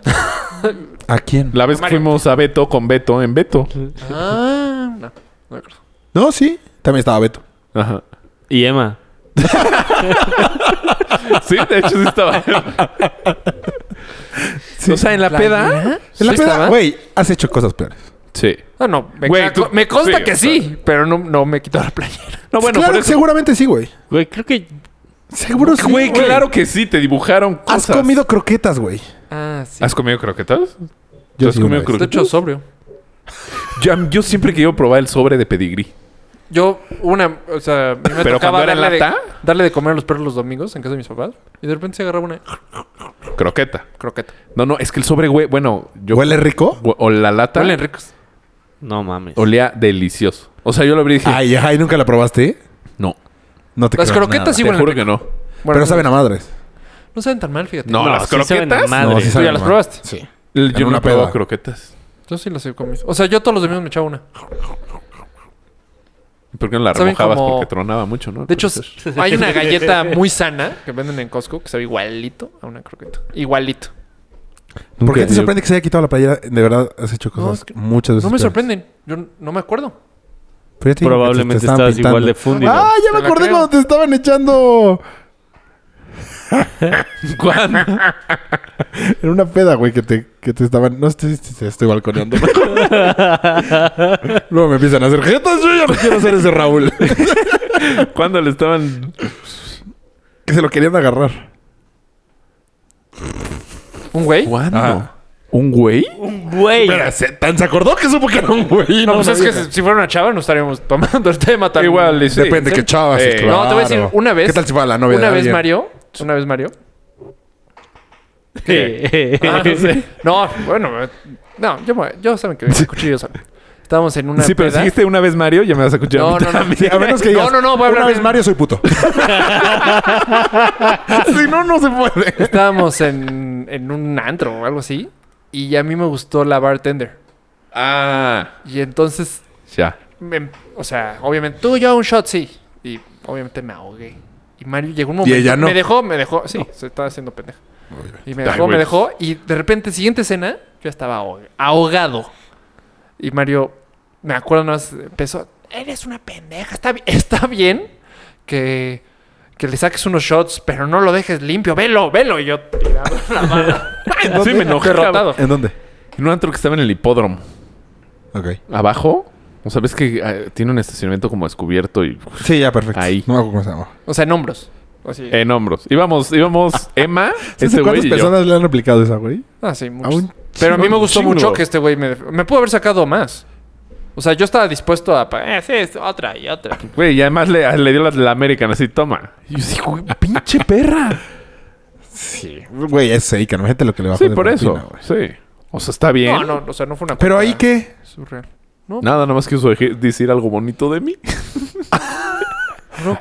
Speaker 3: ¿A quién?
Speaker 5: La vez que fuimos a Beto con Beto en Beto.
Speaker 6: ah, no. No me acuerdo.
Speaker 3: No, sí. También estaba Beto.
Speaker 5: Ajá.
Speaker 4: Y Emma.
Speaker 5: Sí, de hecho sí estaba. O sea, en la, peda.
Speaker 3: En la
Speaker 6: ¿Sí
Speaker 3: peda,
Speaker 6: estaba?
Speaker 3: güey, has hecho cosas peores.
Speaker 5: Sí.
Speaker 6: Ah, no. Me,
Speaker 5: Güey,
Speaker 6: ca-
Speaker 5: tú-
Speaker 6: me consta
Speaker 5: sí,
Speaker 6: que
Speaker 5: o sea.
Speaker 6: sí, pero no, no me quitó la playera.
Speaker 5: No, bueno,
Speaker 3: claro, que
Speaker 5: por eso.
Speaker 3: seguramente sí, güey.
Speaker 4: Güey, creo que
Speaker 3: Seguro sí.
Speaker 5: Güey, claro que sí, te dibujaron
Speaker 3: Has
Speaker 5: cosas.
Speaker 3: comido croquetas, güey.
Speaker 6: Ah, sí.
Speaker 5: ¿Has comido croquetas?
Speaker 3: Yo
Speaker 5: has
Speaker 3: sí una
Speaker 5: comido
Speaker 3: vez.
Speaker 5: croquetas?
Speaker 6: De hecho, sobrio.
Speaker 5: Yo, yo siempre he querido probar el sobre de pedigrí.
Speaker 6: Yo, una, o sea, a mí me
Speaker 5: Pero
Speaker 6: tocaba
Speaker 5: cuando era
Speaker 6: darle de,
Speaker 5: lata.
Speaker 6: darle de comer a los perros los domingos en casa de mis papás. Y de repente se agarraba una
Speaker 5: Croqueta.
Speaker 6: croqueta.
Speaker 5: No, no, es que el sobre, güey, bueno, yo.
Speaker 3: ¿Huele rico?
Speaker 5: o- O la lata.
Speaker 6: Huelen ricos.
Speaker 4: no mames.
Speaker 5: Olía delicioso. O sea, yo lo abrí y dije,
Speaker 3: Ay, ay, ¿nunca la probaste?
Speaker 5: no.
Speaker 3: No te
Speaker 6: Las
Speaker 3: creo
Speaker 6: croquetas
Speaker 3: nada.
Speaker 6: sí
Speaker 5: te
Speaker 6: huelen
Speaker 5: juro
Speaker 6: rico.
Speaker 5: que no.
Speaker 6: Bueno,
Speaker 3: Pero saben a madres.
Speaker 6: No saben tan mal, fíjate.
Speaker 5: No,
Speaker 4: No,
Speaker 5: las
Speaker 4: sí saben a
Speaker 5: croquetas.
Speaker 4: madre.
Speaker 3: No, sí
Speaker 4: ¿Tú
Speaker 6: ¿Tú
Speaker 3: saben
Speaker 6: ya
Speaker 3: a
Speaker 6: las
Speaker 3: madre.
Speaker 6: probaste?
Speaker 3: Sí.
Speaker 5: El-
Speaker 3: En
Speaker 5: Yo no
Speaker 3: una
Speaker 5: he probado
Speaker 3: peda.
Speaker 5: croquetas.
Speaker 6: Yo sí las he comido. O sea, yo todos los domingos me echaba una.
Speaker 5: ¿Por qué no la
Speaker 6: Saben
Speaker 5: remojabas?
Speaker 6: como-
Speaker 5: Porque tronaba mucho, ¿no?
Speaker 6: De hecho,
Speaker 5: Entonces,
Speaker 6: hay una galleta muy sana que venden en Costco que sabe igualito a una croqueta. Igualito.
Speaker 3: ¿Por qué
Speaker 5: Nunca-
Speaker 3: te sorprende que se haya quitado la playera? De verdad, has hecho cosas
Speaker 6: No, es que-
Speaker 3: muchas veces.
Speaker 6: No me
Speaker 3: peores.
Speaker 6: sorprenden. Yo n- no me acuerdo.
Speaker 3: Pero ya te digo que te- te
Speaker 4: Probablemente
Speaker 3: estaban
Speaker 4: estabas
Speaker 3: pintando.
Speaker 4: igual de fundido.
Speaker 3: Ah, ya
Speaker 6: Te
Speaker 3: me
Speaker 6: la
Speaker 3: acordé
Speaker 6: creo.
Speaker 3: cuando te estaban echando
Speaker 5: ¿Cuándo?
Speaker 3: en una peda, güey, que te, que te estaban. No estoy, estoy, estoy balconeando. Luego me empiezan a hacer jetas. Yo ya no quiero ser ese Raúl.
Speaker 5: ¿Cuándo le estaban...?
Speaker 3: que se lo querían agarrar.
Speaker 6: ¿Un güey?
Speaker 5: ¿Cuándo? ¿Un güey?
Speaker 4: Güey.
Speaker 3: Pero se, tan se acordó que supo que era un güey.
Speaker 6: No, pues es que si- si fuera una chava no estaríamos tomando el tema tan...
Speaker 5: Ah, Igual, y sí.
Speaker 3: Depende
Speaker 5: Sí.
Speaker 3: que chavas.
Speaker 5: Eh,
Speaker 3: claro.
Speaker 6: No, te voy a decir, una vez-
Speaker 3: ¿Qué tal si fuera la novia
Speaker 6: Una
Speaker 3: de
Speaker 6: vez
Speaker 3: alguien?
Speaker 6: Mario, una vez Mario.
Speaker 4: Ah,
Speaker 6: no, bueno, eh, no, yo, me- yo saben que cuchillo solo. Estábamos en una
Speaker 5: Sí, pero
Speaker 6: peda.
Speaker 5: si dijiste una vez Mario, ya me vas a escuchar. a
Speaker 6: No,
Speaker 5: mí
Speaker 6: no, no.
Speaker 5: también.
Speaker 3: Sí, a menos que
Speaker 6: No,
Speaker 3: digas,
Speaker 6: no, no, voy a hablar
Speaker 3: Una vez
Speaker 6: bien".
Speaker 3: Mario soy puto. si no, no se puede.
Speaker 6: Estábamos en, en un antro o algo así. Y a mí me gustó la bartender.
Speaker 5: Ah,
Speaker 6: Y entonces,
Speaker 5: ya.
Speaker 6: me- Em, o sea, obviamente, tú y yo un shot, sí. Y obviamente me ahogué. Y Mario llegó un
Speaker 3: Y
Speaker 6: momento.
Speaker 3: ella no.
Speaker 6: Me dejó, me dejó. Sí, se estaba haciendo pendeja. Y me
Speaker 5: Ay,
Speaker 6: dejó,
Speaker 5: güey.
Speaker 6: me dejó. Y de repente, siguiente escena, yo estaba ahoga- ahogado. Y Mario, me acuerdo, nada más empezó. Eres una pendeja. Está, bi- está bien que, que le saques unos shots, pero no lo dejes limpio. Velo, velo. Y yo tirado la mano.
Speaker 5: Sí, me enojé.
Speaker 6: Derrotado.
Speaker 3: ¿En dónde?
Speaker 5: En un antro que estaba en el hipódromo.
Speaker 3: Ok.
Speaker 5: Abajo. O sea, ves que eh, tiene un estacionamiento como descubierto y
Speaker 3: Sí, ya, perfecto.
Speaker 5: Ahí.
Speaker 3: No me acuerdo cómo se llama.
Speaker 6: O sea, en hombros. Así.
Speaker 5: en hombros. Íbamos, íbamos Emma, ese
Speaker 3: ¿Cuántas
Speaker 5: güey y yo.
Speaker 3: personas le han replicado esa, güey?
Speaker 6: Ah, sí, muchos.
Speaker 3: A un
Speaker 6: Pero a mí
Speaker 5: chingo,
Speaker 6: me gustó
Speaker 5: chingo.
Speaker 6: mucho que este güey me... def- Me pudo haber sacado más. O sea, yo estaba dispuesto a... pa- Eh, sí, es otra y otra.
Speaker 5: Güey, y además le, le dio la, la American así, toma. Y yo digo, pinche perra.
Speaker 3: Güey, es Seika. No gente lo que le va a
Speaker 5: sí, por eso. sí. O sea, está bien.
Speaker 6: No, no, o sea, no fue una
Speaker 3: Pero
Speaker 6: culpa
Speaker 3: ahí que...
Speaker 6: Surreal.
Speaker 5: Nada, nada más quiso deje- decir algo bonito de mí.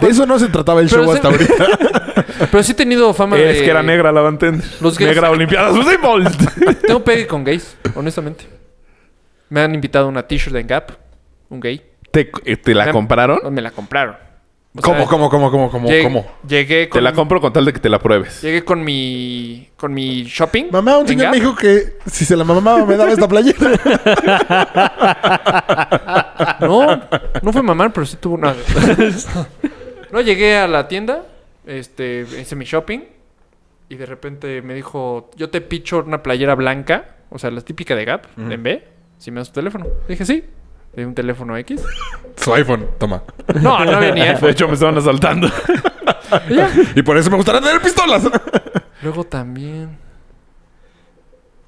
Speaker 3: De eso no se trataba el
Speaker 6: Pero
Speaker 3: show
Speaker 6: se-
Speaker 3: hasta ahorita.
Speaker 6: Ah, Pero sí he tenido fama de...
Speaker 5: Es que era negra la bartender.
Speaker 6: Los gays-
Speaker 5: negra Olimpiadas Fútbol.
Speaker 6: Tengo pegue con gays, honestamente. Me han invitado una t-shirt en Gap. Un gay.
Speaker 5: ¿Te, eh, te la
Speaker 6: Me-
Speaker 5: compraron?
Speaker 6: Me la compraron. O
Speaker 3: ¿Cómo,
Speaker 6: sea,
Speaker 3: cómo, cómo, cómo, cómo,
Speaker 6: lleg-
Speaker 3: cómo?
Speaker 6: Llegué
Speaker 5: Te
Speaker 6: con...
Speaker 5: la compro con tal de que te la pruebes.
Speaker 6: Llegué con mi... Con mi shopping.
Speaker 3: Mamá, un
Speaker 6: en
Speaker 3: señor
Speaker 6: Gap.
Speaker 3: me dijo que si se la mamaba me daba esta playera.
Speaker 6: No, no fue mamar, pero sí tuvo una. no, llegué a la tienda, este, hice mi shopping y de repente me dijo, yo te picho una playera blanca, o sea, la típica de Gap, en B, si me das tu teléfono. Dije, sí. Le di un teléfono X.
Speaker 3: Su iPhone, toma.
Speaker 6: No, no venía.
Speaker 5: De hecho, me estaban asaltando.
Speaker 3: Y por eso me gustaría tener pistolas.
Speaker 6: Luego también...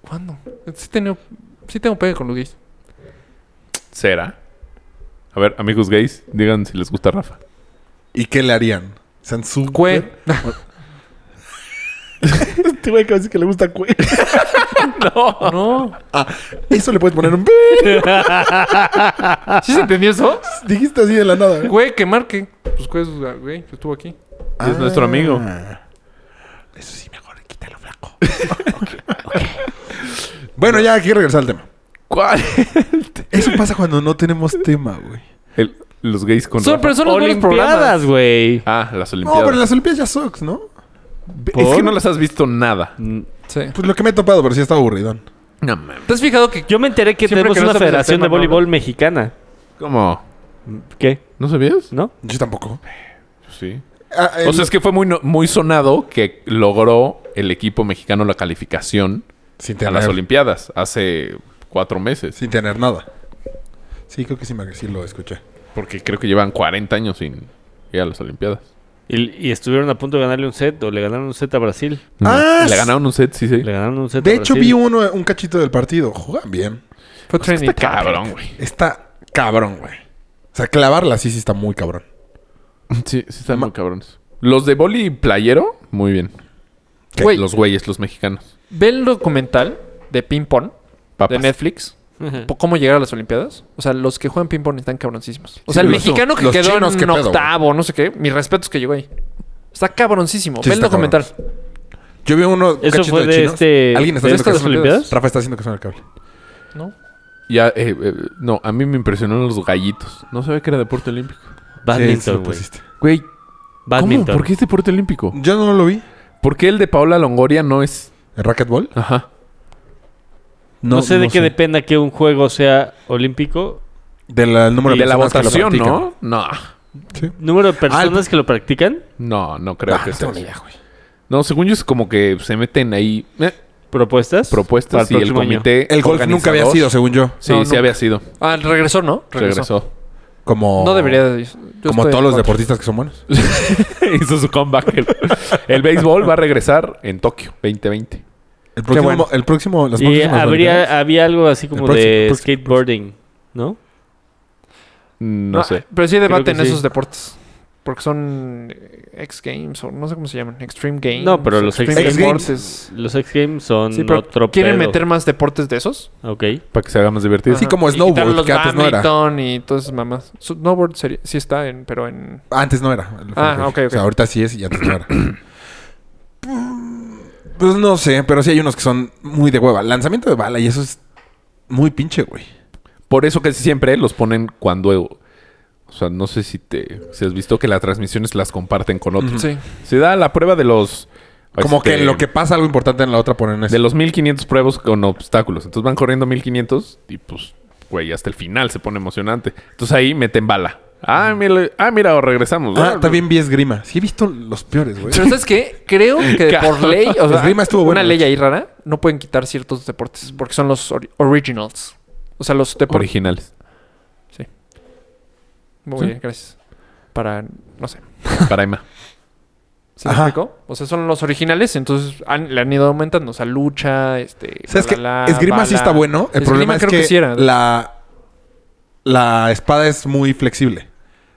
Speaker 6: ¿Cuándo? Sí, tenía- sí tengo pegue con los gays.
Speaker 5: ¿Será? A ver, amigos gays, digan si les gusta Rafa.
Speaker 3: ¿Y qué le harían? ¿San su
Speaker 6: Cue.
Speaker 3: Este güey que va a decir que le gusta cue.
Speaker 6: No.
Speaker 3: Eso le puedes poner un...
Speaker 6: ¿Sí se entendió eso?
Speaker 3: Dijiste así de la nada.
Speaker 6: Güey, que marque. Pues güey, güey, estuvo aquí.
Speaker 5: Y es nuestro amigo.
Speaker 3: Eso sí, mejor quítalo flaco. Bueno, ya hay que regresar al tema.
Speaker 5: ¿Cuál?
Speaker 3: Eso pasa cuando no tenemos tema, güey.
Speaker 5: El- los gays con
Speaker 6: Son,
Speaker 5: Rafa.
Speaker 6: pero son los buenos programas.
Speaker 4: Olimpiadas, güey.
Speaker 5: Ah, las
Speaker 3: No,
Speaker 5: Olimpiadas.
Speaker 3: pero las Olimpiadas ya sucks, ¿no?
Speaker 5: Es que
Speaker 4: ¿Por?
Speaker 5: no las has visto nada.
Speaker 4: Mm.
Speaker 6: Sí.
Speaker 3: Pues lo que me he topado, pero sí está aburridón.
Speaker 5: No mames.
Speaker 6: ¿Te has fijado que
Speaker 4: Yo me enteré que
Speaker 6: Siempre
Speaker 4: tenemos
Speaker 6: que no
Speaker 4: una
Speaker 6: sabes el
Speaker 4: federación
Speaker 6: tema,
Speaker 4: de
Speaker 6: no hablas.
Speaker 4: voleibol mexicana.
Speaker 5: ¿Cómo?
Speaker 4: ¿Qué?
Speaker 5: ¿No sabías?
Speaker 4: ¿No?
Speaker 3: Yo tampoco.
Speaker 5: Sí.
Speaker 3: Ah, el-
Speaker 5: O sea, es que fue muy, no- muy sonado que logró el equipo mexicano la calificación
Speaker 3: sin
Speaker 5: a
Speaker 3: tener,
Speaker 5: las Olimpiadas hace cuatro meses.
Speaker 3: Sin tener nada. Sí, creo que sí, me- sí lo escuché.
Speaker 5: Porque creo que llevan 40 años sin ir a las Olimpiadas.
Speaker 4: Y, y estuvieron a punto de ganarle un set o le ganaron un set a Brasil.
Speaker 3: Ah,
Speaker 5: Le ganaron un set, sí, sí.
Speaker 4: Le ganaron un set
Speaker 3: De
Speaker 4: a
Speaker 3: hecho, vi
Speaker 4: Brasil.
Speaker 3: uno, un cachito del partido. Juegan bien.
Speaker 6: Fue Trinity.
Speaker 5: Está cabrón, güey.
Speaker 3: Está cabrón, güey. O sea, clavarla sí, sí está muy cabrón.
Speaker 5: Sí, sí están muy cabrones. Los de boli playero, muy bien.
Speaker 3: ¿Qué?
Speaker 6: Güey.
Speaker 5: Los güeyes, los mexicanos.
Speaker 6: Ve el documental de ping pong
Speaker 5: Papas.
Speaker 6: de Netflix.
Speaker 3: ¿Eh?
Speaker 4: Ujú.
Speaker 6: po- ¿Cómo llegar a las Olimpiadas? O sea, los que juegan ping pong están cabroncísimos. O sea, el
Speaker 3: los-
Speaker 6: mexicano que
Speaker 3: los
Speaker 6: quedó
Speaker 3: chinos,
Speaker 6: en
Speaker 3: qué pedo,
Speaker 6: octavo, no sé qué. Mis respetos que llegó ahí. Está cabroncísimo.
Speaker 3: Sí,
Speaker 6: Ve el
Speaker 3: está cabrón.
Speaker 6: documental.
Speaker 3: Yo vi uno, un
Speaker 4: Eso
Speaker 3: cachito
Speaker 4: fue de
Speaker 3: chinos.
Speaker 4: este.
Speaker 3: ¿Alguien está
Speaker 4: de
Speaker 3: haciendo que
Speaker 4: estas
Speaker 3: suena-
Speaker 4: Olimpiadas?
Speaker 3: Rafa está haciendo que suena el cable.
Speaker 6: ¿No?
Speaker 5: Ya, eh, eh, no, a mí me impresionaron los gallitos. No sabía que era deporte olímpico.
Speaker 3: Sí, sí
Speaker 4: Badminton,
Speaker 3: lo
Speaker 4: Ah, güey.
Speaker 3: pusiste.
Speaker 5: Güey, ¿cómo?
Speaker 4: Badminton.
Speaker 5: ¿Por qué es deporte olímpico?
Speaker 3: Yo no lo vi.
Speaker 5: ¿Por qué el de Paola Longoria no es?
Speaker 3: ¿El racquetball?
Speaker 5: Ajá.
Speaker 4: No, sé de qué dependa que un juego sea olímpico.
Speaker 3: Del eh, número
Speaker 5: de la
Speaker 3: personas que lo
Speaker 5: votación,
Speaker 3: practican.
Speaker 5: ¿no? No,
Speaker 4: Número de personas que lo practican,
Speaker 5: no, no creo
Speaker 3: Ah,
Speaker 5: que
Speaker 3: no
Speaker 5: sea.
Speaker 3: tengo ni idea,
Speaker 5: eso. No, según yo es como que se meten ahí eh,
Speaker 4: propuestas. para
Speaker 5: propuestas y el
Speaker 4: próximo año.
Speaker 5: comité.
Speaker 3: El golf nunca había
Speaker 5: organizador-
Speaker 3: sido, según yo.
Speaker 5: Sí,
Speaker 6: No,
Speaker 5: sí
Speaker 6: nunca.
Speaker 5: había sido.
Speaker 6: Ah, regresó, ¿no?
Speaker 5: Regresó.
Speaker 3: Como...
Speaker 6: No debería de. yo
Speaker 3: Como
Speaker 6: estoy en
Speaker 3: todos los
Speaker 6: contra.
Speaker 3: deportistas que son buenos.
Speaker 5: Hizo su comeback. El, el béisbol va a regresar en Tokio 2020.
Speaker 3: El próximo...
Speaker 6: bueno.
Speaker 3: El próximo las
Speaker 4: Y
Speaker 3: próximas Olimpiadas.
Speaker 4: habría, había algo así como
Speaker 3: El próximo,
Speaker 4: de
Speaker 3: el próximo, el
Speaker 4: skateboarding, ¿no?
Speaker 5: No sé.
Speaker 6: Pero sí debaten
Speaker 4: que sí.
Speaker 6: esos deportes. Porque son eh, X Games o no sé cómo se llaman. Extreme Games.
Speaker 4: No, pero los
Speaker 6: Extreme
Speaker 3: X Games-
Speaker 6: Deportes.
Speaker 4: Los X Games son
Speaker 6: Sí, pero
Speaker 4: otro
Speaker 6: ¿Quieren
Speaker 4: pedo.
Speaker 6: meter más deportes de esos?
Speaker 4: Ok.
Speaker 5: Para que se haga más divertido.
Speaker 3: Sí,
Speaker 6: Ajá.
Speaker 3: como
Speaker 6: ah, Y
Speaker 3: snowboard,
Speaker 6: quitar los
Speaker 3: que antes pues no era.
Speaker 6: badminton y todas esas mamás. Snowboard sería- sí está, en, pero en...
Speaker 3: Antes no era.
Speaker 6: Ah,
Speaker 3: Fue-
Speaker 6: ok, ok.
Speaker 3: O sea, ahorita sí es y antes no era. pues no sé, pero sí hay unos que son muy de hueva. Lanzamiento de bala y eso es muy pinche, güey.
Speaker 5: Por eso que siempre los ponen cuando... O sea, no sé si te si has visto que las transmisiones las comparten con otros.
Speaker 6: Sí.
Speaker 5: Se da la prueba de los...
Speaker 3: Como
Speaker 5: este,
Speaker 3: que lo que pasa algo importante en la otra ponen eso.
Speaker 5: De los 1500 pruebas con obstáculos. Entonces van corriendo 1500 y pues, güey, hasta el final se pone emocionante. Entonces ahí meten bala. Ah, mira, ah, mira, o regresamos.
Speaker 3: Ah, también vi esgrima. Sí, he visto los peores, güey.
Speaker 6: Pero ¿sabes qué? Creo que por ley, o sea,
Speaker 3: Esgrima estuvo
Speaker 6: una
Speaker 3: bueno.
Speaker 6: ley ahí rara, no pueden quitar ciertos deportes porque son los ori- originals. O sea, los deportes.
Speaker 5: Originales.
Speaker 6: Muy
Speaker 5: Sí.
Speaker 6: bien, gracias. Para, no sé.
Speaker 5: Para Emma.
Speaker 6: ¿Sí me
Speaker 3: Ajá.
Speaker 6: explico? O sea, son los originales, entonces han- le han ido aumentando. O sea, lucha, este.
Speaker 3: ¿Sabes qué?
Speaker 6: la, la,
Speaker 3: Esgrima sí
Speaker 6: bala.
Speaker 3: está bueno. El
Speaker 6: Esgrima
Speaker 3: problema es
Speaker 6: creo que,
Speaker 3: que,
Speaker 6: sí era.
Speaker 3: la, la espada es muy flexible.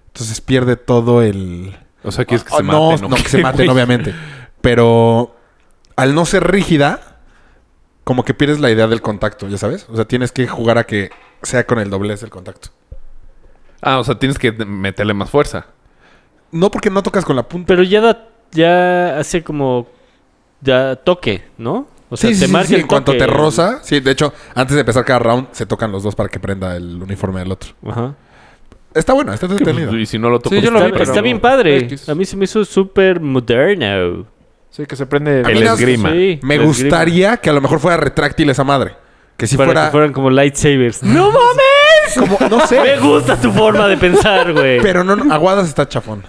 Speaker 3: Entonces pierde todo el...
Speaker 5: O sea, quieres que
Speaker 3: Ah,
Speaker 5: se
Speaker 3: no,
Speaker 5: maten.
Speaker 3: no, que se maten,
Speaker 5: Güey.
Speaker 3: obviamente. Pero al no ser rígida, como que pierdes la idea del contacto, ¿ya sabes? O sea, tienes que jugar a que sea con el doblez del contacto.
Speaker 5: Ah, o sea, tienes que meterle más fuerza.
Speaker 3: No porque no tocas con la punta.
Speaker 4: Pero ya da, ya hace como ya toque, ¿no? O
Speaker 3: sí, sí, sí, sí,
Speaker 4: el
Speaker 3: en cuanto
Speaker 4: toque.
Speaker 3: te roza. Sí, de hecho, antes de empezar cada round, se tocan los dos para que prenda el uniforme del otro.
Speaker 4: Ajá.
Speaker 3: Está bueno, está entretenido.
Speaker 5: Y si no lo pues, tocó.
Speaker 6: Sí, yo lo
Speaker 4: Está,
Speaker 6: vi, pero-
Speaker 4: está bien padre.
Speaker 6: X.
Speaker 4: A mí se me hizo súper moderno.
Speaker 6: Sí, que se prende.
Speaker 3: A mí
Speaker 5: El
Speaker 3: no-
Speaker 5: esgrima.
Speaker 4: Sí,
Speaker 3: Me
Speaker 4: el esgrima.
Speaker 3: gustaría que a lo mejor fuera retráctil esa madre. Que si
Speaker 4: Para
Speaker 3: fuera.
Speaker 4: que fueran como lightsabers. ¡No mames!
Speaker 3: como- no
Speaker 4: Me
Speaker 3: sé.
Speaker 4: gusta tu forma de pensar, güey.
Speaker 3: pero no, no, Aguadas está chafón.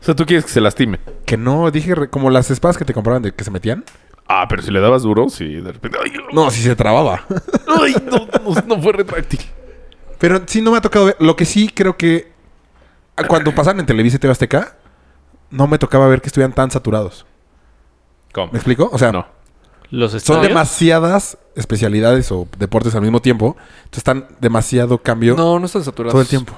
Speaker 5: O sea, tú quieres que se lastime.
Speaker 3: Que no, dije re- como las espadas que te compraban de que se metían.
Speaker 5: Ah, pero si le dabas duro, sí, de repente. Ay,
Speaker 3: No, si se trababa.
Speaker 5: ay, no, no, no fue retráctil.
Speaker 3: Pero sí no me ha tocado ver. Lo que sí creo que ah, cuando pasaron en Televisa y TV Azteca, no me tocaba ver que estuvieran tan saturados.
Speaker 5: ¿Cómo?
Speaker 3: ¿Me explico? O sea,
Speaker 5: No.
Speaker 4: Los
Speaker 3: son
Speaker 4: estadios.
Speaker 3: demasiadas especialidades o deportes al mismo tiempo. Entonces están demasiado cambio
Speaker 6: No, no están saturados.
Speaker 3: todo el tiempo.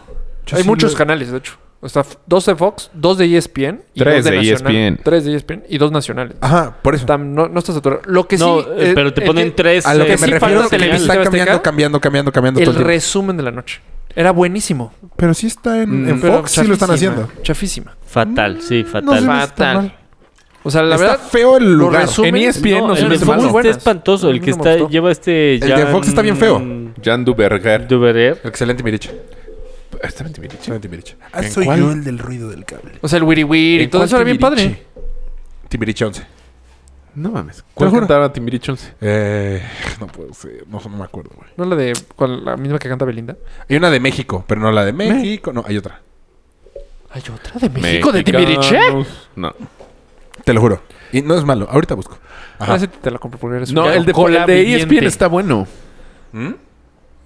Speaker 3: Yo
Speaker 6: Hay
Speaker 3: sí
Speaker 6: muchos
Speaker 3: lo-
Speaker 6: canales, de hecho. O sea, f- dos de Fox, dos de E ESPN. Y
Speaker 5: Tres
Speaker 6: dos
Speaker 5: de E
Speaker 6: Nacional.
Speaker 5: ESPN.
Speaker 6: Tres de E ESPN y dos nacionales.
Speaker 3: Ajá, por eso.
Speaker 6: Tam- no, no está saturado. Lo que
Speaker 4: No,
Speaker 6: sí.
Speaker 4: eh,
Speaker 6: eh,
Speaker 4: pero te
Speaker 6: eh,
Speaker 4: ponen
Speaker 6: eh,
Speaker 4: tres.
Speaker 3: A lo
Speaker 4: eh,
Speaker 3: que
Speaker 6: sí
Speaker 3: me refiero
Speaker 6: falta
Speaker 3: es que
Speaker 6: Televisa,
Speaker 3: están
Speaker 6: TV Azteca.
Speaker 3: cambiando, cambiando, cambiando, cambiando todo
Speaker 6: El
Speaker 3: el tiempo.
Speaker 6: resumen de la noche. Era buenísimo.
Speaker 3: Pero sí está en, en
Speaker 6: Mm, Pero
Speaker 3: Fox, sí lo están
Speaker 6: chafísima,
Speaker 3: haciendo.
Speaker 6: Chafísima.
Speaker 4: Fatal, sí,
Speaker 3: No
Speaker 4: fatal.
Speaker 3: se me está
Speaker 6: Fatal.
Speaker 3: mal.
Speaker 6: O sea, la
Speaker 3: está
Speaker 6: verdad.
Speaker 3: feo el
Speaker 6: lo
Speaker 3: lugar.
Speaker 6: resumen-
Speaker 5: En ESPN no,
Speaker 4: No,
Speaker 5: se
Speaker 4: el
Speaker 5: me
Speaker 4: de
Speaker 5: hace
Speaker 4: Fox
Speaker 5: malo.
Speaker 4: está
Speaker 6: buenas.
Speaker 4: espantoso. El
Speaker 6: A mí
Speaker 4: que
Speaker 6: no me
Speaker 4: está,
Speaker 6: gustó.
Speaker 4: lleva este.
Speaker 3: El de Fox está bien feo.
Speaker 5: Jan Duberger. Ah,
Speaker 4: Duverer.
Speaker 3: Excelente Mirich.
Speaker 5: Exactamente, mi dicho.
Speaker 3: Excelente Mirich. Ah,
Speaker 5: ¿En
Speaker 3: soy
Speaker 5: cuál?
Speaker 3: yo el del ruido del cable.
Speaker 6: O sea, el Wiri Wiri y
Speaker 3: ¿En
Speaker 6: todo
Speaker 3: cuál
Speaker 6: eso era bien
Speaker 3: Timbiriche?
Speaker 6: padre.
Speaker 3: Timbiriche 11.
Speaker 5: No mames. ¿Cuál
Speaker 3: juro.
Speaker 5: cantaba Timbiriche 11?
Speaker 3: Eh, no puedo ser, no, no me acuerdo, güey.
Speaker 6: ¿No la de cuál, la misma que canta Belinda?
Speaker 3: Hay una de México, pero no la de México. No, hay otra.
Speaker 6: ¿Hay otra de México? ¿De
Speaker 5: Mexicanos.
Speaker 6: Timbiriche?
Speaker 5: No.
Speaker 3: Te lo juro. Y no es malo. Ahorita busco. Ajá.
Speaker 6: Ah, sí, te la compro porque eres
Speaker 5: No,
Speaker 6: un
Speaker 5: el de, E el
Speaker 6: E
Speaker 5: de ESPN está bueno.
Speaker 3: ¿Mm?
Speaker 6: No,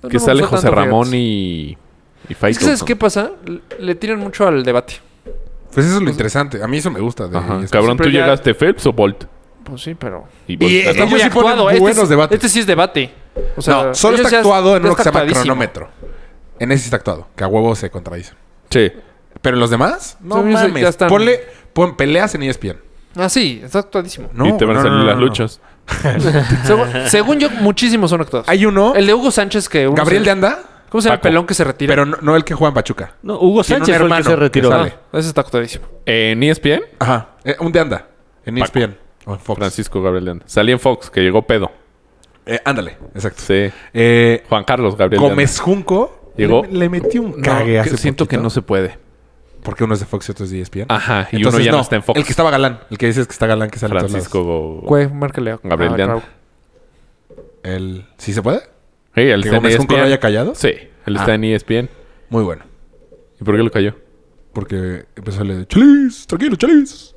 Speaker 5: Que
Speaker 6: no me
Speaker 5: sale
Speaker 6: gustó
Speaker 5: José
Speaker 6: tanto,
Speaker 5: Ramón
Speaker 6: fíjate.
Speaker 5: y. Y
Speaker 6: Es que ¿sabes qué pasa? Le- Le tiran mucho al debate.
Speaker 3: Pues eso es lo interesante. A mí eso me gusta. De
Speaker 5: Ajá.
Speaker 3: ESPN.
Speaker 5: Cabrón, tú
Speaker 6: Siempre ya-
Speaker 5: llegaste Phelps o Bolt.
Speaker 6: Pues sí, pero...
Speaker 5: Y Bolt ganó.
Speaker 3: ellos sí ponen
Speaker 6: Este,
Speaker 3: buenos
Speaker 6: es-
Speaker 3: debates.
Speaker 6: este sí es debate. O sea,
Speaker 3: No, solo
Speaker 6: ellos
Speaker 3: está
Speaker 6: ya-
Speaker 3: actuado en
Speaker 6: ya
Speaker 3: uno
Speaker 6: está
Speaker 3: que se llama
Speaker 6: actuadísimo.
Speaker 3: cronómetro. En ese sí está actuado. Que a huevo se contradicen.
Speaker 5: Sí.
Speaker 3: Pero los demás, no
Speaker 6: Según yo, sí,
Speaker 3: mames.
Speaker 6: ya están-
Speaker 3: Ponle, pon peleas en E ESPN.
Speaker 6: Ah, sí, está actuadísimo.
Speaker 3: No,
Speaker 5: y te van a
Speaker 3: no,
Speaker 5: salir
Speaker 3: no, no,
Speaker 5: las
Speaker 3: no.
Speaker 5: luchas.
Speaker 6: Según, según yo, muchísimos son actuados.
Speaker 3: Hay uno,
Speaker 6: El de Hugo Sánchez que... uno
Speaker 3: Gabriel
Speaker 6: se-
Speaker 3: de Anda,
Speaker 6: ¿Cómo se llama el
Speaker 5: Paco.
Speaker 6: pelón que se retira?
Speaker 3: pero no, no el que juega en Pachuca.
Speaker 4: No, Hugo
Speaker 3: Tiene un
Speaker 4: Sánchez fue el que
Speaker 3: hermano
Speaker 4: se retiró.
Speaker 3: que
Speaker 4: Ah,
Speaker 3: sale.
Speaker 6: Ese está actuadísimo.
Speaker 5: En E ESPN,
Speaker 3: Ajá. Eh, un de Anda. En E ESPN. O en Fox.
Speaker 5: Francisco Gabriel de Anda. Salí en Fox, que llegó pedo.
Speaker 3: Eh, ándale, exacto.
Speaker 5: Sí.
Speaker 3: Eh,
Speaker 5: Juan Carlos Gabriel de Anda.
Speaker 3: Gómez Junco
Speaker 5: Llegó.
Speaker 3: Le, le metió un
Speaker 5: No,
Speaker 3: cague
Speaker 5: que
Speaker 3: hace
Speaker 5: siento que
Speaker 3: poquito.
Speaker 5: no se puede.
Speaker 3: Porque uno es de Fox y otro es de E ESPN.
Speaker 5: Ajá, y
Speaker 3: Entonces,
Speaker 5: uno ya no, está en Fox.
Speaker 3: El que estaba galán. El que dices que está galán que sale en todos lados.
Speaker 5: Francisco.
Speaker 6: Güey, márcale a
Speaker 5: Gabriel
Speaker 6: a
Speaker 5: de Anda.
Speaker 6: Raúl.
Speaker 3: El... ¿Sí se puede?
Speaker 5: Sí, él
Speaker 3: ¿Que
Speaker 5: está en
Speaker 3: Gómez Junco lo
Speaker 5: ESPN.
Speaker 3: haya callado?
Speaker 5: Sí, él está
Speaker 3: Ah.
Speaker 5: en ESPN.
Speaker 3: Muy bueno.
Speaker 5: ¿Y por qué lo cayó?
Speaker 3: Porque empezó a leer... ¡Chelis! ¡Tranquilo, Chelis!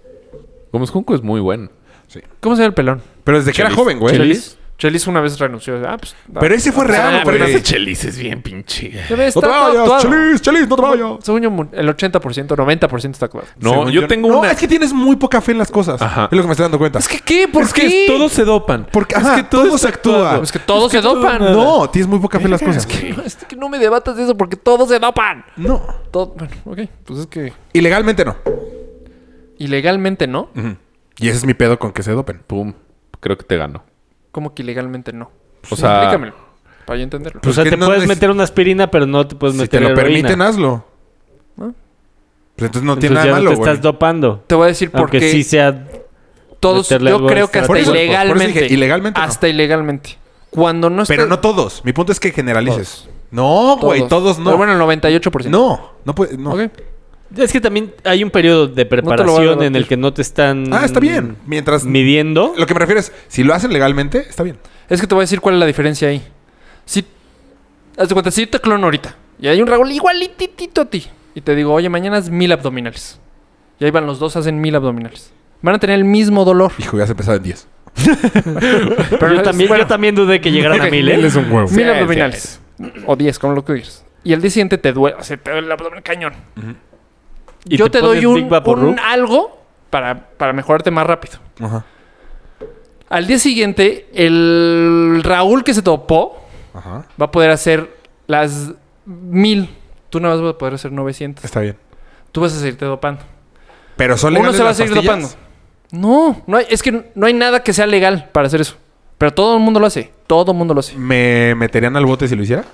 Speaker 5: Gómez Junco es muy bueno.
Speaker 6: ¿Cómo se llama el pelón?
Speaker 3: Pero desde que era
Speaker 5: Chelis.
Speaker 3: joven, güey.
Speaker 6: Chelis. Chelis una vez renunció. Ah, pues... da-
Speaker 3: Ah, Pero ese fue real, güey.
Speaker 5: pero ese Chelis es bien pinche.
Speaker 6: Ya ves,
Speaker 3: ¡No
Speaker 6: está
Speaker 3: te
Speaker 6: todo
Speaker 3: vayas!
Speaker 6: actuado.
Speaker 3: ¡Chelis! ¡Chelis! ¡No te vayas!
Speaker 6: Según yo, mu- el 80%, 90% está actuado.
Speaker 5: No,
Speaker 3: Según
Speaker 5: yo tengo
Speaker 3: no,
Speaker 5: una.
Speaker 3: es que tienes muy poca fe en las cosas.
Speaker 5: Ajá.
Speaker 3: Es lo que me estoy dando cuenta.
Speaker 6: Es que, ¿qué? ¿Por
Speaker 5: Es
Speaker 6: qué?
Speaker 5: que todos se dopan.
Speaker 3: Porque ajá,
Speaker 5: es que todo
Speaker 3: todo se
Speaker 5: está
Speaker 3: actúa.
Speaker 5: actuado.
Speaker 6: Es que todos se dopan.
Speaker 3: No, tienes muy poca fe en las cosas.
Speaker 6: No, Es que no me debatas de eso porque todos se dopan.
Speaker 3: No.
Speaker 6: Todo, bueno, ok. Pues es que...
Speaker 3: Ilegalmente no.
Speaker 6: Ilegalmente no.
Speaker 3: Y ese es mi pedo con que se dopen.
Speaker 5: Pum. Creo que te ganó.
Speaker 6: ¿Cómo que ilegalmente no? Pues
Speaker 5: O sea-
Speaker 6: Explícamelo. Para yo entenderlo.
Speaker 4: O sea,
Speaker 3: que
Speaker 4: te
Speaker 3: no
Speaker 4: puedes
Speaker 3: es-
Speaker 4: meter una aspirina, pero no te puedes
Speaker 3: Si
Speaker 4: meter
Speaker 3: te lo
Speaker 4: heroína.
Speaker 3: permiten, hazlo.
Speaker 6: ¿No?
Speaker 3: Pues entonces no
Speaker 4: Entonces
Speaker 3: tiene
Speaker 4: ya
Speaker 3: nada
Speaker 4: no
Speaker 3: malo,
Speaker 4: te
Speaker 3: güey.
Speaker 4: estás dopando.
Speaker 6: Te voy a decir por
Speaker 4: Aunque
Speaker 6: qué
Speaker 4: sí sea...
Speaker 6: todos...
Speaker 4: meterle
Speaker 6: Yo
Speaker 4: algo
Speaker 6: creo
Speaker 4: extra.
Speaker 6: que hasta
Speaker 3: Por eso- por eso dije,
Speaker 6: ilegalmente.
Speaker 3: ilegalmente no.
Speaker 6: Hasta ilegalmente. Cuando no está...
Speaker 3: Pero no todos. Mi punto es que generalices.
Speaker 6: Todos.
Speaker 3: No, güey, todos no.
Speaker 6: Pero bueno, el 98%.
Speaker 3: no, no puede, no.
Speaker 6: Ok.
Speaker 4: Es que también hay un periodo de
Speaker 6: lo voy a
Speaker 4: preparación en el
Speaker 6: debatir.
Speaker 4: que no te están...
Speaker 3: Ah, está
Speaker 6: Mm,
Speaker 3: bien. Mientras
Speaker 4: Midiendo.
Speaker 3: lo que me refiero es, si lo hacen legalmente, está bien.
Speaker 6: Es que te voy a decir cuál es la diferencia ahí. Si. Haz de cuenta, si yo te clono ahorita y hay un Raúl igualititito a ti. y te digo, oye, mañana es mil abdominales. Y ahí van los dos, hacen mil abdominales. Van a tener el mismo dolor.
Speaker 3: Hijo, ya se empezaba en 10.
Speaker 6: Pero
Speaker 4: yo, también, yo también dudé que llegaran a mil, ¿eh?
Speaker 3: es un huevo.
Speaker 6: Mil abdominales. O diez, como lo que quieras. Y el día siguiente te duele, o sea, te duele el abdomen cañón.
Speaker 4: ¿Y
Speaker 6: Yo te, doy
Speaker 4: pones
Speaker 6: un,
Speaker 4: Big Vaporub?
Speaker 6: un algo para, para mejorarte más rápido.
Speaker 3: Ajá.
Speaker 6: Al día siguiente, el Raúl que se topó
Speaker 3: Ajá.
Speaker 6: va a poder hacer las mil. Tú nada más vas a poder hacer 900.
Speaker 3: Está bien.
Speaker 6: Tú vas a seguirte dopando.
Speaker 3: Pero son
Speaker 6: Uno
Speaker 3: legales
Speaker 6: se va a
Speaker 3: las
Speaker 6: seguir
Speaker 3: pastillas?
Speaker 6: dopando. No, no hay- es que no hay nada que sea legal para hacer eso. Pero todo el mundo lo hace. Todo el mundo lo hace.
Speaker 3: ¿Me meterían al bote si lo hiciera?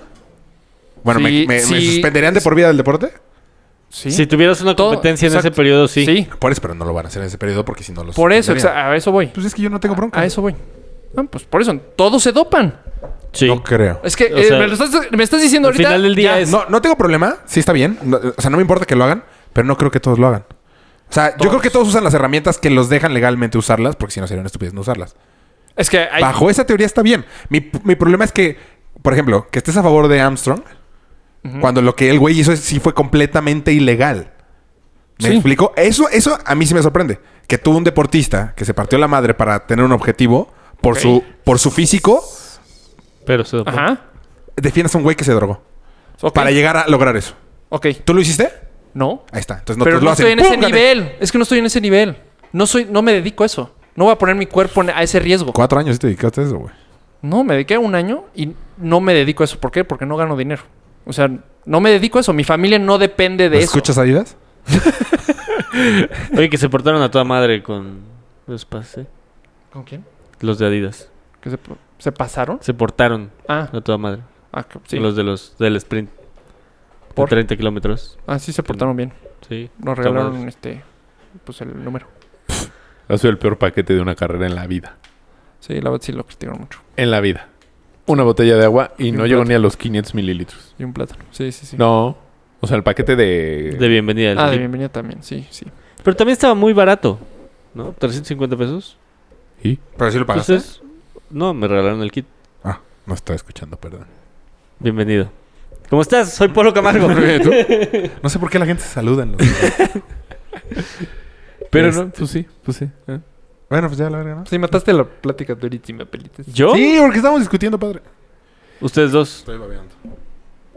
Speaker 3: Bueno, me-
Speaker 6: Sí,
Speaker 3: me, me
Speaker 6: sí.
Speaker 3: suspenderían de por vida del deporte?
Speaker 6: Sí.
Speaker 4: Si tuvieras una
Speaker 6: Todo-
Speaker 4: competencia en
Speaker 6: exacto.
Speaker 4: ese periodo, sí.
Speaker 6: Sí.
Speaker 3: Por eso, pero no lo van a hacer en ese periodo porque si no los.
Speaker 6: Por eso,
Speaker 3: suspenderían.
Speaker 6: exa- a eso voy.
Speaker 3: Pues es que yo no tengo bronca.
Speaker 6: A eso voy. No, pues por eso. Todos se dopan.
Speaker 4: Sí.
Speaker 3: No creo.
Speaker 6: Es que
Speaker 4: O
Speaker 6: eh,
Speaker 4: sea,
Speaker 6: me, lo estás, me estás diciendo
Speaker 4: al
Speaker 6: ahorita.
Speaker 4: final del día
Speaker 6: ya.
Speaker 4: es-
Speaker 3: No, no tengo problema. Sí, está bien. No, o sea, no me importa que lo hagan, pero no creo que todos lo hagan. O sea, yo creo que todos usan las herramientas que los dejan legalmente usarlas, porque si no serían estúpidos no usarlas.
Speaker 6: Es que hay.
Speaker 3: Bajo esa teoría está bien. Mi, mi problema es que, por ejemplo, que estés a favor de Armstrong, cuando lo que el güey hizo es- sí fue completamente ilegal. ¿Me
Speaker 6: Sí.
Speaker 3: explico? Eso, eso a mí sí me sorprende. Que tuvo un deportista que se partió la madre para tener un objetivo por,
Speaker 6: Ok.
Speaker 3: su, por su físico,
Speaker 4: Pero se dopó.
Speaker 6: Ajá.
Speaker 3: defiendas a un güey que se drogó.
Speaker 6: Ok.
Speaker 3: Para llegar a lograr eso.
Speaker 6: Ok.
Speaker 3: ¿Tú lo hiciste?
Speaker 6: No.
Speaker 3: Ahí está. Entonces no
Speaker 6: pero
Speaker 3: todos
Speaker 6: no
Speaker 3: lo hacen.
Speaker 6: estoy en ese
Speaker 3: ¡Pum! Gané.
Speaker 6: nivel. Es que no estoy en ese nivel. No soy, no me dedico a eso. No voy a poner mi cuerpo en- a ese riesgo.
Speaker 3: Cuatro años sí te dedicaste a eso, güey.
Speaker 6: No, me dediqué un año y no me dedico a eso. ¿Por qué? Porque no gano dinero. O sea, no me dedico a eso. Mi familia no depende de
Speaker 3: ¿Me
Speaker 6: eso.
Speaker 3: ¿Escuchas Adidas?
Speaker 4: Oye, que se portaron a toda madre con los pases.
Speaker 6: ¿Con quién?
Speaker 4: Los de Adidas.
Speaker 6: ¿Que se, se pasaron?
Speaker 4: Se portaron
Speaker 6: Ah,
Speaker 4: a toda madre.
Speaker 6: ah, que- sí.
Speaker 4: Los de los del sprint.
Speaker 6: ¿Por?
Speaker 4: Por 30 kilómetros.
Speaker 6: Ah, sí se portaron bien.
Speaker 4: Sí.
Speaker 6: Nos
Speaker 4: Toda madre.
Speaker 6: regalaron este, pues el número.
Speaker 5: Ha sido el peor paquete de una carrera en la vida.
Speaker 6: Sí, la verdad sí lo criticaron mucho.
Speaker 5: En la vida. Una botella de agua y
Speaker 6: un
Speaker 5: no llegó
Speaker 6: plato.
Speaker 5: ni a los 500 mililitros.
Speaker 6: Y un plátano. Sí, sí, sí.
Speaker 5: No. O sea, el paquete de...
Speaker 4: De bienvenida. al
Speaker 6: Ah, de
Speaker 4: equipo.
Speaker 6: bienvenida también. Sí, sí.
Speaker 4: Pero también estaba muy barato. ¿No? 350 pesos.
Speaker 5: ¿Y?
Speaker 3: Pero sí lo pagaste.
Speaker 4: Entonces, no, me regalaron el kit.
Speaker 3: Ah, no estaba escuchando, perdón.
Speaker 4: Bienvenido. ¿Cómo estás? Soy Polo Camargo.
Speaker 3: No sé por qué la gente se saluda en los...
Speaker 5: Pero
Speaker 3: Este.
Speaker 5: no, pues sí, pues sí. ¿eh?
Speaker 3: bueno, pues ya la verga, ¿no?
Speaker 6: Sí, mataste la plática de ahorita y me pelites.
Speaker 4: ¿Yo?
Speaker 3: Sí, porque estamos discutiendo, padre.
Speaker 4: Ustedes dos.
Speaker 3: Estoy babeando.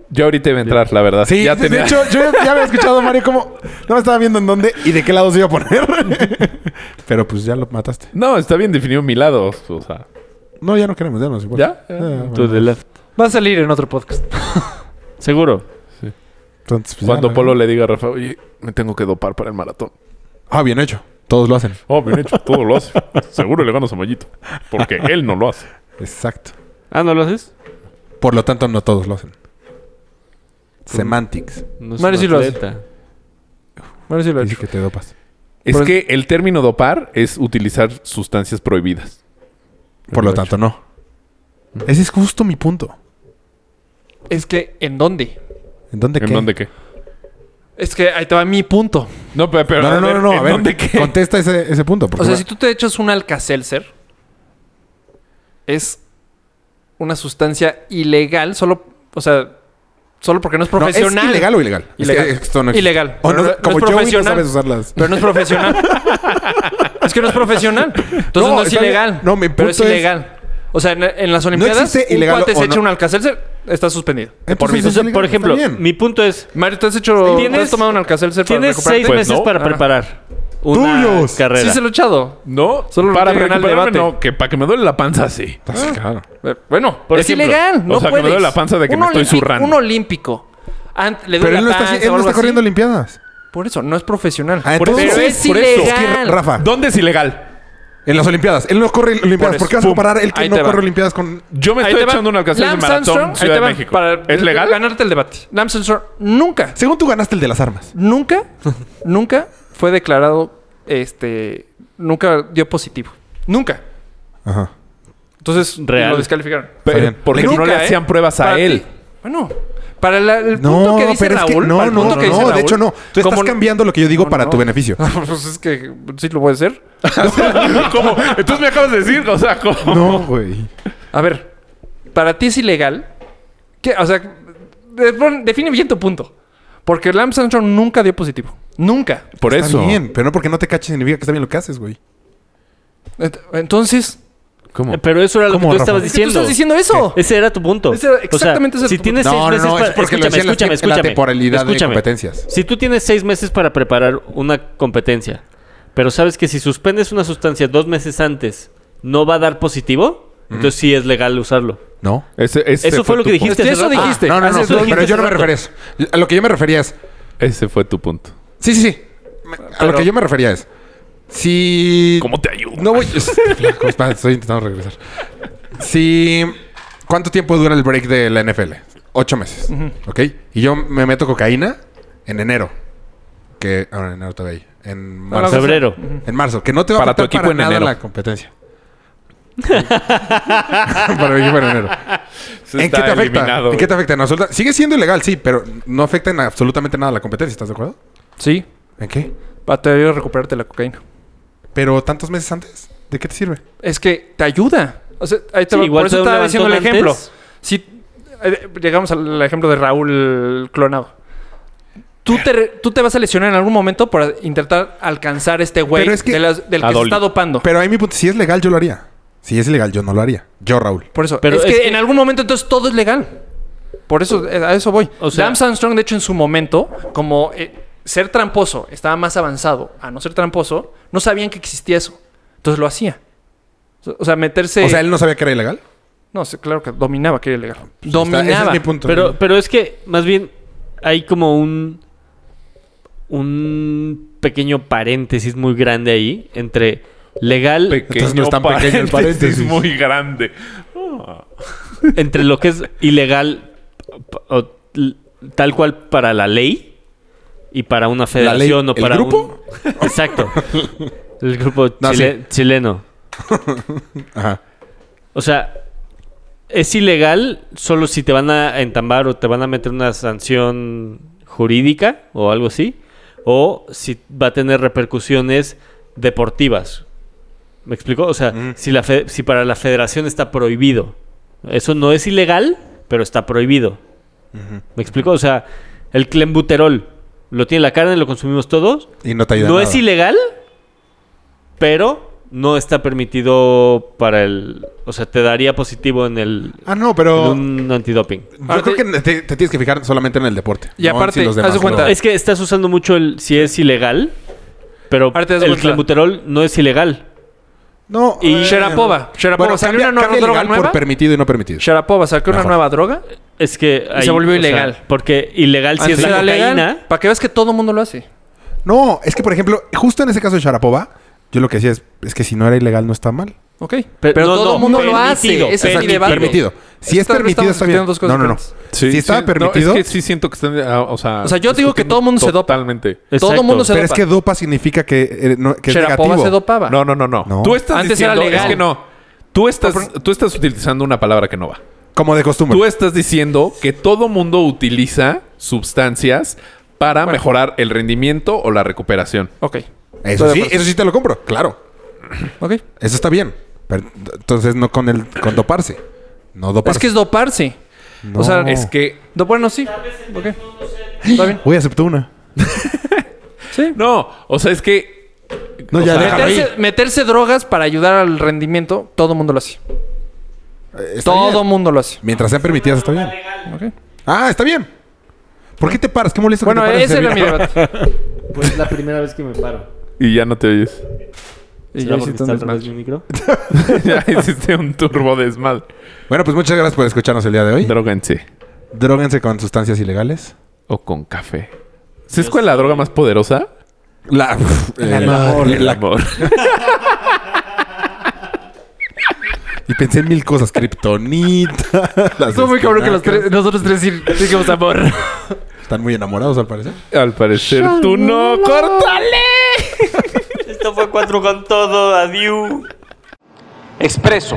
Speaker 5: Yo ahorita iba a entrar, la verdad.
Speaker 3: Sí,
Speaker 5: ya
Speaker 3: de
Speaker 5: tenía...
Speaker 3: hecho, yo ya había escuchado a Mario como... No me estaba viendo en dónde y de qué lado se iba a poner. Pero pues ya lo mataste.
Speaker 5: No, está bien definido mi lado. O sea,
Speaker 3: No, ya no queremos, ya no se puede.
Speaker 5: ¿ya?
Speaker 3: Ah, bueno.
Speaker 4: To the left.
Speaker 6: Va a salir en otro podcast.
Speaker 4: Seguro.
Speaker 3: Entonces, pues, ya,
Speaker 5: Cuando
Speaker 3: la
Speaker 5: Polo
Speaker 3: verga.
Speaker 5: le diga a Rafa, oye, me tengo que dopar para el maratón.
Speaker 3: Ah, bien hecho. Todos lo hacen.
Speaker 5: Oh, bien hecho, todo lo hace. Seguro le gano a Mayito. Porque él no lo hace.
Speaker 3: Exacto.
Speaker 4: Ah, ¿no lo haces?
Speaker 3: Por lo tanto, no todos lo hacen.
Speaker 5: Mm.
Speaker 3: Semantics.
Speaker 4: No
Speaker 6: Mario
Speaker 4: un
Speaker 6: sí lo hace.
Speaker 4: atleta.
Speaker 6: Bueno, sí lo he
Speaker 3: Dice
Speaker 6: hecho.
Speaker 3: que te dopas.
Speaker 5: Es
Speaker 6: Por-
Speaker 5: que el término dopar es utilizar sustancias prohibidas.
Speaker 3: Por lo tanto, no.
Speaker 5: Mm.
Speaker 3: Ese es justo mi punto.
Speaker 6: Es que, ¿en dónde?
Speaker 3: ¿En dónde
Speaker 5: ¿En
Speaker 3: qué?
Speaker 5: dónde qué?
Speaker 6: Es que ahí te va mi punto.
Speaker 5: No, pero... pero,
Speaker 3: No, no,
Speaker 5: a
Speaker 3: no,
Speaker 5: ver,
Speaker 3: no, no,
Speaker 5: ¿en
Speaker 3: A ver,
Speaker 5: dónde qué?
Speaker 3: contesta ese, ese punto. Porque
Speaker 6: O sea, si tú te echas un Alka-Seltzer, es una sustancia ilegal, solo, o sea, solo porque no es
Speaker 3: No, ¿Es
Speaker 6: profesional.
Speaker 3: ilegal o ilegal? Es
Speaker 6: Ilegal.
Speaker 3: que esto no existe.
Speaker 6: Ilegal.
Speaker 3: O
Speaker 6: Pero no-
Speaker 3: no,
Speaker 6: no
Speaker 3: como
Speaker 6: es
Speaker 3: yo no
Speaker 6: profesional. Mm.
Speaker 3: sabes usarlas.
Speaker 6: Pero no es profesional. es que no es profesional. Entonces no,
Speaker 3: No,
Speaker 6: es
Speaker 3: está bien.
Speaker 6: ilegal.
Speaker 3: No, mi
Speaker 6: pero es
Speaker 3: punto es-
Speaker 6: ilegal. O sea, en, en las Olimpiadas,
Speaker 3: existe
Speaker 6: un
Speaker 3: ilegal
Speaker 6: cuate
Speaker 3: o
Speaker 6: se echa
Speaker 3: no.
Speaker 6: un Alka-Seltzer, está suspendido.
Speaker 3: Entonces,
Speaker 6: por vida.
Speaker 3: es
Speaker 4: Entonces,
Speaker 3: ilegal,
Speaker 4: por
Speaker 3: está
Speaker 4: ejemplo,
Speaker 3: bien.
Speaker 4: mi punto es...
Speaker 6: Mario, ¿te has hecho...
Speaker 4: ¿Tienes-
Speaker 6: ¿te has tomado un Alka-Seltzer para
Speaker 4: Tienes
Speaker 6: recuperarte? Pues
Speaker 4: seis
Speaker 5: Pues
Speaker 4: meses
Speaker 5: no.
Speaker 4: para
Speaker 5: Ajá.
Speaker 4: preparar una
Speaker 3: ¡Tuyos!
Speaker 4: carrera.
Speaker 6: Sí se lo he echado.
Speaker 5: No,
Speaker 6: Solo no
Speaker 5: para
Speaker 6: tiene ganas de
Speaker 5: recuperarme
Speaker 6: debate.
Speaker 5: no. Que para que me duele la panza, sí.
Speaker 3: Estás- claro.
Speaker 6: Eh, Bueno,
Speaker 5: Por
Speaker 6: es
Speaker 5: ejemplo,
Speaker 6: ilegal. No
Speaker 5: o sea, que me
Speaker 6: puedes.
Speaker 5: duele la panza de que me estoy
Speaker 6: olímpico-
Speaker 5: zurrando.
Speaker 6: Un olímpico. Ant- le duele
Speaker 3: Pero él no
Speaker 6: la
Speaker 3: está,
Speaker 6: panza
Speaker 3: él
Speaker 6: o
Speaker 3: no
Speaker 6: algo
Speaker 3: está corriendo
Speaker 6: así.
Speaker 3: olimpiadas.
Speaker 6: Por eso, no es profesional.
Speaker 3: Ah,
Speaker 5: Por eso-
Speaker 3: entonces...
Speaker 6: Pero es
Speaker 5: por eso.
Speaker 3: Es que,
Speaker 6: ilegal.
Speaker 3: Rafa,
Speaker 5: ¿Dónde es ilegal?
Speaker 3: en las olimpiadas. Él no corre olimpiadas.
Speaker 6: Por
Speaker 3: ¿Por
Speaker 6: eso.
Speaker 3: qué vas a comparar él
Speaker 6: Ahí
Speaker 3: que no
Speaker 6: te va.
Speaker 3: corre olimpiadas con...?
Speaker 5: Yo me
Speaker 6: Ahí
Speaker 5: estoy
Speaker 6: te va.
Speaker 5: echando un alcance de
Speaker 6: Lance
Speaker 5: maratón
Speaker 6: Armstrong,
Speaker 5: Ciudad
Speaker 6: ahí
Speaker 5: de
Speaker 6: te va,
Speaker 5: México.
Speaker 6: para
Speaker 5: ¿Es legal?
Speaker 6: Ganarte el debate. Lance Armstrong nunca,
Speaker 3: Según tú ganaste el de las armas.
Speaker 6: nunca, nunca fue declarado, este, nunca dio positivo. Nunca.
Speaker 3: Ajá.
Speaker 6: Entonces
Speaker 4: Real.
Speaker 6: lo descalificaron.
Speaker 5: Pero-
Speaker 3: Está bien.
Speaker 5: porque no
Speaker 6: Nunca,
Speaker 5: le
Speaker 6: ¿eh?
Speaker 5: hacían pruebas a
Speaker 6: Para
Speaker 5: él.
Speaker 6: ti. Bueno, para la- el punto
Speaker 3: No,
Speaker 6: que dice
Speaker 3: pero es
Speaker 6: Raúl,
Speaker 3: que... No,
Speaker 6: para
Speaker 3: no,
Speaker 6: el punto
Speaker 3: no,
Speaker 6: que dice
Speaker 3: no, de
Speaker 6: Raúl,
Speaker 3: hecho no. Tú estás
Speaker 6: como-
Speaker 3: cambiando lo que yo digo
Speaker 6: No,
Speaker 3: para
Speaker 6: no.
Speaker 3: tu beneficio.
Speaker 6: pues es que sí lo voy a hacer.
Speaker 5: ¿Cómo? Entonces me acabas de decir, o sea, ¿cómo?
Speaker 3: No, güey.
Speaker 6: A ver, para ti es ilegal. ¿Qué? O sea, de- pon- define bien tu punto. Porque Lance Armstrong nunca dio positivo. Nunca.
Speaker 5: Por
Speaker 3: está
Speaker 5: eso.
Speaker 3: bien, pero no porque no te caches significa que está bien lo que haces, güey.
Speaker 6: Ent- Entonces,
Speaker 5: ¿Cómo?
Speaker 4: Eh, Pero eso era lo
Speaker 3: ¿Cómo,
Speaker 4: que tú
Speaker 3: Rafa?
Speaker 4: estabas
Speaker 6: es que tú
Speaker 4: diciendo.
Speaker 6: estás diciendo eso.
Speaker 4: Ese era tu punto.
Speaker 6: Ese era exactamente
Speaker 4: o sea,
Speaker 6: ese
Speaker 4: si
Speaker 6: tu punto.
Speaker 4: tienes seis
Speaker 3: No, no,
Speaker 4: meses
Speaker 3: no, es
Speaker 4: para...
Speaker 3: porque lo
Speaker 4: escúchame,
Speaker 3: decían las-
Speaker 4: escúchame,
Speaker 3: la
Speaker 4: escúchame.
Speaker 3: temporalidad de
Speaker 4: Escúchame.
Speaker 3: competencias.
Speaker 4: Si tú tienes seis meses para preparar una competencia, pero sabes que si suspendes una sustancia dos meses antes, no va a dar positivo, entonces sí es legal usarlo.
Speaker 3: No.
Speaker 5: Ese- ese
Speaker 4: Eso fue lo
Speaker 5: tu
Speaker 4: que dijiste.
Speaker 6: Eso
Speaker 4: hace rato.
Speaker 6: dijiste.
Speaker 3: No, no, no,
Speaker 4: Haces dos
Speaker 3: pero
Speaker 4: meses
Speaker 3: yo no me
Speaker 4: rato.
Speaker 3: refería a eso. A lo que yo me refería es.
Speaker 5: punto. Ese fue tu punto.
Speaker 3: Sí, sí, sí. Me- A lo que yo me refería es. Si.
Speaker 5: ¿Cómo te ayudo?
Speaker 3: No voy. Flaco, espera, Estoy intentando regresar. Si. ¿Cuánto tiempo dura el break de la NFL? Ocho meses. ¿Ok? Y yo me meto cocaína en enero. Que. Ahora en enero todavía hay. En
Speaker 4: En
Speaker 3: marzo.
Speaker 4: febrero.
Speaker 3: En marzo. Que no te va
Speaker 5: Para
Speaker 3: a afectar
Speaker 5: tu equipo
Speaker 3: para
Speaker 5: en
Speaker 3: nada
Speaker 5: enero.
Speaker 3: la competencia. para mi equipo en enero. ¿En qué te afecta? ¿En qué te afecta? ¿En absoluta- Sigue siendo ilegal, sí, pero no afecta en absolutamente nada la competencia, ¿estás de acuerdo?
Speaker 6: sí,
Speaker 3: ¿En qué?
Speaker 6: pa- te ayuda a recuperarte la cocaína.
Speaker 3: Pero tantos meses antes, ¿de qué te sirve?
Speaker 6: Es que te ayuda. O sea, ahí te
Speaker 4: Sí,
Speaker 6: va-
Speaker 4: igual
Speaker 6: por eso
Speaker 4: te da un
Speaker 6: estaba diciendo el
Speaker 4: levantón
Speaker 6: ejemplo.
Speaker 4: antes.
Speaker 6: Si eh, llegamos al ejemplo de Raúl clonado. Tú te, re- tú te vas a lesionar en algún momento para intentar alcanzar este güey
Speaker 3: Pero es que-
Speaker 6: de las- del que se
Speaker 5: Adoli.
Speaker 6: está dopando.
Speaker 3: Pero ahí mi punto, si es legal, yo lo haría. Si es ilegal, yo no lo haría. Yo, Raúl.
Speaker 6: Por eso.
Speaker 4: Pero
Speaker 6: es,
Speaker 4: es
Speaker 6: que,
Speaker 4: que-
Speaker 6: en algún momento entonces todo es legal. Por eso, eh, a eso voy.
Speaker 4: O sea-
Speaker 6: Lance Armstrong, de hecho, en su momento, como eh, ser tramposo estaba más avanzado a no ser tramposo, no sabían que existía eso. Entonces lo hacía. O sea, meterse.
Speaker 3: O sea, él no sabía que era ilegal. Pues,
Speaker 6: No, sí, claro que dominaba que era ilegal.
Speaker 3: Está-
Speaker 6: dominaba.
Speaker 3: ese es mi punto.
Speaker 4: Ah, Pero, pero es que más bien hay como un un pequeño paréntesis muy grande ahí entre legal
Speaker 5: Pequeño
Speaker 3: Entonces no es tan pequeño el
Speaker 5: paréntesis,
Speaker 3: paréntesis.
Speaker 5: muy grande.
Speaker 4: entre lo que es ilegal p- o l- tal cual para la ley y para una federación
Speaker 3: ley-
Speaker 4: o
Speaker 3: el
Speaker 4: para
Speaker 3: grupo?
Speaker 4: un- exacto el grupo
Speaker 3: No,
Speaker 4: chile- chileno
Speaker 3: Ajá.
Speaker 4: o sea es ilegal solo si te van a entambar o te van a meter una sanción jurídica o algo así o si va a tener repercusiones deportivas me explico o sea si la fe- si para la federación está prohibido eso no es ilegal pero está prohibido ¿Me explico? O sea, el clenbuterol lo tiene la carne, lo consumimos todos.
Speaker 3: Y no te ayuda.
Speaker 4: No
Speaker 3: en
Speaker 4: es
Speaker 3: nada.
Speaker 4: ilegal, pero no está permitido para el. O sea, te daría positivo en el.
Speaker 3: Ah, no, pero.
Speaker 4: en un antidoping.
Speaker 3: Yo creo que te, te tienes que fijar solamente en el deporte.
Speaker 6: Y
Speaker 3: no en
Speaker 6: aparte, haz de
Speaker 3: lo-
Speaker 6: cuenta-
Speaker 4: Es que estás usando mucho el si es ilegal, pero
Speaker 6: Ahora te das
Speaker 4: el
Speaker 6: cuenta.
Speaker 4: clenbuterol no es ilegal.
Speaker 3: No.
Speaker 6: Y
Speaker 3: eh,
Speaker 6: Sharapova. Sharapova
Speaker 3: Bueno,
Speaker 6: salió
Speaker 3: cambia,
Speaker 6: una nueva
Speaker 3: cambia
Speaker 6: droga
Speaker 3: ilegal
Speaker 6: nueva.
Speaker 3: por permitido y no permitido.
Speaker 6: Sharapova sacó una
Speaker 3: Mejor.
Speaker 6: nueva droga.
Speaker 4: Es que.
Speaker 6: se volvió ilegal.
Speaker 4: porque ilegal si es la
Speaker 6: Será
Speaker 4: cocaína.
Speaker 6: legal. Para que veas que todo el mundo lo hace.
Speaker 3: No, es que por ejemplo, justo en ese caso de Sharapova, yo lo que decía es, es que si no era ilegal no está mal.
Speaker 6: Ok. Pero,
Speaker 4: no,
Speaker 6: todo
Speaker 4: no,
Speaker 6: el mundo lo
Speaker 4: permitido,
Speaker 6: hace. Ese es mi
Speaker 4: permitido.
Speaker 6: debate.
Speaker 3: Permitido. Si es
Speaker 6: Esta vez
Speaker 3: permitido
Speaker 6: estamos
Speaker 3: está bien.
Speaker 6: discutiendo dos cosas
Speaker 3: No, no, no.
Speaker 6: diferentes.
Speaker 3: si estaba
Speaker 5: sí. No,
Speaker 3: permitido,
Speaker 5: es que sí siento que están... ah, o, sea,
Speaker 6: O sea, yo digo que todo mundo se dopa.
Speaker 5: Totalmente.
Speaker 6: Todo
Speaker 4: Exacto.
Speaker 6: el mundo se
Speaker 3: pero
Speaker 6: dopa.
Speaker 3: es que dopa significa que, eh, no- que es
Speaker 6: Sharapova
Speaker 3: negativo.
Speaker 6: se dopaba.
Speaker 5: No, no, no, no.
Speaker 3: No.
Speaker 5: Tú estás
Speaker 6: Antes era
Speaker 5: diciendo...
Speaker 6: legal.
Speaker 5: Es que no. Tú estás, tú estás utilizando una palabra que no va.
Speaker 3: Como de costumbre.
Speaker 5: Tú estás diciendo que todo mundo utiliza sustancias para mejorar el rendimiento o la recuperación.
Speaker 6: Ok.
Speaker 3: Eso sí, eso sí te lo compro, claro.
Speaker 6: Ok.
Speaker 3: Eso está bien. Pero, entonces no con el con doparse. No doparse.
Speaker 6: Es que es doparse. O sea,
Speaker 3: No.
Speaker 5: Es que...
Speaker 6: do- bueno, sí. Ok. Está bien.
Speaker 3: Uy, aceptó una.
Speaker 6: Sí.
Speaker 5: No, o sea, es que...
Speaker 3: No,
Speaker 5: o
Speaker 3: ya
Speaker 5: sea,
Speaker 3: déjalo ahí.
Speaker 6: Meterse, meterse drogas para ayudar al rendimiento, todo el mundo lo hace.
Speaker 3: Está
Speaker 6: Todo el
Speaker 3: bien.
Speaker 6: mundo lo hace.
Speaker 3: Mientras sean permitidas está bien.
Speaker 6: Ok.
Speaker 3: Ah, está bien. ¿Por qué te paras? Qué molesto
Speaker 6: Bueno,
Speaker 3: que te pares
Speaker 6: ese
Speaker 3: de
Speaker 6: era mi
Speaker 3: servir.
Speaker 6: debate.
Speaker 4: Pues es la primera vez que me paro.
Speaker 5: Y ya no te oyes.
Speaker 6: Y yo
Speaker 4: ¿Será porque
Speaker 6: hice
Speaker 4: está
Speaker 6: un
Speaker 4: atrás
Speaker 6: desmadre.
Speaker 4: mi micro?
Speaker 5: ya hiciste un turbo desmadre.
Speaker 3: Bueno, pues muchas gracias por escucharnos el día de hoy.
Speaker 5: Dróganse.
Speaker 3: Dróguense con sustancias ilegales.
Speaker 5: O con café. ¿Sabes cuál es la droga más poderosa?
Speaker 3: La, eh,
Speaker 5: El
Speaker 3: la-
Speaker 5: amor.
Speaker 3: y pensé en mil cosas. Kryptonita. las
Speaker 6: Estuvo muy cabrón que los
Speaker 3: espinacas.
Speaker 6: tres, nosotros tres dir- dijimos amor.
Speaker 3: Están muy enamorados al parecer.
Speaker 5: Al parecer tú no, córtale.
Speaker 4: Esto fue cuatro con todo. Adiós.
Speaker 7: Expreso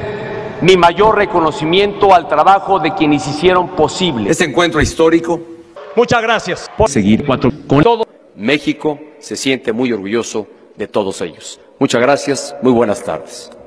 Speaker 7: mi mayor reconocimiento al trabajo de quienes hicieron posible
Speaker 8: Este encuentro histórico,
Speaker 7: Muchas gracias por
Speaker 8: seguir cuatro con
Speaker 7: todo. México se siente muy orgulloso de todos ellos. Muchas gracias, muy buenas tardes.